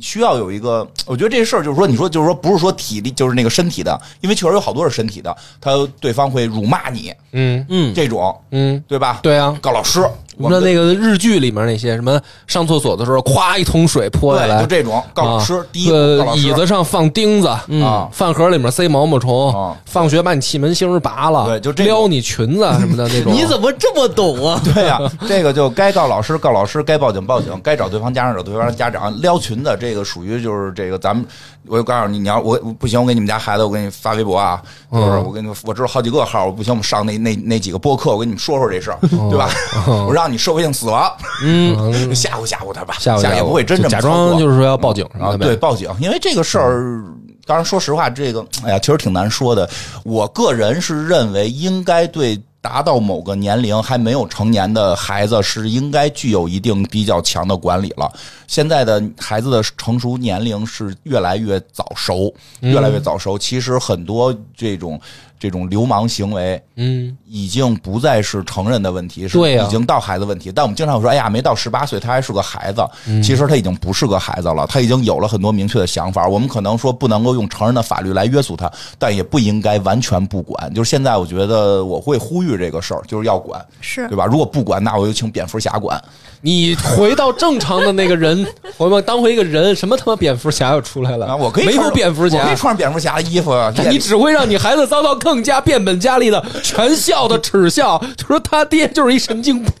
[SPEAKER 2] 需要有一个，我觉得这事儿就是说，你说就是说，不是说体力，就是那个身体的，因为确实有好多是身体的，他对方会辱骂你
[SPEAKER 1] 嗯
[SPEAKER 4] 嗯，
[SPEAKER 2] 这种，
[SPEAKER 1] 嗯，
[SPEAKER 2] 对吧？
[SPEAKER 1] 对啊。
[SPEAKER 2] 告老师，
[SPEAKER 1] 我
[SPEAKER 2] 我
[SPEAKER 1] 们那
[SPEAKER 2] 们
[SPEAKER 1] 个日剧里面那些什么上厕所的时候，咵一桶水泼下
[SPEAKER 2] 对，
[SPEAKER 1] 来
[SPEAKER 2] 就，这种告老师
[SPEAKER 1] 啊，
[SPEAKER 2] 第一
[SPEAKER 1] 呃
[SPEAKER 2] 告老师
[SPEAKER 1] 椅子上放钉子，
[SPEAKER 2] 啊
[SPEAKER 1] 饭盒里面塞毛毛虫
[SPEAKER 2] 啊，
[SPEAKER 1] 放学把你气门芯儿拔了，
[SPEAKER 2] 对就这种
[SPEAKER 1] 撩你裙子啊什么的那种。
[SPEAKER 4] 么这么懂啊？
[SPEAKER 2] 对 呀、这个就该告老师告老师，该报警报警，该找对方家长找对方家长。撩裙子这个属于就是这个咱们，我告诉你，你要我不行，我给你们家孩子，我给你发微博啊，就是
[SPEAKER 1] 嗯
[SPEAKER 2] 我给你，我知道好几个号，我不行，我们上那那那几个播客，我跟你们说说这事儿，对吧？我让你社会性死亡，
[SPEAKER 1] 嗯，
[SPEAKER 2] 吓唬吓唬他吧，
[SPEAKER 1] 吓唬吓唬
[SPEAKER 2] 也不会真
[SPEAKER 1] 就
[SPEAKER 2] 这么
[SPEAKER 1] 假
[SPEAKER 2] 操
[SPEAKER 1] 装
[SPEAKER 2] 作
[SPEAKER 1] 就是说要报警什
[SPEAKER 2] 啊，
[SPEAKER 1] 么的呗。嗯
[SPEAKER 2] 对，报警，因为这个事儿，当然说实话，这个哎呀，其实挺难说的。我个人是认为，应该对达到某个年龄还没有成年的孩子是应该具有一定比较强的管理了。现在的孩子的成熟年龄是越来越早熟，
[SPEAKER 1] 嗯
[SPEAKER 2] 越来越早熟。其实很多这种这种流氓行为，
[SPEAKER 1] 嗯，
[SPEAKER 2] 已经不再是成人的问题，是
[SPEAKER 1] 对呀
[SPEAKER 2] 已经到孩子问题。但我们经常会说，哎呀，没到十八岁，他还是个孩子。
[SPEAKER 1] 嗯
[SPEAKER 2] 其实他已经不是个孩子了，他已经有了很多明确的想法。我们可能说不能够用成人的法律来约束他，但也不应该完全不管。就是现在，我觉得我会呼吁这个事儿，就是 要管，
[SPEAKER 3] 是
[SPEAKER 2] 对吧？如果不管，那我就请蝙蝠侠管。
[SPEAKER 1] 你回到正常的那个人，我们当回一个人，什么他妈蝙蝠侠又出来了？
[SPEAKER 2] 啊，我可以
[SPEAKER 1] 没有
[SPEAKER 2] 穿
[SPEAKER 1] 蝙蝠
[SPEAKER 2] 我可以
[SPEAKER 1] 侠，
[SPEAKER 2] 穿上蝙蝠侠的衣服。啊
[SPEAKER 1] 你只会让你孩子遭到更加变本加厉的全校的耻笑，就说他爹就是一神经病，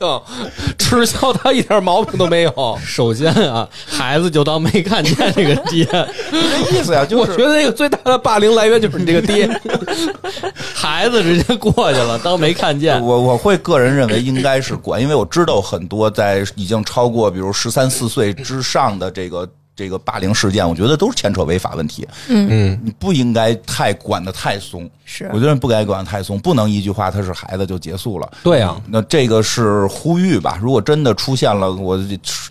[SPEAKER 1] 耻笑他一点毛病都没有。
[SPEAKER 4] 首先啊，孩子就当没看见这个爹，
[SPEAKER 2] 这意思呀，就
[SPEAKER 1] 我
[SPEAKER 2] 是
[SPEAKER 1] 觉得那个最大的霸凌来源就是你这个爹，
[SPEAKER 4] 孩子直接过去了，当没看 见。
[SPEAKER 2] 呃我我会个人认为应该是管，因为我知道很多在已经超过比如十三四岁之上的这个这个霸凌事件，我觉得都是牵扯违法问题。嗯，你不应该太管的太松，
[SPEAKER 3] 是
[SPEAKER 2] 我觉得不该管得太松，不能一句话他是孩子就结束了。
[SPEAKER 1] 对啊，
[SPEAKER 2] 那这个是呼吁吧？如果真的出现了，我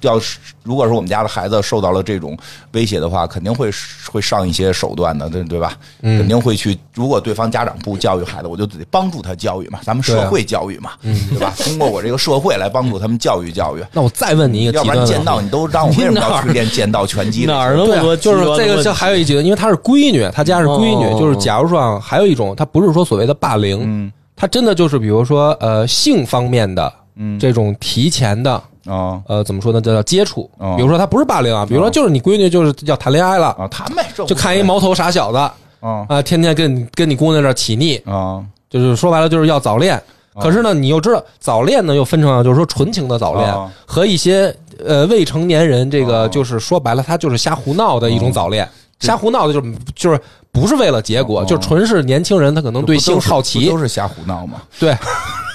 [SPEAKER 2] 要是如果是我们家的孩子受到了这种威胁的话，肯定会会上一些手段的，对对吧？
[SPEAKER 1] 嗯
[SPEAKER 2] 肯定会去。如果对方家长不教育孩子，我就得帮助他教育嘛，咱们
[SPEAKER 1] 对啊嗯
[SPEAKER 2] 社会教育嘛，对吧？通过我这个社会来帮助他们教育教育，
[SPEAKER 1] 那我再问你一个
[SPEAKER 2] 要
[SPEAKER 1] 极
[SPEAKER 2] 不
[SPEAKER 1] 端
[SPEAKER 2] 然
[SPEAKER 1] 的
[SPEAKER 2] 剑道你都让我为什么要去练剑道 拳击？
[SPEAKER 4] 哪儿那
[SPEAKER 1] 对
[SPEAKER 4] 么
[SPEAKER 1] 啊
[SPEAKER 4] 多、
[SPEAKER 1] 就是这个，就还有一极端，因为她是闺女，她家是闺
[SPEAKER 4] 哦嗯
[SPEAKER 1] 女，就是假如说啊，还有一种，她不是说所谓的霸凌，她真的就是比如说呃性方面的
[SPEAKER 4] 嗯
[SPEAKER 1] 这种提前的。
[SPEAKER 2] 啊
[SPEAKER 1] 呃，怎么说呢？这叫接触
[SPEAKER 2] 哦。
[SPEAKER 1] 比如说，她不是霸凌啊，比
[SPEAKER 4] 哦
[SPEAKER 1] 如说，就是你闺女就是要谈恋爱了，
[SPEAKER 2] 啊，谈呗，这无
[SPEAKER 1] 就看一毛头傻小子
[SPEAKER 4] 哦
[SPEAKER 1] 啊、
[SPEAKER 2] 所谓
[SPEAKER 1] 天天跟你跟你姑娘这儿起腻，
[SPEAKER 2] 啊啊
[SPEAKER 1] 就是说白了就是要早恋。可是呢，你又知道早恋呢，又分成啊，就是说纯情的早
[SPEAKER 2] 哦
[SPEAKER 1] 恋和一些呃未成年人，这个
[SPEAKER 2] 哦
[SPEAKER 1] 就是说白了，他就是瞎胡闹的一种早恋。瞎胡闹的，就是就是不是为了结果，
[SPEAKER 2] 哦
[SPEAKER 1] 就纯是年轻人他可能对
[SPEAKER 2] 不都
[SPEAKER 1] 性
[SPEAKER 2] 是
[SPEAKER 1] 好
[SPEAKER 2] 不
[SPEAKER 1] 奇
[SPEAKER 2] 都，是瞎胡闹嘛。
[SPEAKER 1] 对，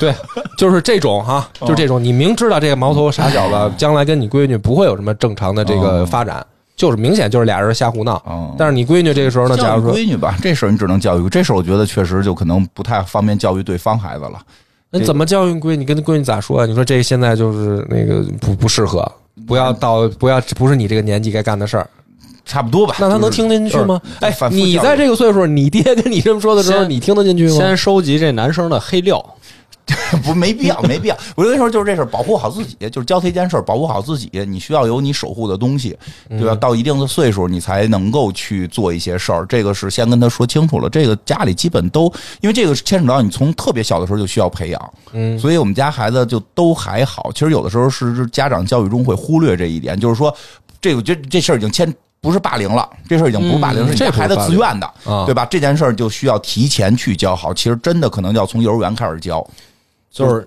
[SPEAKER 1] 对，就是这种哈，
[SPEAKER 2] 哦
[SPEAKER 1] 就是这种，你明知道这个毛头傻小子将来跟你闺女不会有什么正常的这
[SPEAKER 2] 哦
[SPEAKER 1] 个发展，就是明显就是俩人瞎胡闹。
[SPEAKER 2] 嗯，
[SPEAKER 1] 但是你闺女这个时候呢，假
[SPEAKER 2] 教育
[SPEAKER 1] 如说
[SPEAKER 2] 闺女吧，这事儿你只能教育。这事儿我觉得确实就可能不太方便教育对方孩子了。
[SPEAKER 1] 那你怎么教育闺女？跟闺女咋说啊？你说这现在就是那个不不适合，不要到不要不是你这个年纪该干的事儿。
[SPEAKER 2] 差不多吧。
[SPEAKER 1] 那他能
[SPEAKER 2] 就是
[SPEAKER 1] 听进去吗？
[SPEAKER 2] 就是
[SPEAKER 1] 哎
[SPEAKER 2] 反，复
[SPEAKER 1] 你
[SPEAKER 2] 教育
[SPEAKER 1] 在这个岁数，你爹跟你这么说的时候，
[SPEAKER 4] 先
[SPEAKER 1] 你听得进去吗？
[SPEAKER 4] 先收集这男生的黑料，
[SPEAKER 2] 不没必要，没必要。我有的时候就是这事儿，保护好自己，就是教他一件事儿，保护好自己。你需要有你守护的东西，对
[SPEAKER 1] 嗯
[SPEAKER 2] 吧？到一定的岁数，你才能够去做一些事儿。这个是先跟他说清楚了。这个家里基本都，因为这个牵扯到你从特别小的时候就需要培养，
[SPEAKER 1] 嗯
[SPEAKER 2] 所以我们家孩子就都还好。其实有的时候是是家长教育中会忽略这一点，就是说，这个这这事儿已经牵不是霸凌了，这事儿已经不是霸凌，
[SPEAKER 1] 嗯
[SPEAKER 2] 是你家
[SPEAKER 1] 这不是
[SPEAKER 2] 孩子
[SPEAKER 1] 霸
[SPEAKER 2] 自
[SPEAKER 1] 凌
[SPEAKER 2] 愿的，
[SPEAKER 1] 啊
[SPEAKER 2] 对吧？这件事儿就需要提前去教好。其实真的可能要从幼儿园开始教。
[SPEAKER 4] 就是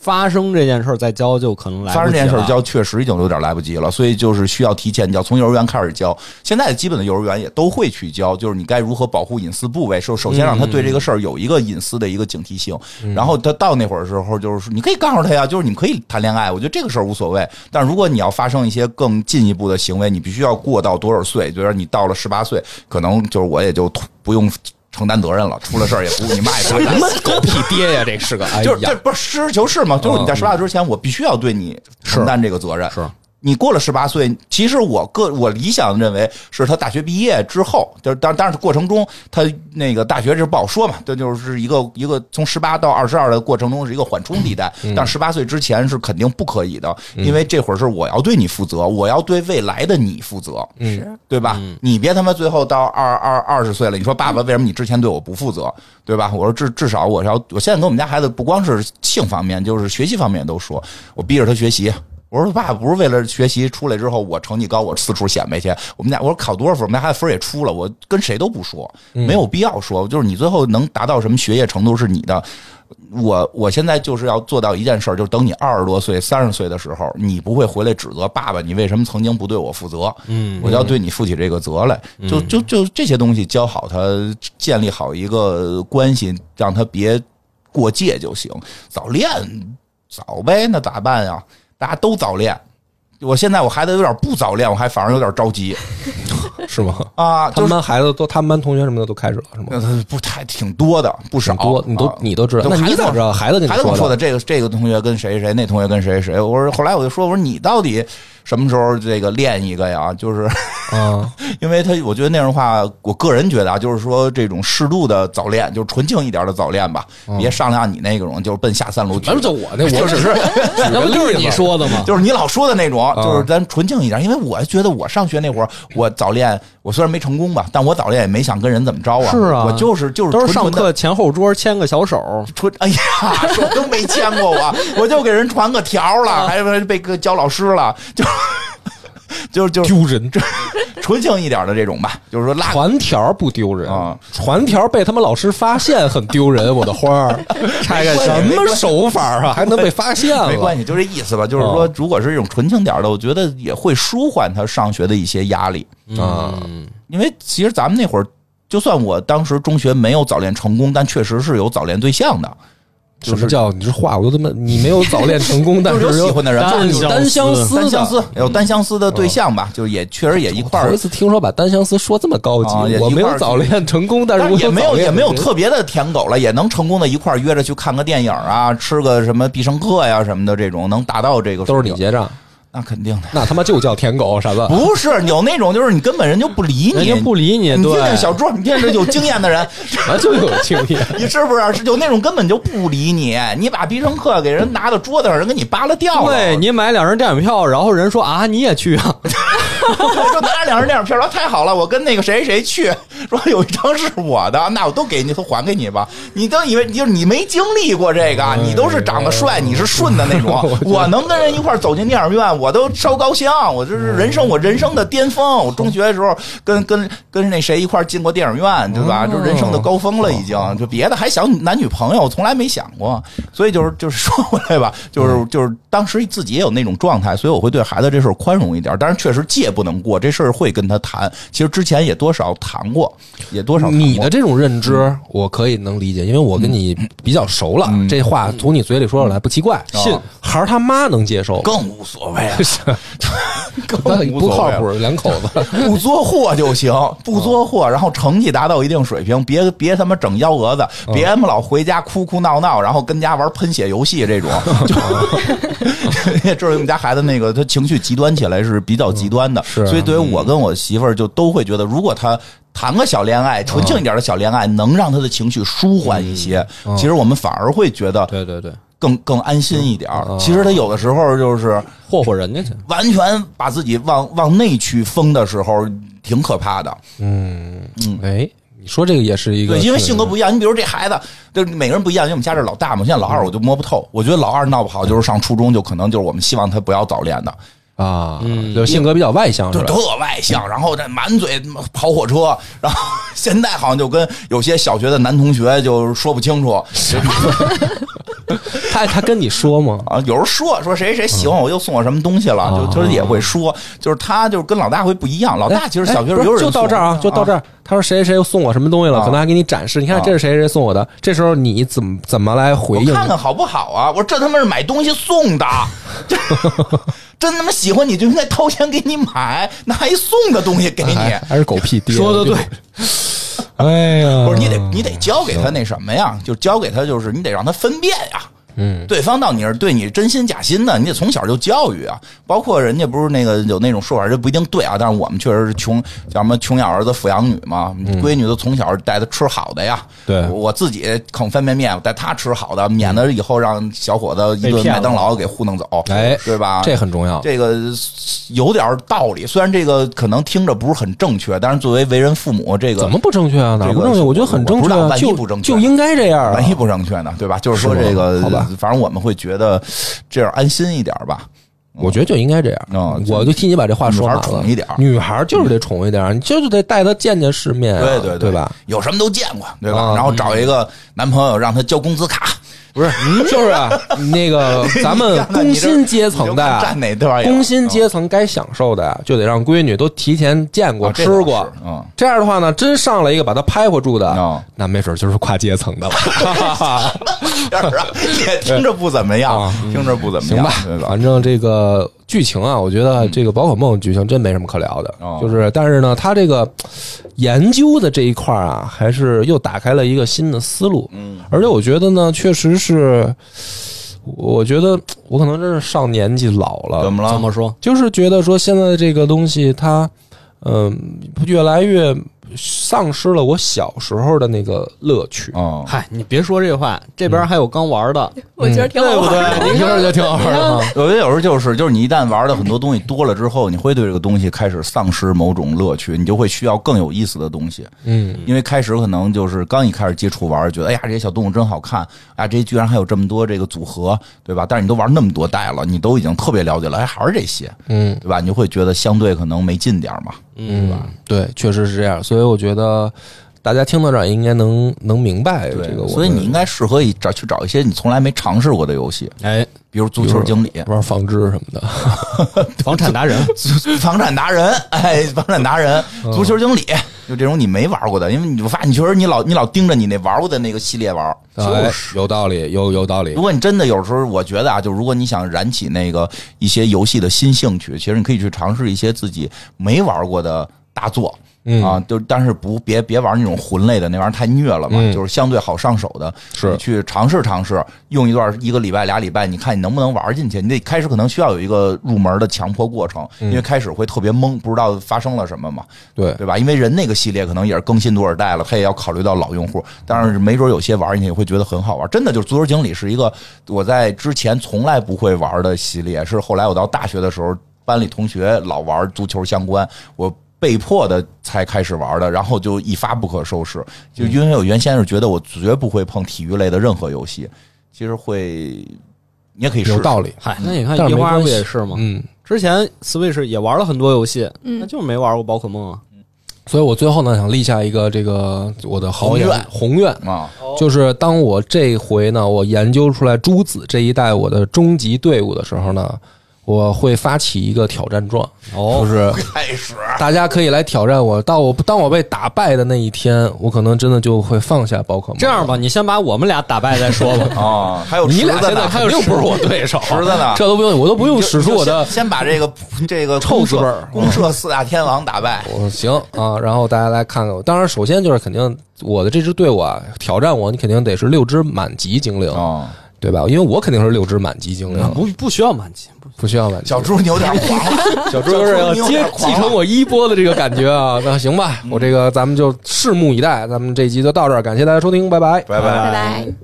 [SPEAKER 4] 发生这件事儿再教就可能来不及
[SPEAKER 2] 发生
[SPEAKER 4] 了
[SPEAKER 2] 这件事儿教确实已经有点来不及了，所以就是需要提前教，从幼儿园开始教。现在基本的幼儿园也都会去教，就是你该如何保护隐私部位，首首先让他对这个
[SPEAKER 4] 嗯
[SPEAKER 2] 事儿有一个隐私的一个警惕性。然后他到那会儿的时候，就是说你可以告诉他呀，就是你们可以谈恋爱，我觉得这个事儿无所谓。但如果你要发生一些更进一步的行为，你必须要过到多少岁？就是你到了十八岁，可能就是我也就不用承担责任了，出了事儿也不你妈也不会担
[SPEAKER 1] 什
[SPEAKER 2] 心
[SPEAKER 1] 么狗屁爹呀，这是个哎
[SPEAKER 2] 就是
[SPEAKER 1] 呀
[SPEAKER 2] 这，不是实事求是嘛？就是你在十八岁之前，我必须要对你承担这个责任。
[SPEAKER 4] 是
[SPEAKER 2] 你过了十八岁，其实我个我理想认为是他大学毕业之后，就是当当然过程中他那个大学这不好说嘛，这就是一个一个从十八到二十二的过程中是一个缓冲地带，但十八岁之前是肯定不可以的，因为这会儿是我要对你负责，我要对未来的你负责。
[SPEAKER 3] 是
[SPEAKER 2] 对吧？你别他妈最后到二二二十岁了，你说爸爸为什么你之前对我不负责，对吧？我说至至少我是要，我现在跟我们家孩子不光是性方面，就是学习方面都说，我逼着他学习。我说爸爸不是为了学习出来之后我成绩高我四处显摆去，我们家我说考多少分，我们家孩子分儿也出了，我跟谁都不说，没有必要说，就是你最后能达到什么学业程度是你的。我我现在就是要做到一件事儿，就是等你二十多岁、三十岁的时候，你不会回来指责爸爸，你为什么曾经不对我负责？
[SPEAKER 4] 嗯，
[SPEAKER 2] 我就要对你负起这个责来。
[SPEAKER 1] 嗯
[SPEAKER 2] 就就就这些东西教好他，建立好一个关系，让他别过界就行。早恋早呗，那咋办呀？大家都早恋。我现在我孩子有点不早恋，我还反而有点着急
[SPEAKER 1] 是吗？
[SPEAKER 2] 啊，
[SPEAKER 1] 他
[SPEAKER 2] 就
[SPEAKER 1] 们
[SPEAKER 2] 是。
[SPEAKER 1] 班孩子都，他们班同学什么的都开始了，是吗？
[SPEAKER 2] 那他不太挺多的，不少
[SPEAKER 1] 挺多，你都
[SPEAKER 2] 啊
[SPEAKER 1] 你都知道，
[SPEAKER 2] 就
[SPEAKER 1] 那
[SPEAKER 2] 孩
[SPEAKER 1] 你
[SPEAKER 2] 子
[SPEAKER 1] 咋知道？孩子跟你
[SPEAKER 2] 孩子跟我说
[SPEAKER 1] 的，
[SPEAKER 2] 的这个这个同学跟谁谁，那同学跟谁谁。我说后来我就说，我说你到底什么时候这个练一个呀？就是
[SPEAKER 1] 啊，
[SPEAKER 2] 因为他，我觉得那样的话，我个人觉得啊，就是说这种适度的早恋，就是纯净一点的早恋吧，
[SPEAKER 4] 嗯
[SPEAKER 2] 别上来像你那种，就是奔下三路去
[SPEAKER 1] 反。正就我那，我只是 举
[SPEAKER 4] 那
[SPEAKER 1] 个
[SPEAKER 4] 不就是
[SPEAKER 1] 例
[SPEAKER 4] 你
[SPEAKER 1] 子。
[SPEAKER 4] 说的吗？
[SPEAKER 2] 就是你老说的那
[SPEAKER 4] 嗯
[SPEAKER 2] 种，就是咱纯净一点，因为我觉得我上学那会儿，我早恋，我虽然没成功吧，但我早恋也没想跟人怎么着啊。
[SPEAKER 4] 是啊
[SPEAKER 2] 我就是就是
[SPEAKER 4] 都是
[SPEAKER 2] 纯
[SPEAKER 4] 上
[SPEAKER 2] 纯的
[SPEAKER 4] 课前后桌牵个小手，
[SPEAKER 2] 纯，哎呀， 手都没牵过我，我就给人传个条
[SPEAKER 1] 啊
[SPEAKER 2] 了，还还被个教老师了，就 就就
[SPEAKER 1] 丢人，这
[SPEAKER 2] 纯净一点的这种吧，就是说拉
[SPEAKER 1] 传条不丢人
[SPEAKER 2] 啊，
[SPEAKER 1] 传条被他们老师发现很丢人，我的花儿，拆开什么手法啊，还能被发现了？啊
[SPEAKER 2] 没关系，就这意思吧。就是说，如果是这种纯情点儿的，我觉得也会舒缓他上学的一些压力。
[SPEAKER 1] 啊，
[SPEAKER 2] 因为其实咱们那会儿，就算我当时中学没有早恋成功，但确实是有早恋对象的，
[SPEAKER 1] 什么叫你这话我都他妈，你没有早恋成 功，但
[SPEAKER 2] 就是是有喜欢的人，
[SPEAKER 1] 但是你
[SPEAKER 4] 单
[SPEAKER 1] 单相
[SPEAKER 4] 相
[SPEAKER 1] 思的，
[SPEAKER 2] 单相思有单相思的对象吧，就也确实也一块
[SPEAKER 1] 头
[SPEAKER 2] 儿
[SPEAKER 1] 一。次听说把单相思说这么高
[SPEAKER 2] 啊
[SPEAKER 1] 级，
[SPEAKER 2] 也
[SPEAKER 1] 我没
[SPEAKER 2] 一块
[SPEAKER 1] 有
[SPEAKER 2] 儿
[SPEAKER 1] 早恋成功，但是
[SPEAKER 2] 但
[SPEAKER 1] 我
[SPEAKER 2] 是也没
[SPEAKER 1] 早
[SPEAKER 2] 有
[SPEAKER 1] 恋
[SPEAKER 2] 也没有
[SPEAKER 1] 成功
[SPEAKER 2] 特别的舔狗了，也能成功的一块儿约着去看个电影啊，吃个什么必胜客呀什么的，这种能达到这个
[SPEAKER 1] 都是你
[SPEAKER 2] 水平
[SPEAKER 1] 结账，
[SPEAKER 2] 那肯定的，
[SPEAKER 1] 那他妈就叫舔狗傻子。
[SPEAKER 2] 不是有那种就是你根本人就不理
[SPEAKER 4] 人
[SPEAKER 2] 你，
[SPEAKER 4] 家不理你，
[SPEAKER 2] 你听听
[SPEAKER 4] 对，啊
[SPEAKER 2] 小朱，你听听这有经验的人，
[SPEAKER 1] 本来就有经验。
[SPEAKER 2] 你是不是是就那种根本就不理你？你把必胜客给人拿到桌子上，人给你扒拉掉了。
[SPEAKER 4] 对你买两张电影票，然后人说啊你也去啊，
[SPEAKER 2] 我 说拿着两张电影票，说太好了，我跟那个谁谁去，说有一张是我的，那我都给你，都还给你吧。你都以为就是你没经历过这个，你都是长得帅，你是顺的那种。我能跟人一块儿走进电影院，我都烧高香，我这是人生我人生的巅峰。我中学的时候跟跟跟那谁一块儿进过电影院，对吧？就人生的高峰了，已经。就别的还想男女朋友，从来没想过。所以就是就是说回来吧，就是就是当时自己也有那种状态，所以我会对孩子这事儿宽容一点。但是确实戒不能过，这事儿会跟他谈。其实之前也多少谈过，也多少谈过
[SPEAKER 1] 你的这种认知，我可以能理解，因为我跟你比较熟了，
[SPEAKER 2] 嗯
[SPEAKER 1] 这话从你嘴里说出来不奇怪。
[SPEAKER 2] 信
[SPEAKER 1] 孩儿他妈能接受，
[SPEAKER 2] 更无所谓了，更
[SPEAKER 1] 但不
[SPEAKER 2] 无所
[SPEAKER 1] 靠
[SPEAKER 2] 谓啊了
[SPEAKER 1] 谱，两口 子。
[SPEAKER 2] 不作货就行，
[SPEAKER 1] 嗯
[SPEAKER 2] 不作货，然后成绩达到一定水平，别别他妈整幺蛾子，
[SPEAKER 1] 嗯
[SPEAKER 2] 别他妈老回家哭哭闹闹，然后跟家玩喷血游 戏这种。就你 也知道，我们家孩子那个他情绪极端起来是比较极端的，
[SPEAKER 1] 是啊
[SPEAKER 2] 所以对于我跟我媳妇儿就都会觉得，如果他。谈个小恋爱，纯净一点的小恋爱，
[SPEAKER 1] 嗯
[SPEAKER 2] 能让他的情绪舒缓一些。其实我们反而会觉得
[SPEAKER 4] 对对对，
[SPEAKER 2] 更更安心一点儿
[SPEAKER 1] 嗯。
[SPEAKER 2] 其实他有的时候就是，
[SPEAKER 4] 霍霍人家去。
[SPEAKER 2] 完全把自己往往内去封的时候，挺可怕的。
[SPEAKER 1] 哎，你说这个也是一个，
[SPEAKER 2] 嗯对，因为性格不一样。你比如这孩子，就是每个人不一样。因为我们家这老大嘛，现在老二我就摸不透。我觉得老二闹不好，就是上初中就可能就是我们希望他不要早恋的，
[SPEAKER 1] 啊，就性格比较外向是
[SPEAKER 2] 就
[SPEAKER 1] 吧？
[SPEAKER 2] 特外向，然后这满嘴跑火车，然后现在好像就跟有些小学的男同学就说不清楚
[SPEAKER 1] 他他跟你说吗？
[SPEAKER 2] 啊。有时候说说谁谁喜欢我，又送我什么东西了，
[SPEAKER 1] 啊
[SPEAKER 2] 就就是也会说，就是他就是跟老大会不一样。老大其实小学时候
[SPEAKER 1] 哎
[SPEAKER 2] 有
[SPEAKER 1] 不
[SPEAKER 2] 人
[SPEAKER 1] 是就到这儿啊，就到这
[SPEAKER 2] 儿。
[SPEAKER 1] 儿。他说谁谁谁又送我什么东西了，
[SPEAKER 2] 啊
[SPEAKER 1] 可能还给你展示。你看
[SPEAKER 2] 啊
[SPEAKER 1] 这是谁谁谁送我的，这时候你怎么怎么来回
[SPEAKER 2] 我
[SPEAKER 1] 应？
[SPEAKER 2] 看看好不好啊？我说这他妈是买东西 送的，这 真他妈喜欢你就应该掏钱给你买，拿一送的东西给你。
[SPEAKER 1] 哎还是狗 屁爹？
[SPEAKER 4] 说得对，
[SPEAKER 1] 哎呀，
[SPEAKER 2] 不是你得你得教给他那什么呀？就教给他就是你得让他分辨呀。
[SPEAKER 1] 嗯，
[SPEAKER 2] 对方到你这儿对你真心假心的，你得从小就教育啊。包括人家不是那个有那种说法，这不一定对啊，但是我们确实是穷，叫什么穷养儿子富养女嘛，闺女都从小带她吃好的呀。
[SPEAKER 1] 嗯对
[SPEAKER 2] 我我自己啃方便面，我带她吃好的，免得以后让小伙子一
[SPEAKER 4] 被
[SPEAKER 2] 顿
[SPEAKER 4] 骗
[SPEAKER 2] 麦
[SPEAKER 4] 了
[SPEAKER 2] 当劳给糊弄走，
[SPEAKER 1] 哎
[SPEAKER 2] 对吧？
[SPEAKER 1] 这很重要。
[SPEAKER 2] 这个有点道理，虽然这个可能听着不是很正确，但是作为为人父母，这个
[SPEAKER 1] 怎么不正确啊？哪
[SPEAKER 2] 这
[SPEAKER 1] 儿
[SPEAKER 2] 个
[SPEAKER 1] 不正确？
[SPEAKER 2] 我
[SPEAKER 1] 我觉得很正确
[SPEAKER 2] 我不知道
[SPEAKER 1] 啊，
[SPEAKER 2] 万一
[SPEAKER 1] 就
[SPEAKER 2] 不正确
[SPEAKER 1] 就应该这样啊。
[SPEAKER 2] 万一不正确呢，对吧？就是说
[SPEAKER 1] 是吗
[SPEAKER 2] 这个，
[SPEAKER 1] 好吧
[SPEAKER 2] 反正我们会觉得这样安心一点吧。
[SPEAKER 1] 我觉得就应该这样。
[SPEAKER 2] 哦
[SPEAKER 1] 我就替你把这话说满
[SPEAKER 2] 女孩
[SPEAKER 1] 了。
[SPEAKER 2] 宠一点
[SPEAKER 1] 女孩就是得宠一点儿，你就是得带她见见世面啊，
[SPEAKER 2] 对对
[SPEAKER 1] 对吧？？
[SPEAKER 2] 有什么都见过，对吧？
[SPEAKER 1] 啊
[SPEAKER 2] 然后找一个男朋友让他交工资卡，
[SPEAKER 1] 不是，就是啊，那 个 咱们工薪阶层
[SPEAKER 2] 你就
[SPEAKER 1] 的啊
[SPEAKER 2] 站。哪对吧？
[SPEAKER 1] 工薪阶层该享受的，就得让闺女都提前见过、
[SPEAKER 2] 啊这
[SPEAKER 1] 吃
[SPEAKER 2] 倒是
[SPEAKER 1] 过。
[SPEAKER 2] 嗯，
[SPEAKER 1] 这样的话呢，真上来一个把她拍活住的，
[SPEAKER 2] 哦
[SPEAKER 1] 那没准就是跨阶层的了。
[SPEAKER 2] 有点儿啊也听着不怎么样
[SPEAKER 1] 啊，
[SPEAKER 2] 听着不怎么
[SPEAKER 1] 行
[SPEAKER 2] 样
[SPEAKER 1] 吧，
[SPEAKER 2] 对，吧？
[SPEAKER 1] 反正这个剧情啊，我觉得这个宝可梦剧情真没什么可聊的，
[SPEAKER 2] 嗯哦
[SPEAKER 1] 就是但是呢，它这个呃研究的这一块儿啊，还是又打开了一个新的思路，嗯，而且我觉得呢，确实是，我觉得我可能真是上年纪老
[SPEAKER 2] 怎
[SPEAKER 1] 了，
[SPEAKER 2] 么
[SPEAKER 4] 怎
[SPEAKER 2] 了？
[SPEAKER 4] 么说？
[SPEAKER 1] 就是觉得说现在这个东西它，嗯、越来越丧失了我小时候的那个乐趣。
[SPEAKER 2] 哦，
[SPEAKER 4] 嗨，你别说这话，这边还有刚玩的，
[SPEAKER 3] 我觉得挺好玩的。
[SPEAKER 4] 嗯对不对
[SPEAKER 1] 你听着就挺好玩的啊，
[SPEAKER 2] 我觉得有时候就是，就是你一旦玩的很多东西多了之后，你会对这个东西开始丧失某种乐趣，你就会需要更有意思的东西。
[SPEAKER 1] 嗯，
[SPEAKER 2] 因为开始可能就是刚一开始接触玩，觉得哎呀这些小动物真好看，哎呀这居然还有这么多这个组合，对吧？但是你都玩那么多代了，你都已经特别了解了，哎还是这些，
[SPEAKER 1] 嗯，
[SPEAKER 2] 对吧？你就会觉得相对可能没劲点儿嘛。
[SPEAKER 1] 嗯，对，确实是这样。所以我觉得大家听到这儿应该能能明白这个我们。
[SPEAKER 2] 所以你应该适合一找去找一些你从来没尝试过的游戏，
[SPEAKER 4] 哎，
[SPEAKER 2] 比如足球经理、
[SPEAKER 1] 玩纺织什么的，
[SPEAKER 4] 房 产达人，
[SPEAKER 2] 足 房产达人，哎，房产达人、足球经理，就这种你没玩过的，因为你我发现你确实你老你老盯着你那玩过的那个系列玩，
[SPEAKER 1] 哎有道理，有有道理
[SPEAKER 2] 如。果你真的有时候，我觉得啊，就如果你想燃起那个一些游戏的新兴趣，其实你可以去尝试一些自己没玩过的大作。
[SPEAKER 1] 嗯
[SPEAKER 2] 啊，就但是不别别玩那种魂类的，那玩意儿太虐了嘛。
[SPEAKER 1] 嗯
[SPEAKER 2] 就是相对好上手的，
[SPEAKER 1] 是
[SPEAKER 2] 你去尝试尝试，用一段一个礼拜俩礼拜，你看你能不能玩进去。你得开始可能需要有一个入门的强迫过程，
[SPEAKER 1] 嗯
[SPEAKER 2] 因为开始会特别懵，不知道发生了什么嘛。
[SPEAKER 1] 对，
[SPEAKER 2] 对吧？因为人那个系列可能也是更新多少代了，他也要考虑到老用户。但是没准有些玩进去也会觉得很好玩。真的就是《足球经理》是一个我在之前从来不会玩的系列，是后来我到大学的时候，班里同学老玩足球相关，我。被迫的才开始玩的，然后就一发不可收拾。
[SPEAKER 1] 嗯
[SPEAKER 2] 就因为我原先是觉得我绝不会碰体育类的任何游戏，其实会，你也可以试
[SPEAKER 1] 有
[SPEAKER 2] 试。
[SPEAKER 1] 道理。
[SPEAKER 4] 嗨，那你看
[SPEAKER 1] 但
[SPEAKER 4] 一
[SPEAKER 1] 是没
[SPEAKER 4] 花
[SPEAKER 1] 关
[SPEAKER 4] 不
[SPEAKER 1] 系
[SPEAKER 4] 也是吗？
[SPEAKER 1] 嗯，
[SPEAKER 4] 之前 Switch 也玩了很多游戏，
[SPEAKER 3] 嗯
[SPEAKER 4] 那就是没玩过宝可梦啊。
[SPEAKER 1] 所以我最后呢想立下一个这个我的豪言宏愿，
[SPEAKER 2] 啊，
[SPEAKER 1] 就是当我这回呢我研究出来朱子这一代我的终极队伍的时候呢，我会发起一个挑战状，就
[SPEAKER 4] 哦，
[SPEAKER 1] 是啊
[SPEAKER 2] 开始
[SPEAKER 1] 大家可以来挑战我。到我当我被打败的那一天，我可能真的就会放下宝可梦。
[SPEAKER 4] 这样吧，你先把我们俩打败再 说吧。
[SPEAKER 2] 哦，还有
[SPEAKER 1] 你
[SPEAKER 2] 池
[SPEAKER 1] 俩
[SPEAKER 2] 子
[SPEAKER 1] 现在
[SPEAKER 2] 呢，
[SPEAKER 1] 肯定不是我对手，
[SPEAKER 2] 池子呢？
[SPEAKER 1] 这都不用，我都不用
[SPEAKER 2] 你就
[SPEAKER 1] 使出我的
[SPEAKER 2] 你就先先把这个 这个
[SPEAKER 1] 臭
[SPEAKER 2] 公
[SPEAKER 1] 字辈儿
[SPEAKER 2] 社公社四大天王打败。
[SPEAKER 1] 我行啊，然后大家来看看我。当然，首先就是肯定我的这支队伍啊，挑战我，你肯定得是六只满级精灵，
[SPEAKER 2] 哦，
[SPEAKER 1] 对吧？因为我肯定是六只满级精灵，
[SPEAKER 4] 不不需要满级，不
[SPEAKER 1] 不需要满级。
[SPEAKER 2] 小猪你有点狂 了，
[SPEAKER 1] 小
[SPEAKER 2] 猪有
[SPEAKER 1] 是
[SPEAKER 2] 点
[SPEAKER 1] 要
[SPEAKER 2] 狂了
[SPEAKER 1] 啊
[SPEAKER 2] 啊
[SPEAKER 1] 接继承我衣钵的这个感觉啊。那行吧，我这个咱们就拭目以待。咱们这一集就到这儿，感谢大家收听，拜拜。
[SPEAKER 2] 拜
[SPEAKER 3] 拜拜。